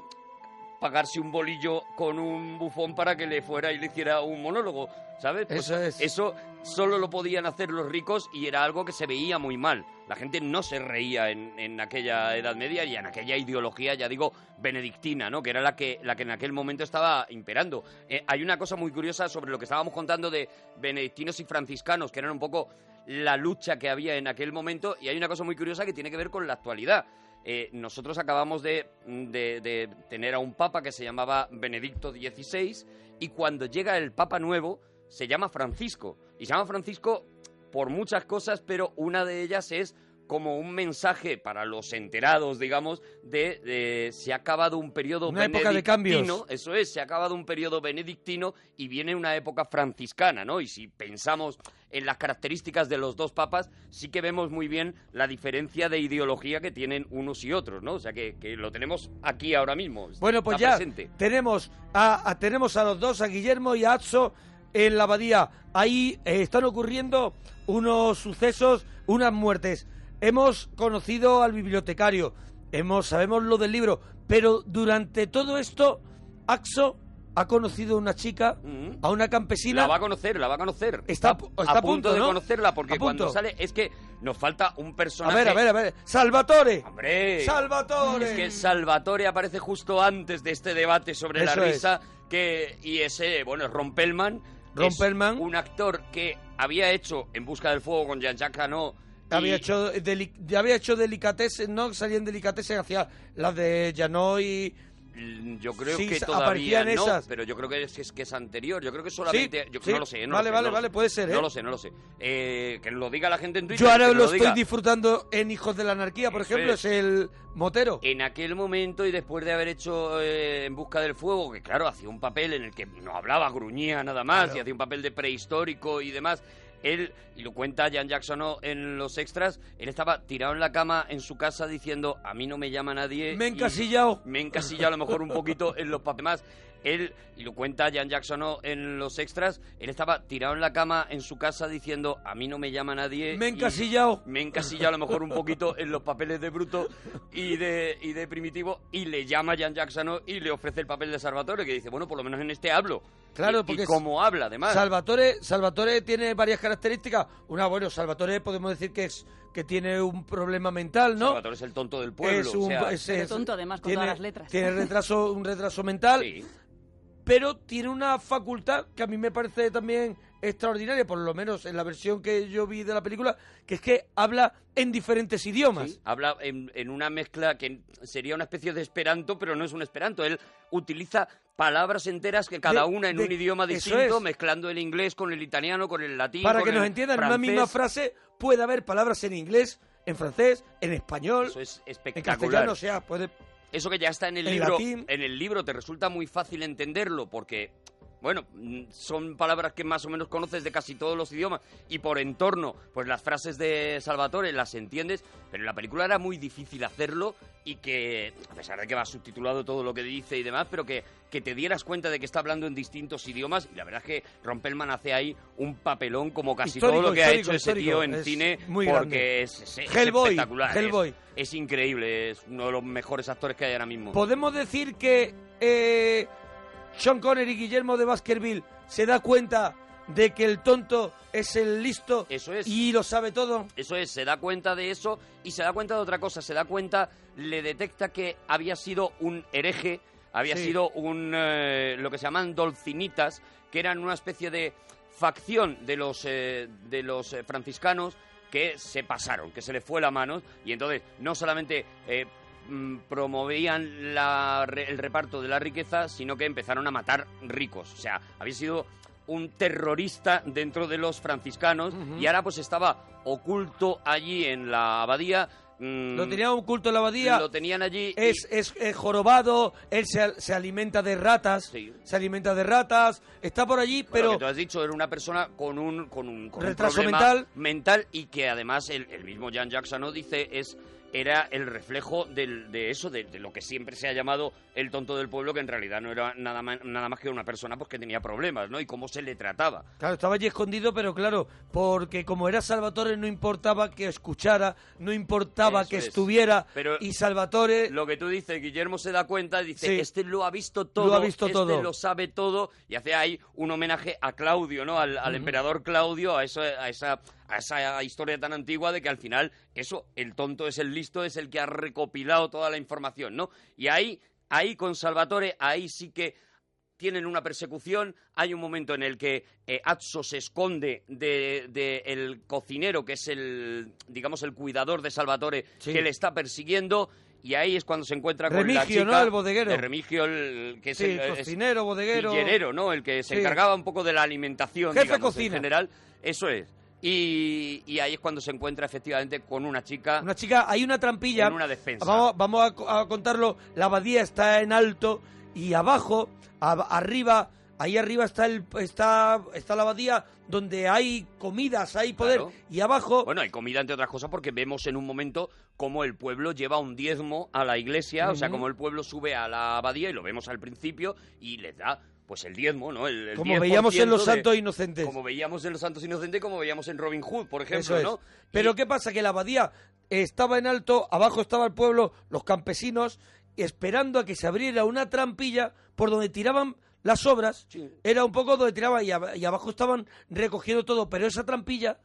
F: pagarse un bolillo con un bufón para que le fuera y le hiciera un monólogo, ¿sabes? Pues
A: Eso es.
F: Eso solo lo podían hacer los ricos y era algo que se veía muy mal. La gente no se reía en, en aquella Edad Media y en aquella ideología, ya digo, benedictina, ¿no? Que era la que, la que en aquel momento estaba imperando. Eh, hay una cosa muy curiosa sobre lo que estábamos contando de benedictinos y franciscanos, que eran un poco la lucha que había en aquel momento, y hay una cosa muy curiosa que tiene que ver con la actualidad. Eh, nosotros acabamos de, de- de tener a un papa que se llamaba Benedicto XVI y cuando llega el papa nuevo se llama Francisco. Y se llama Francisco por muchas cosas, pero una de ellas es como un mensaje para los enterados, digamos, de, de- se ha acabado un periodo
A: Una época de cambios.
F: benedictino, eso es, se ha acabado un periodo benedictino y viene una época franciscana, ¿no? Y si pensamos en las características de los dos papas, sí que vemos muy bien la diferencia de ideología que tienen unos y otros, ¿no? O sea, que, que lo tenemos aquí ahora mismo.
A: Bueno, pues
F: Está
A: ya
F: presente.
A: tenemos a, a- tenemos a los dos, a Guillermo y a Atso, en la abadía. Ahí eh, están ocurriendo unos sucesos, unas muertes. Hemos conocido al bibliotecario, hemos, sabemos lo del libro, pero durante todo esto, Axo ha conocido a una chica,
F: Mm.
A: a una campesina.
F: La va a conocer, la va a conocer.
A: Está, a,
F: a
A: está
F: punto, de
A: ¿no?
F: conocerla porque
A: A punto.
F: cuando sale es que nos falta un
A: A
F: personaje.
A: ver, a ver, a ver. Salvatore.
F: Ah, Hombre,
A: Salvatore.
F: Es que Salvatore aparece justo antes de este debate sobre
A: Eso
F: la
A: es.
F: risa que y ese bueno es Rompelman.
A: Rompelman.
F: un actor que había hecho En busca del fuego con Jean-Jacques Hano.
A: Había hecho, deli- había hecho delicatessen, no salían delicatessen hacia las de Janoy.
F: Mm, Yo creo
A: Sí,
F: que
A: sa-
F: todavía
A: aparecían
F: no,
A: esas.
F: pero yo creo que es, es que es anterior. Yo creo que solamente.
A: Sí,
F: yo
A: sí.
F: no lo sé, no lo
A: Vale,
F: sé,
A: vale,
F: no lo
A: vale,
F: sé.
A: puede ser,
F: No
A: ¿eh?
F: lo sé, no lo sé. Eh, que lo diga la gente en Twitter.
A: Yo ahora
F: que
A: lo,
F: nos
A: estoy
F: diga.
A: disfrutando en Hijos de la Anarquía, por
F: Eso
A: ejemplo,
F: es.
A: es. el motero.
F: En aquel momento y después de haber hecho eh, En Busca del Fuego, que claro, hacía un papel en el que no hablaba, gruñía nada más,
A: Claro.
F: y hacía un papel de prehistórico y demás. Él, y lo cuenta Jan Jackson O en los extras, él estaba tirado en la cama en su casa diciendo, a mí no me llama nadie.
A: Me he
F: y
A: encasillado.
F: Me he encasillado a lo mejor un poquito en los papeles. Él, y lo cuenta Jan Jackson O en los extras, él estaba tirado en la cama en su casa diciendo, a mí no me llama nadie.
A: Me he
F: y-
A: encasillado.
F: me encasilla a lo mejor un poquito en los papeles de Bruto y de, y de Primitivo y le llama a Jan Jacksano y le ofrece el papel de Salvatore que dice, bueno, por lo menos en este hablo.
A: Claro,
F: Y-
A: porque
F: Y
A: es-
F: cómo habla, además.
A: Salvatore, Salvatore tiene varias características. Una, bueno, Salvatore podemos decir que es que tiene un problema mental, ¿no?
F: Salvatore es el tonto del pueblo.
A: Es un
F: o sea,
A: es-
G: Pero
A: es-
G: tonto, además, con todas las letras.
A: Tiene retraso, un retraso mental. Pero tiene una facultad que a mí me parece también extraordinaria, por lo menos en la versión que yo vi de la película, que es que habla en diferentes idiomas.
F: Habla en, en una mezcla que sería una especie de esperanto, pero no es un esperanto. Él utiliza palabras enteras que cada
A: De-
F: una en
A: de-
F: un idioma
A: eso
F: distinto,
A: es.
F: mezclando el inglés con el italiano, con el latín.
A: Para
F: con
A: que
F: el
A: nos entiendan, en una
F: francés.
A: misma frase puede haber palabras en inglés, en francés, en español,
F: Eso es
A: en
F: espectacular.
A: castellano, o sea, puede...
F: Eso que ya está en el,
A: En
F: libro,
A: latín.
F: en el libro te resulta muy fácil entenderlo porque, bueno, mm, son palabras que más o menos conoces de casi todos los idiomas y por entorno, pues las frases de Salvatore las entiendes, pero en la película era muy difícil hacerlo y que, a pesar de que va subtitulado todo lo que dice y demás, pero que, que te dieras cuenta de que está hablando en distintos idiomas y la verdad es que Rompelman hace ahí un papelón como casi
A: Histórico,
F: todo lo que ha
A: histórico,
F: hecho ese
A: histórico.
F: tío en
A: Es
F: cine
A: muy grande.
F: porque es, es- es
A: Hellboy,
F: espectacular. es-
A: Hellboy.
F: es increíble, es uno de los mejores actores que hay ahora mismo.
A: Podemos decir que eh, Sean Connery, Guillermo de Baskerville, se da cuenta de que el tonto es el listo
F: Eso es.
A: y lo sabe todo?
F: Eso es, se da cuenta de eso y se da cuenta de otra cosa. Se da cuenta, le detecta que había sido un hereje, había
I: Sí.
F: sido un. eh, lo que se llaman dolcinitas, que eran una especie de facción de los, eh, de los eh, franciscanos que se pasaron, que se le fue la mano. Y entonces, no solamente. eh, mm, promovían la re- el reparto de la riqueza, sino que empezaron a matar ricos. O sea, había sido un terrorista dentro de los franciscanos y ahora pues estaba oculto allí en la abadía. mm,
A: Lo tenían oculto en la abadía.
F: Lo tenían allí. y-
A: Es, es, es jorobado, él se, se alimenta de ratas, se alimenta de ratas, está por allí,
F: Bueno,
A: pero...
F: que tú has dicho, era una persona con un, con un, con un
A: Retraso
F: problema
A: mental.
F: mental y que además el, el mismo Jan Jacksano dice es era el reflejo del- de eso, de, de lo que siempre se ha llamado el tonto del pueblo, que en realidad no era nada más, nada más que una persona pues, que tenía problemas, ¿no? Y cómo se le trataba.
A: Claro, estaba allí escondido, pero claro, porque como era Salvatore no importaba que escuchara, no importaba
F: Eso
A: que
F: es.
A: estuviera,
F: Pero-
A: y Salvatore...
F: Lo que tú dices, Guillermo se da cuenta y dice,
A: Sí.
F: este lo ha visto todo,
A: Lo ha visto
F: este
A: todo.
F: lo sabe todo, y hace ahí un homenaje a Claudio, ¿no? Al, al
A: Ujú.
F: emperador Claudio, a, eso- a esa, a esa historia tan antigua de que al final, eso, el tonto es el listo, es el que ha recopilado toda la información, ¿no? Y ahí, ahí con Salvatore, ahí sí que tienen una persecución, hay un momento en el que eh, Atso se esconde del de, el cocinero, que es el, digamos, el cuidador de Salvatore,
A: Sí.
F: que le está persiguiendo, y ahí es cuando se encuentra con la
A: Remigio,
F: chica...
A: ¿no? El bodeguero.
F: de Remigio, el que es
A: Sí,
F: el... es-
A: cocinero, bodeguero.
F: Pillerero, ¿no? El que se
A: Sí.
F: encargaba un poco de la alimentación,
A: Jefe
F: digamos,
A: cocina.
F: en general. Eso es. Y, y ahí es cuando se encuentra efectivamente con una chica...
A: Una chica, hay una trampilla.
F: En una defensa.
A: Vamos, vamos a co- a, contarlo. La abadía está en alto y abajo, ab- arriba, ahí arriba está el está está la abadía donde hay comidas, hay poder. Y abajo.
F: Bueno, hay comida, entre otras cosas, porque vemos en un momento cómo el pueblo lleva un diezmo a la iglesia, o sea,
A: Ujú.
F: cómo el pueblo sube a la abadía, y lo vemos al principio, y les da, pues, el diezmo, ¿no? El, el
A: Como veíamos en
F: 10%
A: los
F: de-
A: Santos Inocentes.
F: Como veíamos en los Santos Inocentes, como veíamos en Robin Hood, por
A: Eso
F: ejemplo,
A: es.
F: ¿no?
A: Pero ¿qué pasa? Que la abadía estaba en alto, abajo estaba el pueblo, los campesinos, esperando a que se abriera una trampilla por donde tiraban las obras. Era un poco donde tiraban y, ab- y abajo estaban recogiendo todo, pero esa trampilla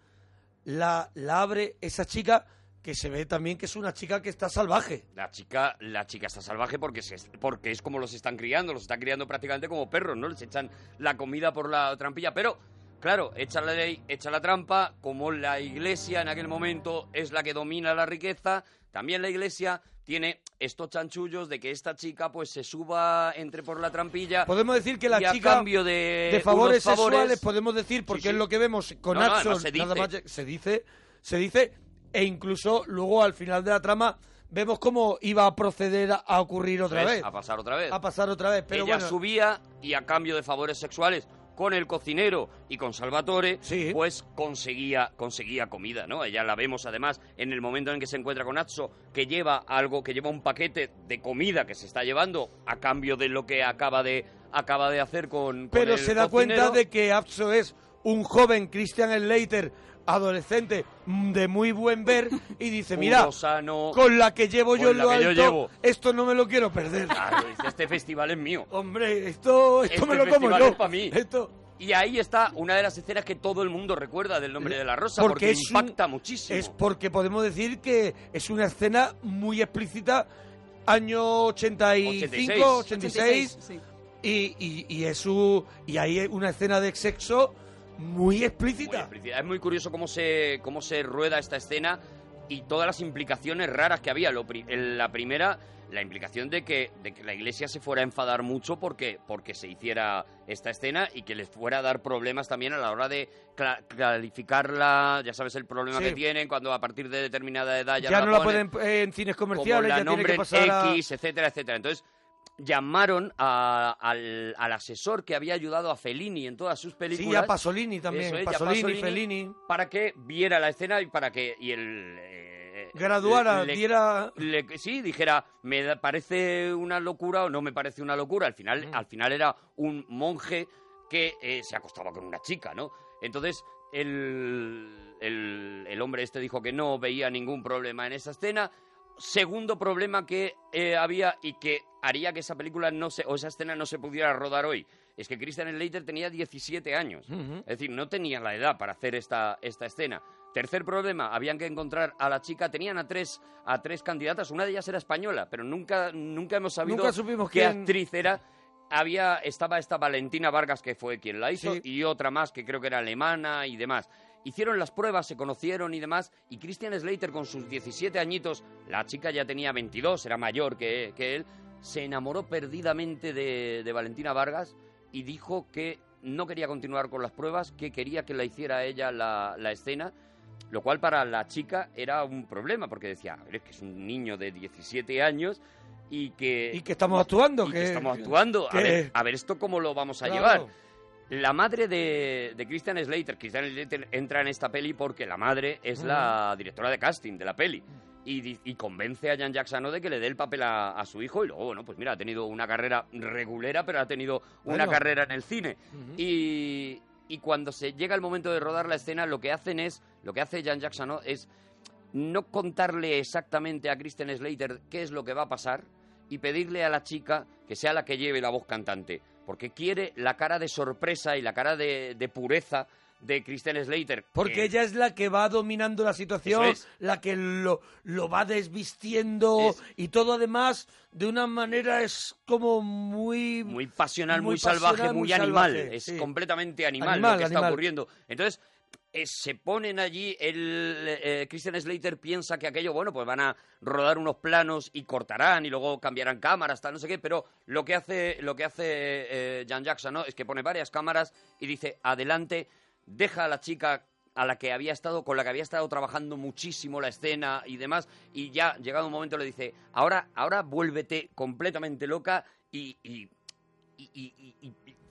A: la, la abre esa chica que se ve también que es una chica que está salvaje.
F: La chica, la chica está salvaje porque, se, porque es como los están criando, los están criando prácticamente como perros, ¿no? Les echan la comida por la trampilla, pero claro, echa la ley, echa la trampa, como la iglesia en aquel momento es la que domina la riqueza, también la iglesia tiene estos chanchullos de que esta chica pues se suba, entre por la trampilla.
A: Podemos decir que la
F: y a
A: chica
F: cambio de,
A: de favores,
F: Eh, unos
A: sexuales podemos decir porque
F: Sí, sí.
A: es lo que vemos con
F: No, no,
A: Axl,
F: además se
A: nada
F: dice.
A: más lle- se dice se dice e incluso luego al final de la trama vemos cómo iba a proceder a, a ocurrir otra
F: Eso es,
A: vez
F: a pasar otra vez.
A: a pasar otra vez pero
F: Ella
A: bueno
F: subía y a cambio de favores sexuales con el cocinero y con Salvatore, pues conseguía, conseguía comida, ¿no? Ella la vemos además en el momento en que se encuentra con Atso, que lleva algo, que lleva un paquete de comida que se está llevando a cambio de lo que acaba de, acaba de hacer con, con
A: pero
F: el
A: se da cuenta
F: cocinero.
A: de que Apso es un joven Christian Slater adolescente mm, de muy buen ver y dice
F: Puro,
A: mira
F: sano,
A: con la que llevo
F: con
A: yo en
F: la
A: lo
F: que yo
A: alto
F: llevo".
A: esto no me lo quiero perder
F: Claro, dice, este festival es mío.
A: Hombre, esto, esto
F: Este
A: me lo como
F: festival
A: yo.
F: es pa' mí. Y ahí está una de las escenas que todo el mundo recuerda del nombre de la rosa,
A: Porque
F: porque,
A: es un-
F: impacta muchísimo.
A: Es porque podemos decir que es una escena muy explícita, año 85, 86,
K: 86, sí.
A: y, y, y es su, y hay una escena de sexo muy
F: Muy
A: explícita.
F: explícita. Es muy curioso cómo se, cómo se rueda esta escena y todas las implicaciones raras que había. Lo pri- el- la primera, la implicación de que, de que la iglesia se fuera a enfadar mucho porque, porque se hiciera esta escena y que les fuera a dar problemas también a la hora de cla- calificarla. Ya sabes el problema
A: Sí.
F: que tienen cuando a partir de determinada edad ya,
A: ya no la
F: ponen
A: pueden eh, en cines
F: como
A: comerciales,
F: la
A: ya tiene que
F: nombren
A: pasar a-
F: X, etcétera, etcétera. Entonces llamaron a- al, al asesor que había ayudado a Fellini en todas sus películas.
A: Sí, a Pasolini también,
F: Eso es, y a
A: Pasolini, Fellini.
F: Para que viera la escena y para que y el eh,
A: Graduara, diera-
F: le- sí, dijera, me da- parece una locura o no me parece una locura. Al final, al final era un monje que eh, se acostaba con una chica, ¿no? Entonces, el, el, el hombre este dijo que no veía ningún problema en esa escena. segundo problema que eh, había y que haría que esa película no se, o esa escena no se pudiera rodar hoy. Es que Christian Slater tenía 17 años.
K: Ujú.
F: Es decir, no tenía la edad para hacer esta, esta escena. Tercer problema, habían que encontrar a la chica. Tenían a tres, a tres candidatas. Una de ellas era española, pero nunca, nunca hemos sabido
K: Nunca supimos
F: qué
K: quién-
F: actriz era. Había, estaba esta Valentina Vargas, que fue quien la hizo, y otra más, que creo que era alemana y demás. Hicieron las pruebas, se conocieron y demás, y Christian Slater, con sus 17 añitos, la chica ya tenía 22, era mayor que, que él, se enamoró perdidamente de, de Valentina Vargas y dijo que no quería continuar con las pruebas, que quería que la hiciera ella la, la escena, lo cual para la chica era un problema, porque decía, a ver, es que es un niño de 17 años y que...
A: Y que estamos actuando.
F: Y que estamos actuando. A
A: que-
F: ver, a ver esto cómo lo vamos a
A: Claro.
F: llevar. La madre de, de Christian Slater, Christian Slater entra en esta peli porque la madre es la directora de casting de la peli. Y, di- y convence a Jan Jacksano de que le dé el papel a, a su hijo. Y luego, bueno, pues mira, ha tenido una carrera regulera, pero ha tenido una
K: Bueno.
F: carrera en el cine. y, y cuando se llega el momento de rodar la escena, lo que hacen es, lo que hace Jan Jacksano es no contarle exactamente a Kristen Slater qué es lo que va a pasar y pedirle a la chica que sea la que lleve la voz cantante, porque quiere la cara de sorpresa y la cara de, de pureza de Kristen Slater.
A: Porque
F: que-
A: ella es la que va dominando la situación,
F: Eh. Eso es.
A: la que lo, lo va desvistiendo y todo además de una manera es como muy...
F: muy pasional, muy,
A: muy
F: salvaje,
A: pasional,
F: muy
A: muy
F: animal.
A: salvaje,
F: es
A: sí.
F: completamente animal,
A: Animal,
F: lo que está
A: animal.
F: ocurriendo. Entonces, eh, se ponen allí, el eh, Christian Slater piensa que aquello, bueno, pues van a rodar unos planos y cortarán y luego cambiarán cámaras, tal, no sé qué, pero lo que hace, lo que hace eh, Jan Jackson, ¿no? Es que pone varias cámaras y dice, adelante, deja a la chica a la que había estado, con la que había estado trabajando muchísimo la escena y demás, y ya llegado un momento le dice, ahora, ahora vuélvete completamente loca y- y y, y- y-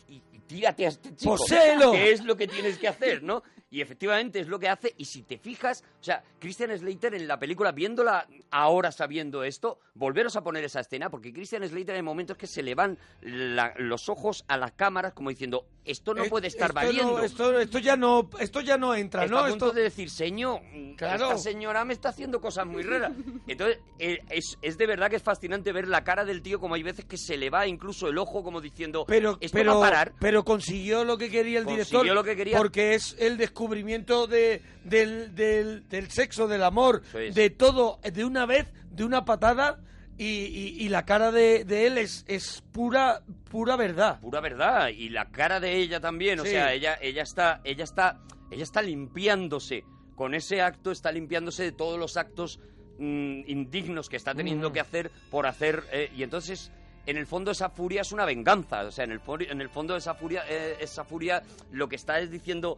F: y- y tírate a este chico.
A: ¡Poséelo!
F: Que es lo que tienes que hacer, ¿no? Y efectivamente es lo que hace. Y si te fijas, o sea, Christian Slater en la película, viéndola ahora sabiendo esto, volveros a poner esa escena, porque Christian Slater hay momentos que se le van la- los ojos a las cámaras como diciendo, esto no
A: Eh,
F: puede estar
A: esto no-
F: valiendo.
A: esto, esto ya no, esto ya no entra,
F: Está
A: ¿no?
F: a punto
A: Esto-
F: de decir, señor,
A: Claro.
F: esta señora me está haciendo cosas muy raras. Entonces, eh, es, es de verdad que es fascinante ver la cara del tío, como hay veces que se le va incluso el ojo como diciendo,
A: pero,
F: esto va
A: pero,
F: a parar.
A: pero consiguió lo que quería el
F: Consiguió
A: director.
F: lo que quería.
A: Porque es el descubrimiento de, del, del, del sexo, del amor,
F: Eso es.
A: de todo, de una vez, de una patada. Y, y- y la cara de, de él es, es pura, pura verdad.
F: pura verdad y la cara de ella también o
A: Sí.
F: sea ella ella está ella está ella está limpiándose con ese acto está limpiándose de todos los actos mm, indignos que está teniendo
K: Mm.
F: que hacer por hacer eh, y entonces en el fondo esa furia es una venganza o sea en el fo- en el fondo esa furia eh, esa furia lo que está es diciendo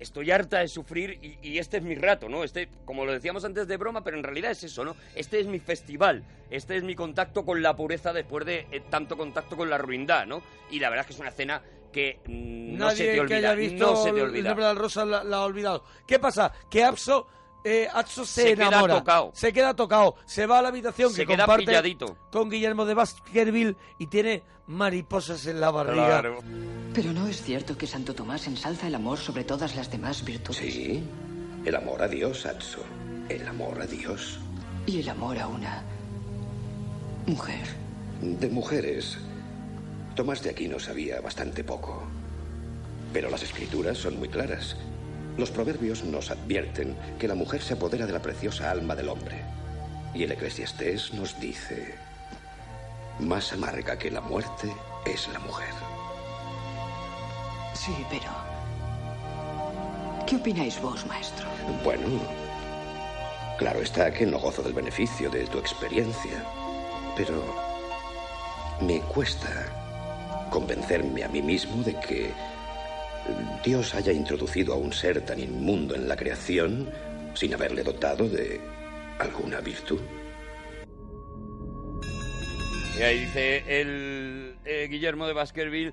F: Estoy harta de sufrir y, y este es mi rato, ¿no? Este, como lo decíamos antes de broma, pero en realidad es eso, ¿no? Este es mi festival, este es mi contacto con la pureza después de eh, tanto contacto con la ruindad, ¿no? Y la verdad es que es una escena que mm, no se
A: Nadie
F: te
A: que
F: olvida,
A: haya visto
F: no se te
A: el
F: olvida.
A: nombre de la rosa la, la ha olvidado. ¿Qué pasa? Que Axo, eh, Axo se,
F: Se queda
A: enamora.
F: tocado.
A: Se queda tocado. Se va a la habitación
F: Se
A: que
F: queda
A: comparte
F: pilladito.
A: con Guillermo de Baskerville y tiene mariposas en la barriga.
S: Pero no es cierto que Santo Tomás ensalza el amor sobre todas las demás virtudes.
T: Sí, el amor a Dios, Atsu. El amor a Dios.
S: Y el amor a una mujer.
T: De mujeres, Tomás de Aquino sabía bastante poco. Pero las escrituras son muy claras. Los proverbios nos advierten que la mujer se apodera de la preciosa alma del hombre. Y el Eclesiastés nos dice, más amarga que la muerte es la mujer.
S: Sí, pero... ¿Qué opináis vos, maestro?
T: Bueno, claro está que no gozo del beneficio de tu experiencia, pero me cuesta convencerme a mí mismo de que Dios haya introducido a un ser tan inmundo en la creación sin haberle dotado de alguna virtud.
F: Y ahí dice el eh, Guillermo de Baskerville,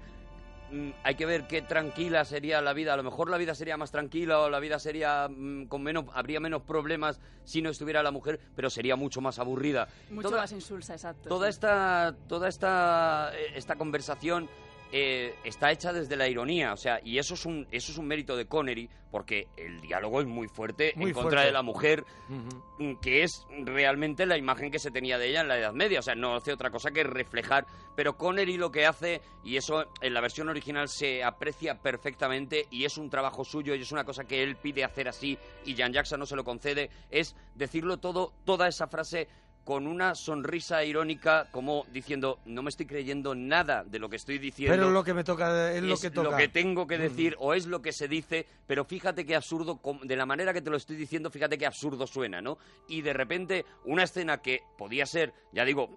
F: mm, hay que ver qué tranquila sería la vida. A lo mejor la vida sería más tranquila o la vida sería mm, con menos, habría menos problemas si no estuviera la mujer, pero sería mucho más aburrida.
G: Mucho
F: Toda-
G: más insulsa, exacto.
F: Toda esta, toda esta, eh, esta conversación eh, está hecha desde la ironía, o sea, y eso es un eso es un mérito de Connery porque el diálogo es muy fuerte
K: Muy
F: en contra
K: fuerte.
F: de la mujer,
K: Ujú.
F: mm, que es realmente la imagen que se tenía de ella en la Edad Media, o sea, no hace otra cosa que reflejar, pero Connery lo que hace y eso en la versión original se aprecia perfectamente y es un trabajo suyo y es una cosa que él pide hacer así y Jan Jackson no se lo concede, es decirlo todo toda esa frase con una sonrisa irónica como diciendo no me estoy creyendo nada de lo que estoy diciendo
A: Pero lo que me toca es, lo que toca.
F: tengo que
A: Mm.
F: decir o es lo que se dice, pero fíjate qué absurdo, com- de la manera que te lo estoy diciendo, fíjate qué absurdo suena, ¿no? Y de repente una escena que podía ser, ya digo,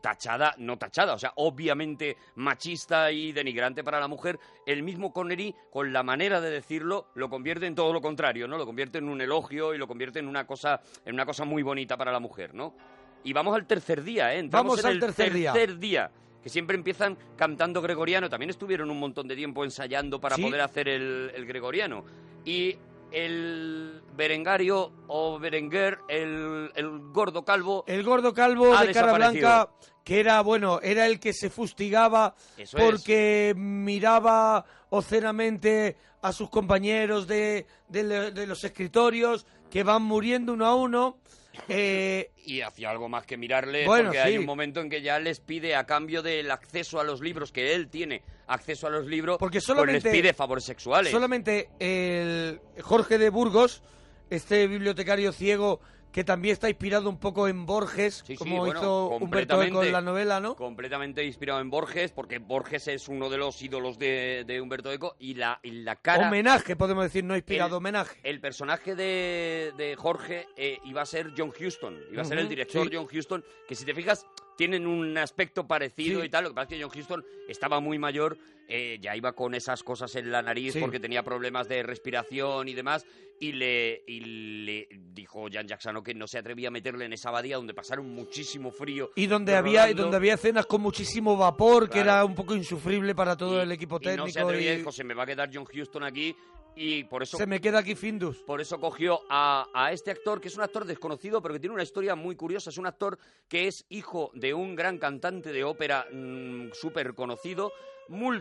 F: tachada, no tachada, o sea, obviamente machista y denigrante para la mujer, el mismo Connery, con la manera de decirlo, lo convierte en todo lo contrario, ¿no? Lo convierte en un elogio y lo convierte en una cosa, en una cosa muy bonita para la mujer, ¿no? Y vamos al tercer día, ¿eh? Entramos
A: Vamos
F: en
A: al
F: el
A: tercer día.
F: tercer día, Que siempre empiezan cantando gregoriano. También estuvieron un montón de tiempo ensayando para
K: Sí.
F: poder hacer el, el gregoriano. Y el Berengario o Berenguer, el, el gordo calvo.
A: El gordo calvo
F: Ha
A: de cara
F: desaparecido.
A: blanca, que era, bueno, era el que se fustigaba
F: Eso es.
A: porque miraba ocenamente a sus compañeros de, de le- de los escritorios que van muriendo uno a uno. Eh,
F: y hacía algo más que mirarle
A: Bueno,
F: porque
A: sí.
F: hay un momento en que ya les pide a cambio del acceso a los libros que él tiene acceso a los libros
A: Porque
F: pues
A: solamente-
F: les pide favores sexuales
A: Solamente el Jorge de Burgos, este bibliotecario ciego que también está inspirado un poco en Borges,
F: Sí, sí,
A: como
F: bueno,
A: hizo Humberto Eco
F: completamente.
A: en la novela, ¿no?
F: completamente inspirado en Borges porque Borges es uno de los ídolos de, de Humberto Eco y la y la cara
A: Homenaje, podemos decir, no inspirado,
F: el-
A: homenaje.
F: El personaje de, de Jorge eh, iba a ser John Huston, iba a ser el
A: Ujú,
F: director
A: sí.
F: John Huston, que si te fijas tienen un aspecto parecido
A: Sí.
F: y tal, lo que pasa es que John Huston estaba muy mayor, eh, ya iba con esas cosas en la nariz
A: Sí.
F: porque tenía problemas de respiración y demás, y le, y le dijo Jan Jackson que no se atrevía a meterle en esa abadía donde pasaron muchísimo frío.
A: Y donde había, y
F: rodando.
A: donde había escenas con muchísimo vapor, que
F: Claro.
A: era un poco insufrible para todo el equipo
F: Y no se
A: técnico.
F: atrevía,
A: y-
F: dijo, se me va a quedar John Huston aquí y por eso
A: Se me queda aquí Findus.
F: Por eso cogió a, a este actor, que es un actor desconocido, pero que tiene una historia muy curiosa. Es un actor que es hijo de un gran cantante de ópera súper conocido,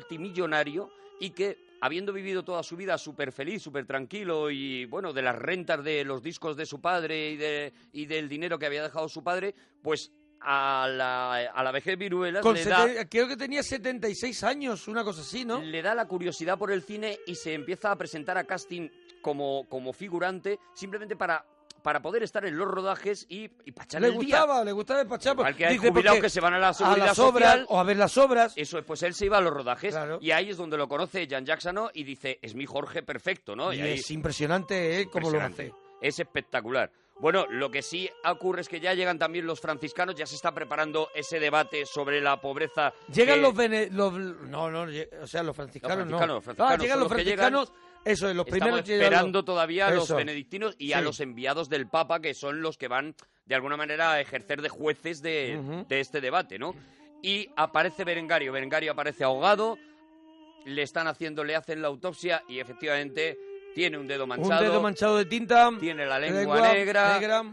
F: multimillonario, y que, habiendo vivido toda su vida súper feliz, súper tranquilo, y bueno, de las rentas de los discos de su padre y, de, y del dinero que había dejado su padre, pues a la, a la vejez viruela
A: Con
F: le da...
A: seten- Creo que tenía 76 años, una cosa así, ¿no?
F: Le da la curiosidad por el cine y se empieza a presentar a casting como, como figurante simplemente para, para poder estar en los rodajes y, y pachar
A: Le
F: el día.
A: gustaba, le gustaba el pachapa.
F: Igual que hay
A: Dice,
F: jubilados
A: porque
F: que se van a la seguridad
A: las obras,
F: social.
A: o a ver las obras.
F: Eso es, pues él se iba a los rodajes y ahí es donde lo conoce Jan Jacksano y dice, es mi Jorge perfecto, ¿no?
A: Y
F: ahí-
A: es impresionante, ¿eh? Cómo lo hace.
F: Impresionante. Es espectacular. Bueno, lo que sí ocurre es que ya llegan también los franciscanos, ya se está preparando ese debate sobre la pobreza.
A: Llegan
F: que-
A: los, vene- los- No, no, lle- o sea, los franciscanos,
F: franciscanos,
A: no.
F: los franciscanos
A: Ah, llegan
F: son
A: los
F: los que llegan.
A: franciscanos, eso es, los
F: Estamos
A: primeros llegan
F: esperando
A: los-
F: todavía a los
A: Eso.
F: benedictinos y a
A: Sí.
F: los enviados del Papa, que son los que van, de alguna manera, a ejercer de jueces de,
A: Ujú.
F: de este debate, ¿no? Y aparece Berengario. Berengario aparece ahogado, le están haciendo, le hacen la autopsia y efectivamente tiene un dedo
A: Un
F: manchado.
A: dedo manchado de tinta.
F: tiene la lengua, negra.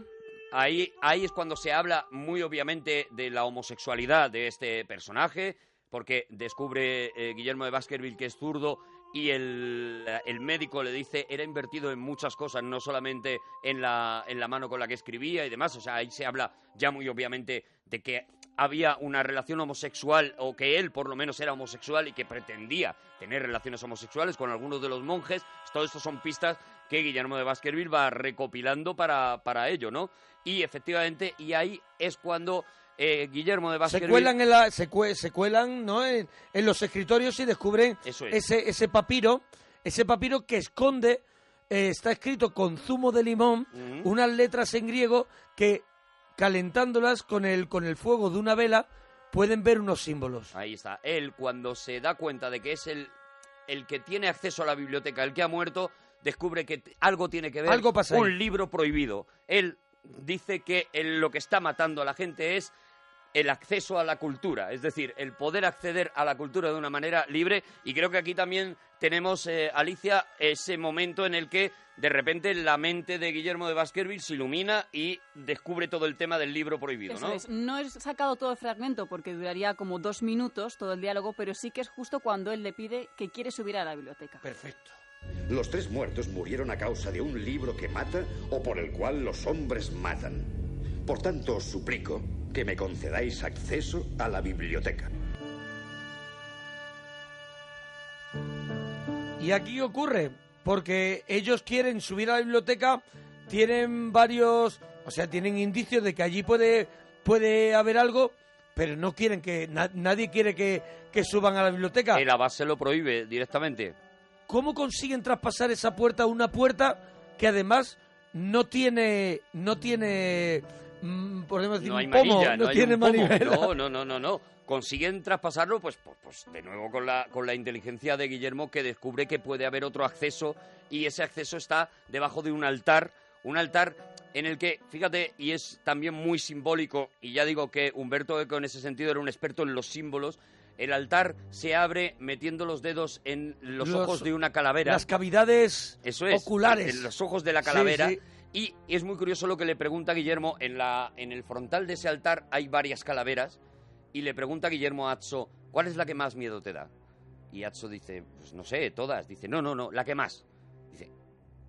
F: Ahí, ahí es cuando se habla muy obviamente de la homosexualidad de este personaje, porque descubre eh, Guillermo de Baskerville que es zurdo y el, el médico le dice era invertido en muchas cosas, no solamente en la, en la mano con la que escribía y demás. O sea, ahí se habla ya muy obviamente de que había una relación homosexual o que él por lo menos era homosexual y que pretendía tener relaciones homosexuales con algunos de los monjes. Todo esto son pistas que Guillermo de Baskerville va recopilando para, para ello, ¿no? Y efectivamente, y ahí es cuando eh, Guillermo de
A: Se
F: Baskerville...
A: cuelan, en la, se, cue- se cuelan ¿no? en, en los escritorios y descubren
F: Eso es.
A: ese, ese papiro, ese papiro que esconde, eh, está escrito con zumo de limón,
F: Ujú.
A: unas letras en griego que calentándolas con el, con el fuego de una vela pueden ver unos símbolos.
F: Ahí está. Él, cuando se da cuenta de que es el, el que tiene acceso a la biblioteca, el que ha muerto, descubre que t- algo tiene que ver
A: Algo pasa ahí.
F: un libro prohibido. Él dice que él lo que está matando a la gente es el acceso a la cultura, es decir, el poder acceder a la cultura de una manera libre. Y creo que aquí también tenemos, eh, Alicia, ese momento en el que de repente la mente de Guillermo de Baskerville se ilumina y descubre todo el tema del libro prohibido,
G: Eso
F: ¿no?
G: es. No he sacado todo el fragmento porque duraría como dos minutos todo el diálogo, pero sí que es justo cuando él le pide que quiere subir a la biblioteca.
T: Perfecto. Los tres muertos murieron a causa de un libro que mata o por el cual los hombres matan. Por tanto, os suplico que me concedáis acceso a la biblioteca.
A: Y aquí ocurre, porque ellos quieren subir a la biblioteca, tienen varios, o sea, tienen indicios de que allí puede, puede haber algo, pero no quieren que, na- nadie quiere que, que suban a la biblioteca.
F: El abad se lo prohíbe directamente.
A: ¿Cómo consiguen traspasar esa puerta a una puerta que además no tiene, no tiene, mm, podemos decir,
F: No hay
A: un pomo,
F: manilla,
A: no,
F: no, hay
A: tiene
F: un pomo.
A: manivela?
F: No, no, no, no, no. Consiguen traspasarlo, pues, pues, pues, de nuevo con la, con la inteligencia de Guillermo que descubre que puede haber otro acceso y ese acceso está debajo de un altar, un altar en el que, fíjate, y es también muy simbólico, y ya digo que Humberto Eco en ese sentido era un experto en los símbolos, el altar se abre metiendo los dedos en los,
A: Los-
F: ojos de una calavera.
A: Las cavidades
F: Eso es,
A: oculares.
F: En los ojos de la
A: Sí,
F: calavera.
A: sí.
F: Y es muy curioso lo que le pregunta Guillermo. En, la, en el frontal de ese altar hay varias calaveras. Y le pregunta a Guillermo a Atso, ¿cuál es la que más miedo te da? Y Atso dice, pues no sé, todas. Dice, no, no, no, la que más. Dice,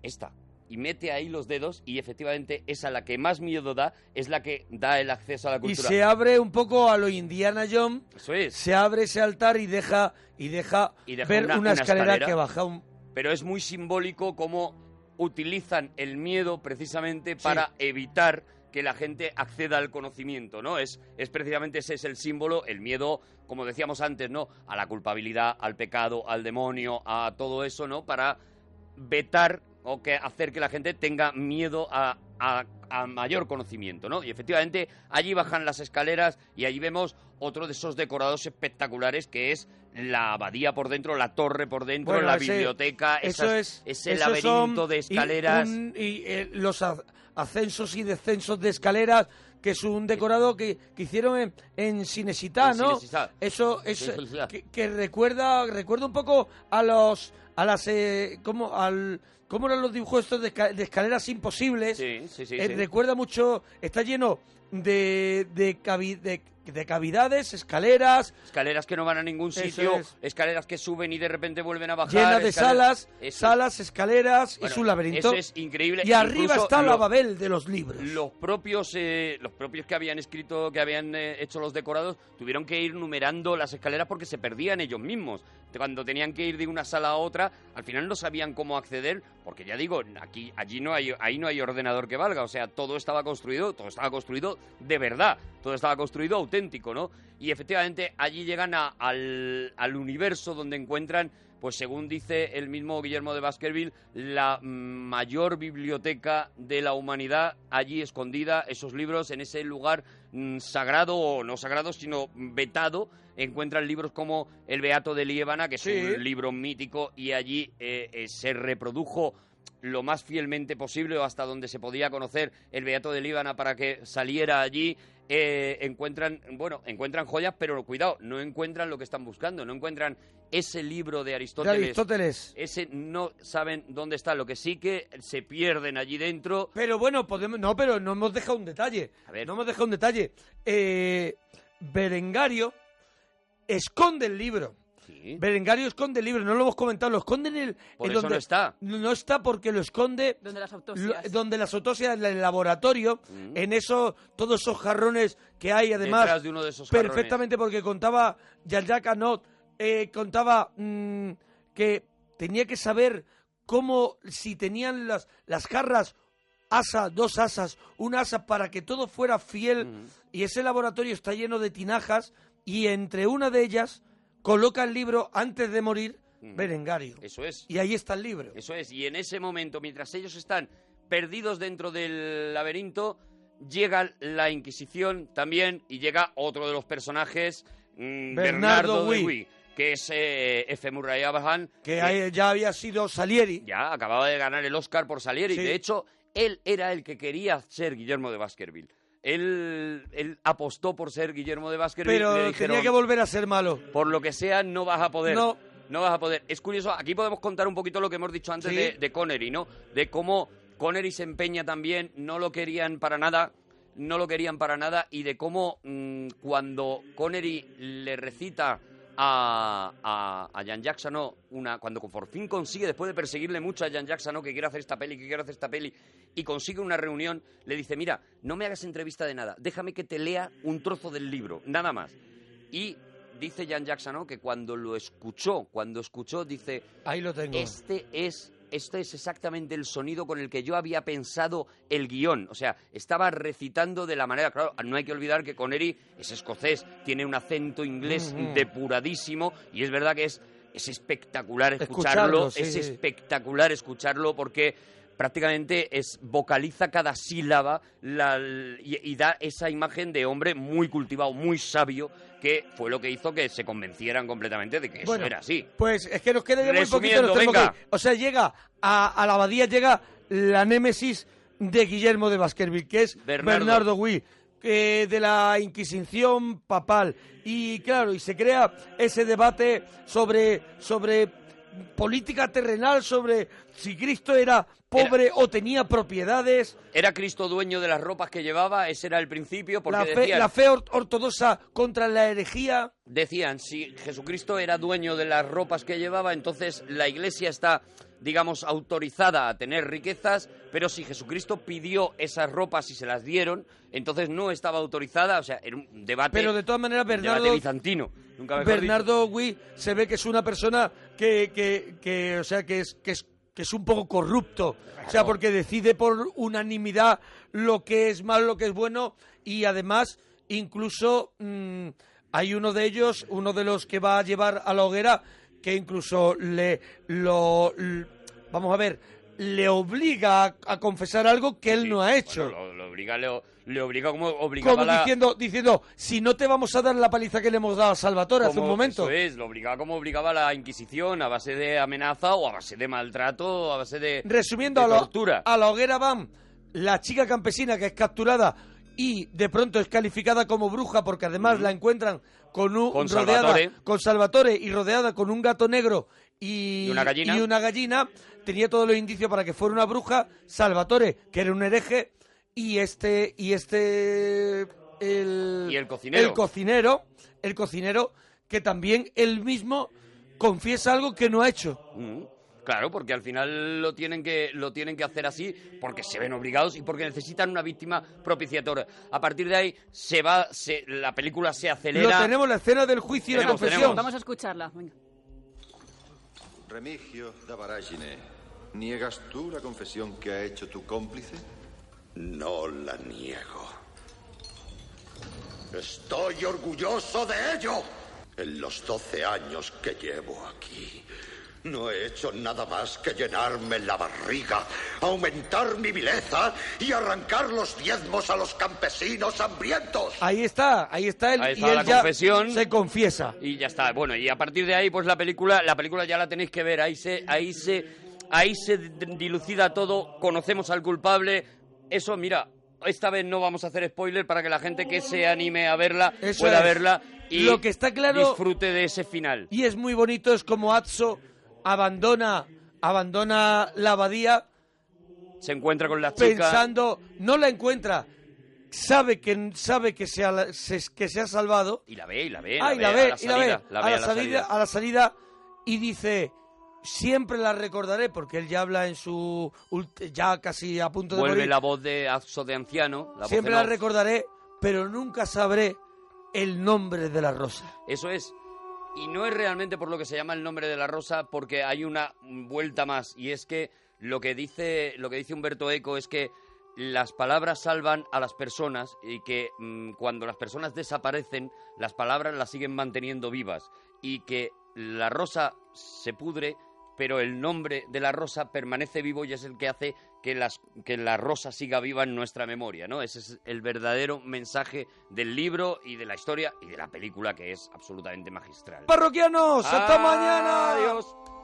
F: esta. Y mete ahí los dedos y efectivamente esa la que más miedo da es la que da el acceso a la
A: Y
F: cultura.
A: se abre un poco a lo Indiana Jones.
F: Eso es.
A: Se abre ese altar y deja, y deja,
F: y deja
A: ver una, escalera,
F: escalera,
A: que baja un...
F: Pero es muy simbólico cómo utilizan el miedo precisamente para evitar que la gente acceda al conocimiento, ¿no? Es, es precisamente ese es el símbolo, el miedo, como decíamos antes, ¿no? A la culpabilidad, al pecado, al demonio, a todo eso, ¿no? Para vetar o que hacer que la gente tenga miedo a, a- a mayor conocimiento, ¿no? Y efectivamente allí bajan las escaleras y allí vemos otro de esos decorados espectaculares que es la abadía por dentro, la torre por dentro,
A: Bueno,
F: la
A: ese-
F: biblioteca,
A: eso
F: esas-
A: es,
F: ese
A: esos
F: laberinto
A: son
F: de
A: y
F: escaleras.
A: un- Y, eh, los a- ascensos y descensos de escaleras, que es un decorado que, que hicieron en, en Cinecittà,
F: En
A: ¿no?
F: Cinecittà.
A: Eso es eh,
F: Cinecittà.
A: que, que recuerda, recuerda un poco a los, a las, eh, como al, cómo eran los dibujos estos de, esca- de escaleras imposibles.
F: sí, sí,
A: Eh,
F: sí.
A: Recuerda mucho, está lleno de, de, cavi- de- de cavidades, escaleras,
F: Escaleras que no van a ningún
A: Eso
F: sitio,
A: es.
F: escaleras que suben y de repente vuelven a bajar.
A: llenas de
F: escaleras-
A: salas,
F: Eso.
A: salas, escaleras,
F: Bueno,
A: es un laberinto.
F: Eso es increíble.
A: Y arriba
F: Incluso
A: está la
F: los-
A: Babel de los libros.
F: Los propios, eh, los propios que habían escrito, que habían eh, hecho los decorados, tuvieron que ir numerando las escaleras porque se perdían ellos mismos. Cuando tenían que ir de una sala a otra, al final no sabían cómo acceder, porque ya digo, aquí, allí no hay, ahí no hay ordenador que valga. O sea, todo estaba construido, todo estaba construido de verdad, todo estaba construido auténtico, ¿no? Y efectivamente allí llegan a- al, al universo donde encuentran pues según dice el mismo Guillermo de Baskerville, la mm, mayor biblioteca de la humanidad allí escondida, esos libros en ese lugar mm, sagrado o no sagrado, sino vetado, encuentran libros como El Beato de Liébana, que es
A: Sí.
F: un libro mítico y allí eh, eh, se reprodujo lo más fielmente posible o hasta donde se podía conocer el Beato de Líbana para que saliera allí. eh, encuentran, bueno, encuentran joyas, pero cuidado, no encuentran lo que están buscando, no encuentran ese libro de Aristóteles.
A: Aristóteles.
F: Ese no saben dónde está, lo que sí que se pierden allí dentro.
A: Pero bueno, podemos. No, pero no hemos dejado un detalle. No hemos dejado un detalle. Eh, Berengario esconde el libro. Berengario esconde el libro, no lo hemos comentado, lo esconde en el.
F: Por
A: en
F: eso no está.
A: No no está porque lo esconde.
G: Donde las
A: lo-
G: autopsias.
A: donde las autopsias, en el laboratorio,
F: Mm.
A: en eso, todos esos jarrones que hay, además.
F: Detrás de uno de esos jarrones.
A: Perfectamente, porque contaba Yaya Canot, eh, contaba mm, que tenía que saber cómo, si tenían las, las jarras, asa, dos asas, una asa, para que todo fuera fiel.
F: Mm.
A: Y ese laboratorio está lleno de tinajas, y entre una de ellas coloca el libro antes de morir, Berengario.
F: Mm. Eso es.
A: Y ahí está el libro.
F: Eso es, y en ese momento, mientras ellos están perdidos dentro del laberinto, llega la Inquisición también y llega otro de los personajes, mm,
A: Bernardo
F: Bernardo de
A: Wi.
F: Wi, que es eh, F. Murray Abraham,
A: Que ahí ya había sido Salieri.
F: Ya, acababa de ganar el Oscar por Salieri.
A: Sí.
F: De hecho, él era el que quería ser Guillermo de Baskerville. Él, él apostó por ser Guillermo de Baskerville.
A: Pero
F: le dijeron,
A: tenía que volver a ser malo.
F: Por lo que sea, no vas a poder.
A: No.
F: No vas a poder. Es curioso, aquí podemos contar un poquito lo que hemos dicho antes
A: Sí.
F: de, de Connery, ¿no? De cómo Connery se empeña también, no lo querían para nada, no lo querían para nada, y de cómo mm, cuando Connery le recita a, a, a Jan Jacksano, una, cuando por fin consigue, después de perseguirle mucho a Jan Jacksano, que quiero hacer esta peli, que quiero hacer esta peli, y consigue una reunión, le dice, mira, no me hagas entrevista de nada, déjame que te lea un trozo del libro, nada más. Y dice Jan Jacksano que cuando lo escuchó, cuando escuchó, dice,
A: Ahí lo tengo.
F: este es, este es exactamente el sonido con el que yo había pensado el guión. O sea, estaba recitando de la manera. Claro, no hay que olvidar que Connery es escocés, tiene un acento inglés
A: Mm,
M: Ujú.
F: depuradísimo y es verdad que es, es espectacular escucharlo.
M: Escucharlo, sí,
F: es
M: sí.
F: espectacular escucharlo porque prácticamente es vocaliza cada sílaba la- y, y da esa imagen de hombre muy cultivado, muy sabio, que fue lo que hizo que se convencieran completamente de que eso
A: Bueno,
F: era así.
A: Pues es que nos queda ya muy poquito.
F: Resumiendo,
A: Nos tenemos
F: venga.
A: que ir. O sea, llega a, a la abadía, llega la némesis de Guillermo de Baskerville, que es
F: Bernardo.
A: Bernardo, Gui, que de la Inquisición papal. Y claro, y se crea ese debate sobre, sobre política terrenal, sobre si Cristo era pobre o tenía propiedades.
F: ¿Era Cristo dueño de las ropas que llevaba? Ese era el principio, porque
A: La fe,
F: decían,
A: la fe or- ortodoxa contra la herejía.
F: decían, si Jesucristo era dueño de las ropas que llevaba, entonces la iglesia está, digamos, autorizada a tener riquezas, pero si Jesucristo pidió esas ropas y se las dieron, entonces no estaba autorizada, o sea, era un debate...
A: Pero de todas maneras,
F: un debate
A: Bernardo-
F: bizantino, nunca mejor
A: Bernardo Gui se ve que es una persona que, que, que, o sea, que es, que es, que es un poco corrupto. O sea, porque decide por unanimidad lo que es malo, lo que es bueno. Y además, incluso mm, hay uno de ellos, uno de los que va a llevar a la hoguera, que incluso le lo l- vamos a ver, le obliga a, a confesar algo que él no ha hecho.
F: dicho. Lo, lo obliga, le, le obliga como obligaba
A: como
F: a la-
A: diciendo, diciendo, si no te vamos a dar la paliza que le hemos dado a Salvatore hace un
F: como-
A: momento.
F: Eso es, lo obligaba como obligaba la Inquisición, a base de amenaza o a base de maltrato, a base de...
A: Resumiendo,
F: de
A: a, la-
F: tortura.
A: a la hoguera van la chica campesina que es capturada y de pronto es calificada como bruja porque además la encuentran con un
F: Con
A: rodeada
F: Salvatore.
A: con Salvatore y rodeada con un gato negro y,
F: Y una gallina.
A: y una gallina. Tenía todos los indicios para que fuera una bruja. Salvatore, que era un hereje, y este y este el
F: Y el cocinero.
A: el cocinero, el cocinero que también él mismo confiesa algo que no ha hecho.
F: Mm, Claro, porque al final lo tienen que lo tienen que hacer así porque se ven obligados y porque necesitan una víctima propiciadora. A partir de ahí se va se- la película se acelera.
A: Lo tenemos la escena del juicio y la
F: Tenemos,
A: confesión.
F: tenemos.
G: Vamos a escucharla. venga.
E: Remigio da Varagine, ¿niegas tú la confesión que ha hecho tu cómplice?
T: No la niego. Estoy orgulloso de ello. En los 12 años que llevo aquí, no he hecho nada más que llenarme la barriga, aumentar mi vileza y arrancar los diezmos a los campesinos hambrientos.
A: Ahí está, ahí está él
F: Ahí
A: y
F: está
A: él
F: la
A: ya
F: confesión.
A: se confiesa.
F: Y ya está. Bueno, y a partir de ahí, pues la película, la película ya la tenéis que ver. Ahí se, ahí se, ahí se dilucida todo. Conocemos al culpable. Eso, mira, esta vez no vamos a hacer spoiler para que la gente que se anime a verla
A: Eso
F: pueda
A: es.
F: verla y
A: Lo que está claro-
F: disfrute de ese final.
A: Y es muy bonito, es como Atso abandona, abandona la abadía
F: Se encuentra con la chica.
A: pensando, no la encuentra, sabe que sabe que se ha, se- que se ha salvado,
F: Y la ve, y la ve.
A: Ah, y la
F: a
A: ve, y la ve,
F: salida,
A: a la salida, a la salida, y dice, siempre la recordaré, porque él ya habla en su, ult- ya casi a punto de
F: Vuelve
A: morir,
F: la voz de Azzo de Anciano. La voz
A: siempre
F: de
A: la
F: Noz.
A: recordaré, pero nunca sabré el nombre de la rosa.
F: Eso es. Y no es realmente por lo que se llama el nombre de la rosa, porque hay una vuelta más. Y es que lo que dice, lo que dice Humberto Eco es que las palabras salvan a las personas y que mm, cuando las personas desaparecen, las palabras las siguen manteniendo vivas. Y que la rosa se pudre, pero el nombre de la rosa permanece vivo y es el que hace que, las, que la rosa siga viva en nuestra memoria, ¿no? Ese es el verdadero mensaje del libro y de la historia y de la película que es absolutamente magistral.
A: Parroquianos, hasta mañana.
F: Adiós.